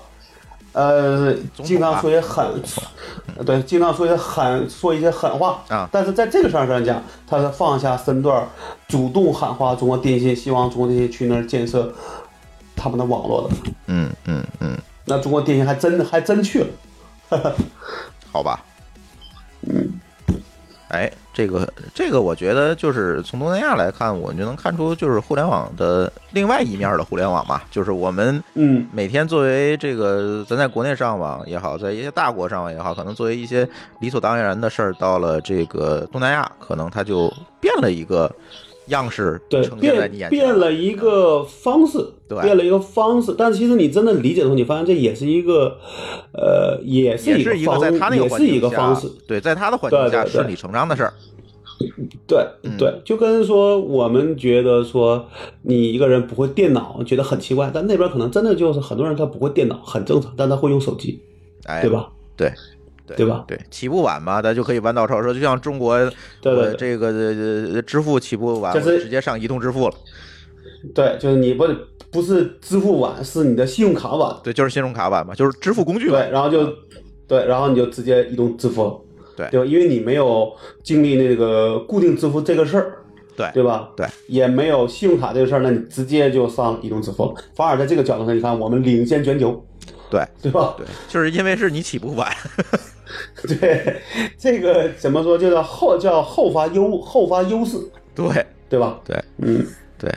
Speaker 2: 呃，
Speaker 1: 总统
Speaker 2: 经常
Speaker 1: 吧嗯
Speaker 2: 说些狠，对，经常说些狠，说一些狠话
Speaker 1: 啊
Speaker 2: 但是在这个事儿上讲，他是放下身段，主动喊话中国电信，希望中国电信去那儿建设他们的网络的。
Speaker 1: 嗯嗯嗯，
Speaker 2: 那中国电信还真还真去了。
Speaker 1: 好吧。
Speaker 2: 嗯
Speaker 1: 哎，这个这个，我觉得就是从东南亚来看，我们就能看出就是互联网的另外一面的互联网嘛，就是我们
Speaker 2: 嗯，
Speaker 1: 每天作为这个咱在国内上网也好，在一些大国上网也好，可能作为一些理所当然的事儿，到了这个东南亚，可能它就变了一个样式，
Speaker 2: 对，
Speaker 1: 呈现在
Speaker 2: 变
Speaker 1: 你眼前。嗯
Speaker 2: 变了一个方式，
Speaker 1: 对
Speaker 2: 变了一个方式。但其实你真的理解的时候，你发现这也是一个，呃，也是
Speaker 1: 也
Speaker 2: 一
Speaker 1: 是一
Speaker 2: 方，
Speaker 1: 个在他那个
Speaker 2: 也
Speaker 1: 环
Speaker 2: 是
Speaker 1: 境下，
Speaker 2: 一个方式。
Speaker 1: 对，在他的环境
Speaker 2: 对对
Speaker 1: 下
Speaker 2: 对
Speaker 1: 顺理成章的事儿。
Speaker 2: 对
Speaker 1: 嗯
Speaker 2: 对，就跟说我们觉得说你一个人不会电脑，觉得很奇怪，但那边可能真的就是很多人他不会电脑，很正常，但他会用手机，
Speaker 1: 哎，
Speaker 2: 对？吧？
Speaker 1: 对，
Speaker 2: 对吧
Speaker 1: 对，起步晚嘛，咱就可以弯道超车。就像中国，
Speaker 2: 对对
Speaker 1: 我
Speaker 2: 对
Speaker 1: 这个呃支付起步晚，
Speaker 2: 就是
Speaker 1: 我直接上移动支付了。
Speaker 2: 对，就是你不不是支付晚，是你的信用卡晚，
Speaker 1: 对，就是信用卡晚嘛，就是支付工具
Speaker 2: 对，
Speaker 1: 晚。
Speaker 2: 然后就对，然后你就直接移动支付了，
Speaker 1: 对
Speaker 2: 对吧？因为你没有经历那个固定支付这个事儿，
Speaker 1: 对
Speaker 2: 对吧？
Speaker 1: 哎对，
Speaker 2: 也没有信用卡这个事儿，那你直接就上移动支付了。反而在这个角度上，你看我们领先全球，
Speaker 1: 对
Speaker 2: 对吧？
Speaker 1: 对，就是因为是你起步晚。
Speaker 2: 对，这个怎么说，就叫后叫后发优后发优势，
Speaker 1: 对
Speaker 2: 对吧？
Speaker 1: 对
Speaker 2: 嗯，
Speaker 1: 对，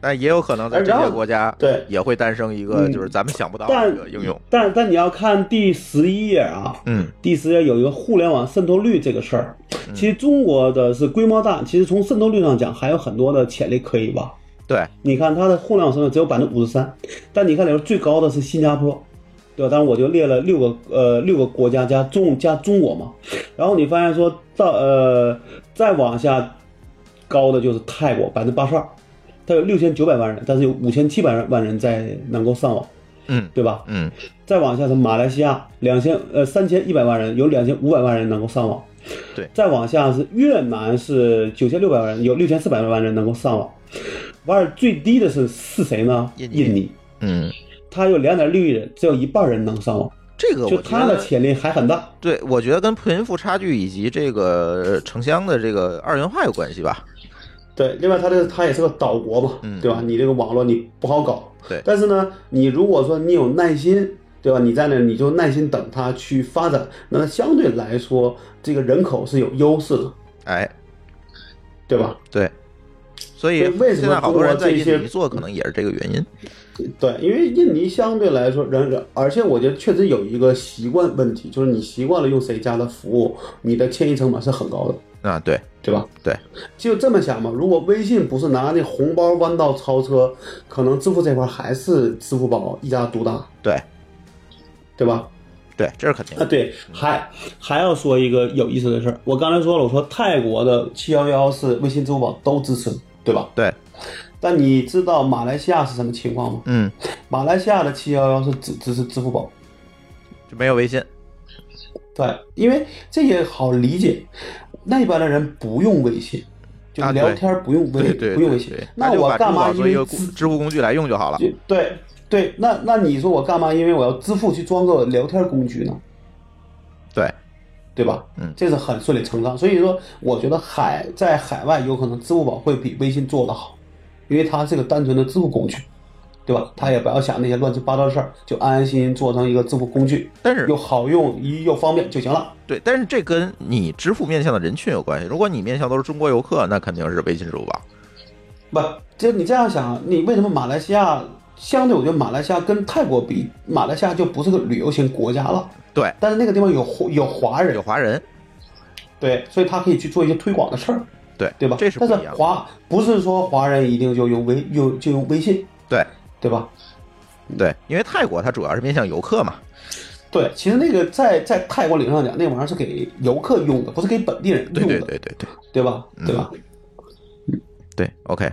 Speaker 1: 但也有可能在
Speaker 2: 哎
Speaker 1: 这
Speaker 2: 然
Speaker 1: 些
Speaker 2: 后
Speaker 1: 国家
Speaker 2: 对
Speaker 1: 也会诞生一个
Speaker 2: 嗯
Speaker 1: 就是咱们想不到的
Speaker 2: 但
Speaker 1: 一个啊应用。
Speaker 2: 但但你要看第十一页啊，
Speaker 1: 嗯，
Speaker 2: 第十页有一个互联网渗透率这个事儿，其实中国的是规模大，其实从渗透率上讲还有很多的潜力可以吧。
Speaker 1: 对，
Speaker 2: 你看它的互联网渗透只有百分之五十三，但你看里面最高的是新加坡，对吧？当然我就列了六个呃六个国家加中加中国嘛，然后你发现说到呃再往下高的就是泰国百分之八十二，它有六千九百万人，但是有五千七百万人在能够上网，
Speaker 1: 嗯
Speaker 2: 对吧？
Speaker 1: 嗯
Speaker 2: 再往下是马来西亚两千呃三千一百万人，有两千五百万人能够上网。
Speaker 1: 对
Speaker 2: 再往下是越南是九千六百万人，有六千四百万人能够上网。完而最低的是是谁呢？
Speaker 1: 印
Speaker 2: 印
Speaker 1: 尼
Speaker 2: 尼，
Speaker 1: 嗯，
Speaker 2: 它有两点六亿人，只有一半人能上网，
Speaker 1: 这个
Speaker 2: 就
Speaker 1: 我觉
Speaker 2: 它的
Speaker 1: 得
Speaker 2: 潜力还很大。
Speaker 1: 对，我觉得跟贫富差距以及这个城乡的这个二元化有关系吧。
Speaker 2: 对，另外它这它也是个岛国嘛，
Speaker 1: 嗯
Speaker 2: 对吧？你这个网络你不好搞，
Speaker 1: 对
Speaker 2: 但是呢，你如果说你有耐心，对吧？你在那你就耐心等它去发展，那相对来说，这个人口是有优势的，
Speaker 1: 哎，
Speaker 2: 对吧？
Speaker 1: 对，所以
Speaker 2: 所以为什么
Speaker 1: 现在好多人在
Speaker 2: 中国这
Speaker 1: 印尼
Speaker 2: 些
Speaker 1: 做，可能也是这个原因。
Speaker 2: 对，因为印尼相对来说人，人而且我觉得确实有一个习惯问题，就是你习惯了用谁家的服务，你的迁移成本是很高的，
Speaker 1: 啊，对
Speaker 2: 对吧？
Speaker 1: 对，
Speaker 2: 就这么想嘛，如果微信不是拿那红包弯道超车，可能支付这块还是支付宝一家独大，
Speaker 1: 对
Speaker 2: 对吧？
Speaker 1: 对，这是肯定
Speaker 2: 啊，
Speaker 1: 的。
Speaker 2: 对，还还要说一个有意思的事儿，我刚才说了，我说泰国的七幺幺是微信、支付宝都支持，对吧？
Speaker 1: 对，
Speaker 2: 但你知道马来西亚是什么情况吗？
Speaker 1: 嗯，
Speaker 2: 马来西亚的七幺幺是只支持支付宝，
Speaker 1: 就没有微信。
Speaker 2: 对，因为这也好理解，那边的人不用微信，就
Speaker 1: 啊对
Speaker 2: 聊天不用微、
Speaker 1: 对对
Speaker 2: 不用微
Speaker 1: 对
Speaker 2: 信
Speaker 1: 对，，
Speaker 2: 那
Speaker 1: 就
Speaker 2: 我
Speaker 1: 把支
Speaker 2: 干
Speaker 1: 付
Speaker 2: 嘛
Speaker 1: 宝
Speaker 2: 因
Speaker 1: 作为一
Speaker 2: 为
Speaker 1: 个
Speaker 2: 支
Speaker 1: 工支付工具来用就好了。
Speaker 2: 就对对，那那你说我干嘛？因为我要支付去装个聊天工具呢，
Speaker 1: 对，
Speaker 2: 对吧？
Speaker 1: 嗯
Speaker 2: 这是很顺理成章。所以说，我觉得海在海外有可能支付宝会比微信做得好，因为它是个单纯的支付工具。对吧？他也不要想那些乱七八糟的事儿，就安安心心做成一个支付工具，
Speaker 1: 但是
Speaker 2: 又好用又方便就行了。
Speaker 1: 对，但是这跟你支付面向的人群有关系。如果你面向都是中国游客，那肯定是微信、支付宝。
Speaker 2: 不，就你这样想，你为什么马来西亚相对，我觉得马来西亚跟泰国比，马来西亚就不是个旅游型国家了。
Speaker 1: 对，
Speaker 2: 但是那个地方有华有华人
Speaker 1: 有，华人，
Speaker 2: 对，所以他可以去做一些推广的事儿，
Speaker 1: 对
Speaker 2: 对吧？
Speaker 1: 这是不
Speaker 2: 但
Speaker 1: 一
Speaker 2: 是
Speaker 1: 样的。
Speaker 2: 华不是说华人一定就用微用就用微信，
Speaker 1: 对
Speaker 2: 对吧？
Speaker 1: 对，因为泰国它主要是面向游客嘛。
Speaker 2: 对，其实那个在在泰国理论上讲，那玩意儿是给游客用的，不是给本地人用的，
Speaker 1: 对对嗯对对对
Speaker 2: 对吧？对吧？
Speaker 1: 对，OK，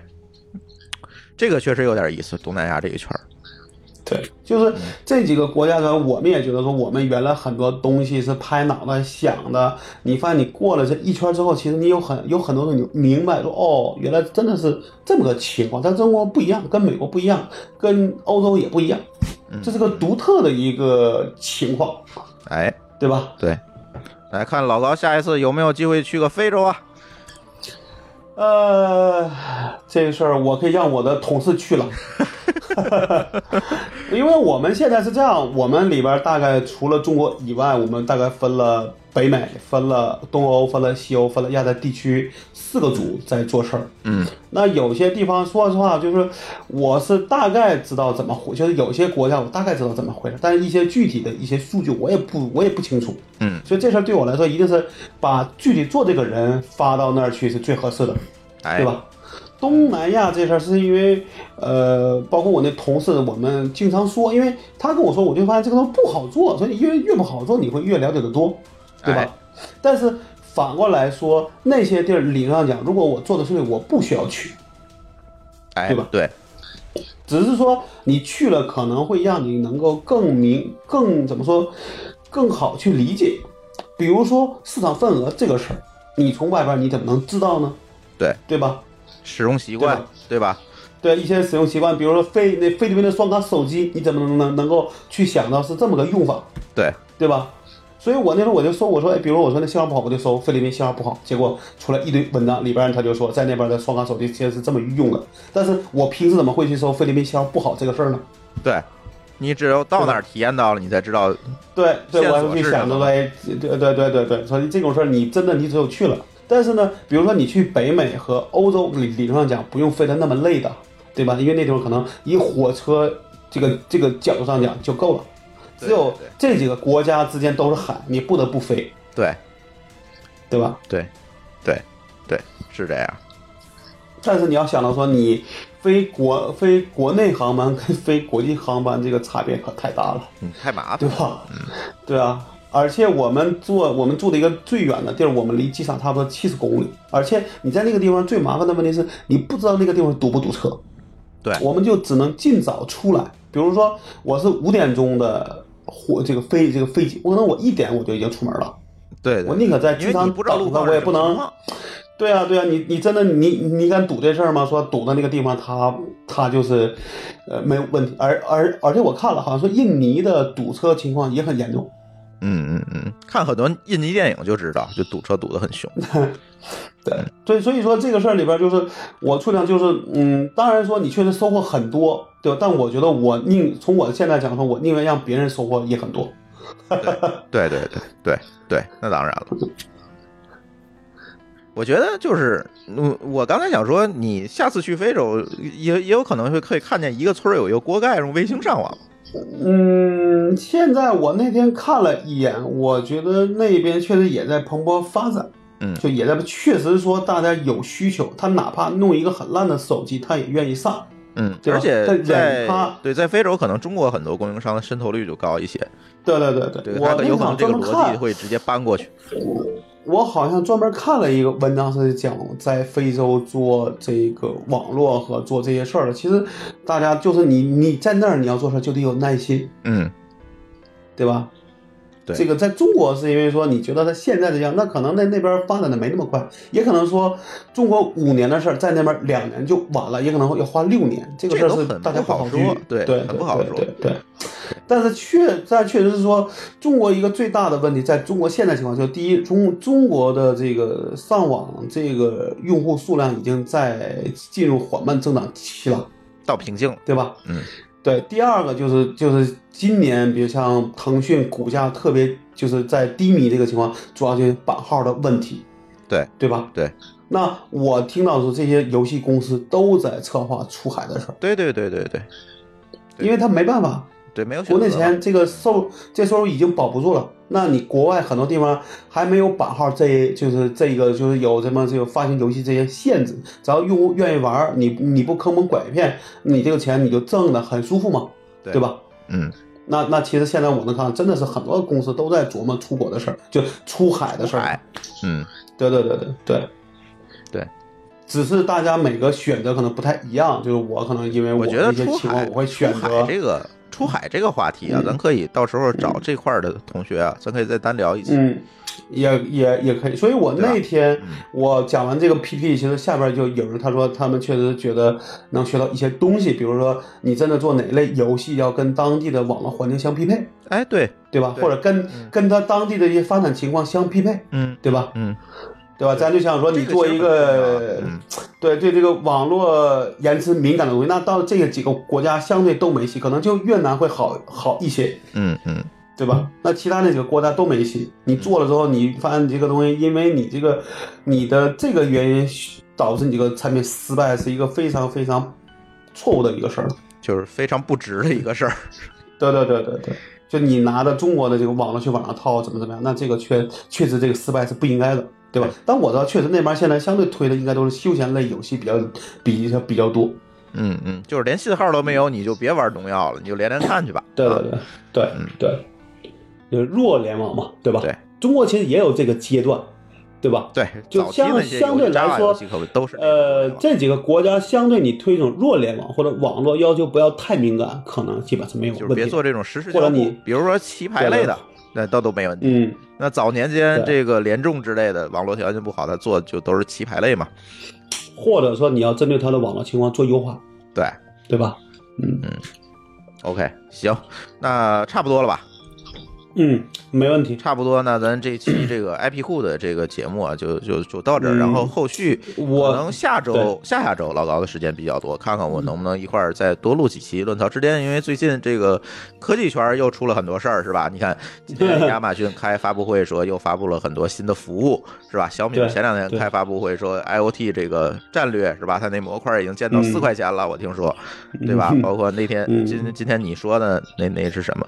Speaker 1: 这个确实有点意思，东南亚这一圈儿。
Speaker 2: 对，就是这几个国家呢，我们也觉得说，我们原来很多东西是拍脑袋想的。你发现你过了这一圈之后，其实你有很有很多的你明白说，哦，原来真的是这么个情况。但中国不一样，跟美国不一样，跟欧洲也不一样，这是个独特的一个情况，
Speaker 1: 哎，
Speaker 2: 对吧？
Speaker 1: 对，来看老高下一次有没有机会去个非洲啊？
Speaker 2: 呃，这个事儿我可以让我的同事去了，因为我们现在是这样，我们里边大概除了中国以外，我们大概分了北美、分了东欧、分了西欧、分了亚太地区四个组在做事儿。
Speaker 1: 嗯，
Speaker 2: 那有些地方说实话，就是我是大概知道怎么回，就是有些国家我大概知道怎么回事，但是一些具体的一些数据我也不我也不清楚。
Speaker 1: 嗯，
Speaker 2: 所以这事儿对我来说，一定是把具体做这个人发到那儿去是最合适的。
Speaker 1: 哎，
Speaker 2: 对吧？东南亚这事儿是因为，呃，包括我那同事，我们经常说，因为他跟我说，我就发现这个东西不好做，所以越越不好做，你会越了解的多，对吧？
Speaker 1: 哎
Speaker 2: 但是反过来说，那些地儿理论上讲，如果我做的事情，我不需要去，
Speaker 1: 哎，
Speaker 2: 对吧
Speaker 1: 对，
Speaker 2: 只是说你去了，可能会让你能够更明、更怎么说、更好去理解。比如说市场份额这个事儿，你从外边你怎么能知道呢？
Speaker 1: 对，
Speaker 2: 对吧？
Speaker 1: 使用习惯，对吧？
Speaker 2: 对一些使用习惯，比如说菲那菲律宾的双卡手机，你怎么能能能够去想到是这么个用法，
Speaker 1: 对，
Speaker 2: 对吧？所以我那时候我就说，我说，哎，比如我说那信号不好，我就搜菲律宾信号不好，结果出来一堆文章，里边他就说在那边的双卡手机其实是这么用的，但是我平时怎么会去搜菲律宾信号不好这个事儿呢？
Speaker 1: 对，你只有到那儿体验到了，你才知道。
Speaker 2: 对对，
Speaker 1: 线
Speaker 2: 我
Speaker 1: 索
Speaker 2: 还去
Speaker 1: 是
Speaker 2: 想
Speaker 1: 什
Speaker 2: 着
Speaker 1: 么
Speaker 2: 来，对对对对对，所以这种事儿你真的你只有去了。但是呢，比如说你去北美和欧洲，理理论上讲不用飞得那么累的，对吧？因为那地方可能以火车这个这个角度上讲就够了。只
Speaker 1: 对
Speaker 2: 有
Speaker 1: 对
Speaker 2: 这几个国家之间都是海，你不得不飞，
Speaker 1: 对，
Speaker 2: 对吧？
Speaker 1: 对，对，对，是这样。
Speaker 2: 但是你要想到说，你飞国飞国内航班跟飞国际航班这个差别可太大了。
Speaker 1: 嗯，太 麻
Speaker 2: 对
Speaker 1: 烦。
Speaker 2: 吧？对啊，而且我们坐我们住的一个最远的地儿，我们离机场差不多七十公里。而且你在那个地方最麻烦的问题是你不知道那个地方堵不堵车。
Speaker 1: 对
Speaker 2: 我们就只能尽早出来。比如说我是五点钟的火这个飞这个飞机，我可能我一点我就已经出门了。
Speaker 1: 对，对
Speaker 2: 我宁可在机
Speaker 1: 因为
Speaker 2: 场
Speaker 1: 你不知道路
Speaker 2: 等着，
Speaker 1: 况是
Speaker 2: 我也
Speaker 1: 什
Speaker 2: 不
Speaker 1: 么情
Speaker 2: 能
Speaker 1: 况。
Speaker 2: 对啊，对啊，你你真的你你敢赌这事儿吗？说赌的那个地方它，它就是，呃，没有问题。而而而且我看了，好像说印尼的堵车情况也很严重。
Speaker 1: 嗯嗯嗯，看很多印尼电影就知道，就堵车堵得很凶。
Speaker 2: 对，所以所以说这个事儿里边，就是我处量就是，嗯，当然说你确实收获很多，对吧？但我觉得我宁从我现在讲说，我宁愿让别人收获也很多。
Speaker 1: 对对对对对，那当然了。我觉得就是，嗯我刚才想说，你下次去非洲，也也有可能会可以看见一个村儿有一个锅盖用卫星上网。
Speaker 2: 嗯，现在我那天看了一眼，我觉得那边确实也在蓬勃发展，
Speaker 1: 嗯
Speaker 2: 就也在确实说大家有需求，他哪怕弄一个很烂的手机，他也愿意上。
Speaker 1: 嗯，
Speaker 2: 对吧
Speaker 1: 而且
Speaker 2: 但
Speaker 1: 在
Speaker 2: 染它
Speaker 1: 对在非洲，可能中国很多供应商的渗透率就高一些，
Speaker 2: 对对对对，
Speaker 1: 对，
Speaker 2: 我
Speaker 1: 它有可能这个
Speaker 2: 那场专门
Speaker 1: 逻辑
Speaker 2: 看
Speaker 1: 会直接搬过去。
Speaker 2: 我好像专门看了一个文章，是讲在非洲做这个网络和做这些事儿的。其实大家就是你你在那儿你要做事儿就得有耐心，
Speaker 1: 嗯，
Speaker 2: 对吧？
Speaker 1: 对
Speaker 2: 这个在中国是因为说你觉得它现在这样，那可能在那边发展的没那么快，也可能说中国五年的事儿在那边两年就完了，也可能要花六年，这个事
Speaker 1: 这
Speaker 2: 儿
Speaker 1: 都
Speaker 2: 是
Speaker 1: 很
Speaker 2: 大家
Speaker 1: 不好
Speaker 2: 好
Speaker 1: 说
Speaker 2: 去
Speaker 1: 对
Speaker 2: 对，
Speaker 1: 很
Speaker 2: 对
Speaker 1: 不好
Speaker 2: 对
Speaker 1: 说
Speaker 2: 对对。但是确但确实是说，中国一个最大的问题，在中国现在情况就是，第一，中中国的这个上网这个用户数量已经在进入缓慢增长期了，
Speaker 1: 到瓶颈了。
Speaker 2: 对吧？
Speaker 1: 嗯，
Speaker 2: 对，第二个就是就是今年，比如像腾讯股价特别就是在低迷这个情况，主要就是版号的问题，
Speaker 1: 对
Speaker 2: 对吧？
Speaker 1: 对。
Speaker 2: 那我听到说这些游戏公司都在策划出海的事儿，
Speaker 1: 对对对对对对
Speaker 2: 因为他没办法，
Speaker 1: 对，没有选
Speaker 2: 国
Speaker 1: 择
Speaker 2: 内
Speaker 1: 了。
Speaker 2: 钱这个收这收入已经保不住了。那你国外很多地方还没有版号这，就是这个就是有什么这个发行游戏这些限制，只要用户愿意玩儿，你你不坑蒙拐骗，你这个钱你就挣的很舒服嘛，
Speaker 1: 对
Speaker 2: 对吧？
Speaker 1: 嗯，
Speaker 2: 那那其实现在我能看，真的是很多公司都在琢磨出国的事儿，就出海的事
Speaker 1: 海
Speaker 2: 儿。
Speaker 1: 嗯，
Speaker 2: 对对对对对
Speaker 1: 对。
Speaker 2: 只是大家每个选择可能不太一样，就是我可能因为
Speaker 1: 我
Speaker 2: 的
Speaker 1: 觉得
Speaker 2: 一些
Speaker 1: 出
Speaker 2: 情况，
Speaker 1: 海
Speaker 2: 我会选
Speaker 1: 出海
Speaker 2: 择
Speaker 1: 这个出海这个话题啊，
Speaker 2: 嗯
Speaker 1: 咱可以到时候找这块儿的同学啊，咱可以再单聊一期。
Speaker 2: 嗯，也也也可以。所以我
Speaker 1: 对吧
Speaker 2: 那天
Speaker 1: 嗯
Speaker 2: 我讲完这个 PPT，其实下边就有人他说他们确实觉得能学到一些东西，比如说你真的做哪类游戏要跟当地的网络环境相匹配，
Speaker 1: 哎，对，
Speaker 2: 对吧？
Speaker 1: 对
Speaker 2: 或者跟
Speaker 1: 嗯
Speaker 2: 跟他当地的一些发展情况相匹配，
Speaker 1: 嗯
Speaker 2: 对吧？
Speaker 1: 嗯，
Speaker 2: 对吧？咱就想说你
Speaker 1: 这
Speaker 2: 做一个
Speaker 1: 其实很重要啊嗯
Speaker 2: 对对这个网络延迟敏感的东西，那到这个几个国家相对都没戏，可能就越南会好好一些，
Speaker 1: 嗯嗯，
Speaker 2: 对吧？那其他那几个国家都没戏。你做了之后，你发现你这个东西，因为你这个你的这个原因导致你这个产品失败，是一个非常非常错误的一个事儿。
Speaker 1: 就是非常不值的一个事儿。
Speaker 2: 对对对对对，就你拿着中国的这个网络去往上套，怎么怎么样？那这个确确实这个失败是不应该的，对吧？但我知道，确实那边现在相对推的应该都是休闲类游戏比较比比较多。
Speaker 1: 嗯嗯，就是连信号都没有，你就别玩农药了，你就连连看去吧。
Speaker 2: 对
Speaker 1: 啊
Speaker 2: 对对对对，就是弱联网嘛，对吧？
Speaker 1: 对，
Speaker 2: 中国其实也有这个阶段，对吧？
Speaker 1: 对，
Speaker 2: 就
Speaker 1: 早期
Speaker 2: 相
Speaker 1: 那些
Speaker 2: 相对
Speaker 1: 游戏
Speaker 2: 来
Speaker 1: 渣
Speaker 2: 说
Speaker 1: 游戏可不都是
Speaker 2: 呃，
Speaker 1: 这
Speaker 2: 这几个国家相对你推崇弱联网或者网络要求不要太敏感，可能基本上没有
Speaker 1: 种
Speaker 2: 问
Speaker 1: 就
Speaker 2: 题。
Speaker 1: 是别做这种实时
Speaker 2: 或者
Speaker 1: 交互
Speaker 2: 你，
Speaker 1: 比如说棋牌类的，那倒都没问题。
Speaker 2: 嗯，
Speaker 1: 那早年间
Speaker 2: 对
Speaker 1: 这个联众之类的，网络条件不好，他做就都是棋牌类嘛。
Speaker 2: 或者说你要针对它的网络情况做优化，
Speaker 1: 对
Speaker 2: 对吧？嗯
Speaker 1: ，OK，行，那差不多了吧？
Speaker 2: 嗯，没问题。
Speaker 1: 差不多，那咱这期这 个 IP 库的这个节目啊，就就就到这儿。
Speaker 2: 嗯
Speaker 1: 然后后续
Speaker 2: 我嗯
Speaker 1: 可能下周、下下周老高的时间比较多，看看我能不能一块儿再多录几期《论槽之巅》，因为最近这个科技圈又出了很多事儿，是吧？你看今天亚马逊开发布会说又发布了很多新的服务，是吧？小米
Speaker 2: 对
Speaker 1: 前两天
Speaker 2: 对
Speaker 1: 开发布会说 IOT 这个战略是吧？它那模块已经见到
Speaker 2: 嗯
Speaker 1: 四块钱了，我听说，对吧？
Speaker 2: 嗯
Speaker 1: 包括那天
Speaker 2: 嗯
Speaker 1: 今今天你说的那那是什么？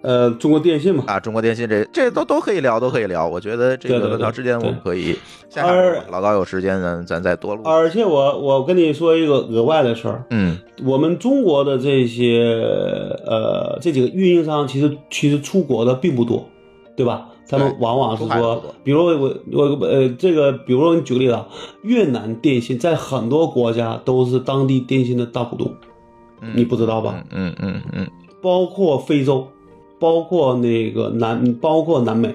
Speaker 2: 呃，中国电信嘛，
Speaker 1: 啊，中国电信这这都都可以聊，都可以聊。我觉得这
Speaker 2: 对对
Speaker 1: 个
Speaker 2: 对
Speaker 1: 论坛之间我们可以下下
Speaker 2: 而
Speaker 1: 周老高有时间咱咱再多录。
Speaker 2: 而且我我跟你说一个额外的事儿，
Speaker 1: 嗯
Speaker 2: 我们中国的这些呃这几个运营商，其实其实出国的并不多，对吧？他们
Speaker 1: 对
Speaker 2: 往往是
Speaker 1: 出海的不
Speaker 2: 说
Speaker 1: 多，
Speaker 2: 比如我我呃这个，比如说你举个例子啊，越南电信在很多国家都是当地电信的大股东，
Speaker 1: 嗯
Speaker 2: 你不知道吧？
Speaker 1: 嗯嗯嗯嗯
Speaker 2: 包括非洲，包括那个南，包括南美。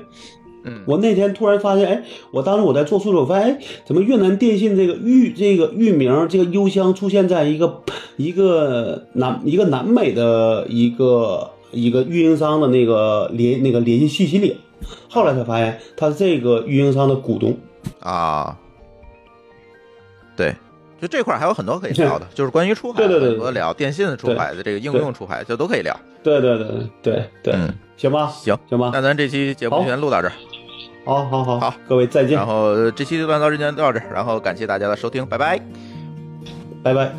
Speaker 1: 嗯，
Speaker 2: 我那天突然发现，哎，我当时我在做数据，我发现，哎，怎么越南电信这个域这个域名这个邮箱出现在一个一个南一个南美的一个一个运营商的那个联那个联系信息里，后来才发现他是这个运营商的股东。
Speaker 1: 啊，对。就这块儿还有很多可以 聊的，就是关于出海
Speaker 2: 对对对对
Speaker 1: 很多聊，电信出海的这个应用出海，这都可以聊。
Speaker 2: 对对对对对，
Speaker 1: 嗯，
Speaker 2: 行吧，
Speaker 1: 行，
Speaker 2: 行吧
Speaker 1: 那，咱这期节目
Speaker 2: 好
Speaker 1: 先录到这儿，
Speaker 2: 好好好，
Speaker 1: 好
Speaker 2: 各位再见
Speaker 1: 然，后呃这期乱糟之间到这儿，然后感谢大家的收听，拜拜。
Speaker 2: 拜拜。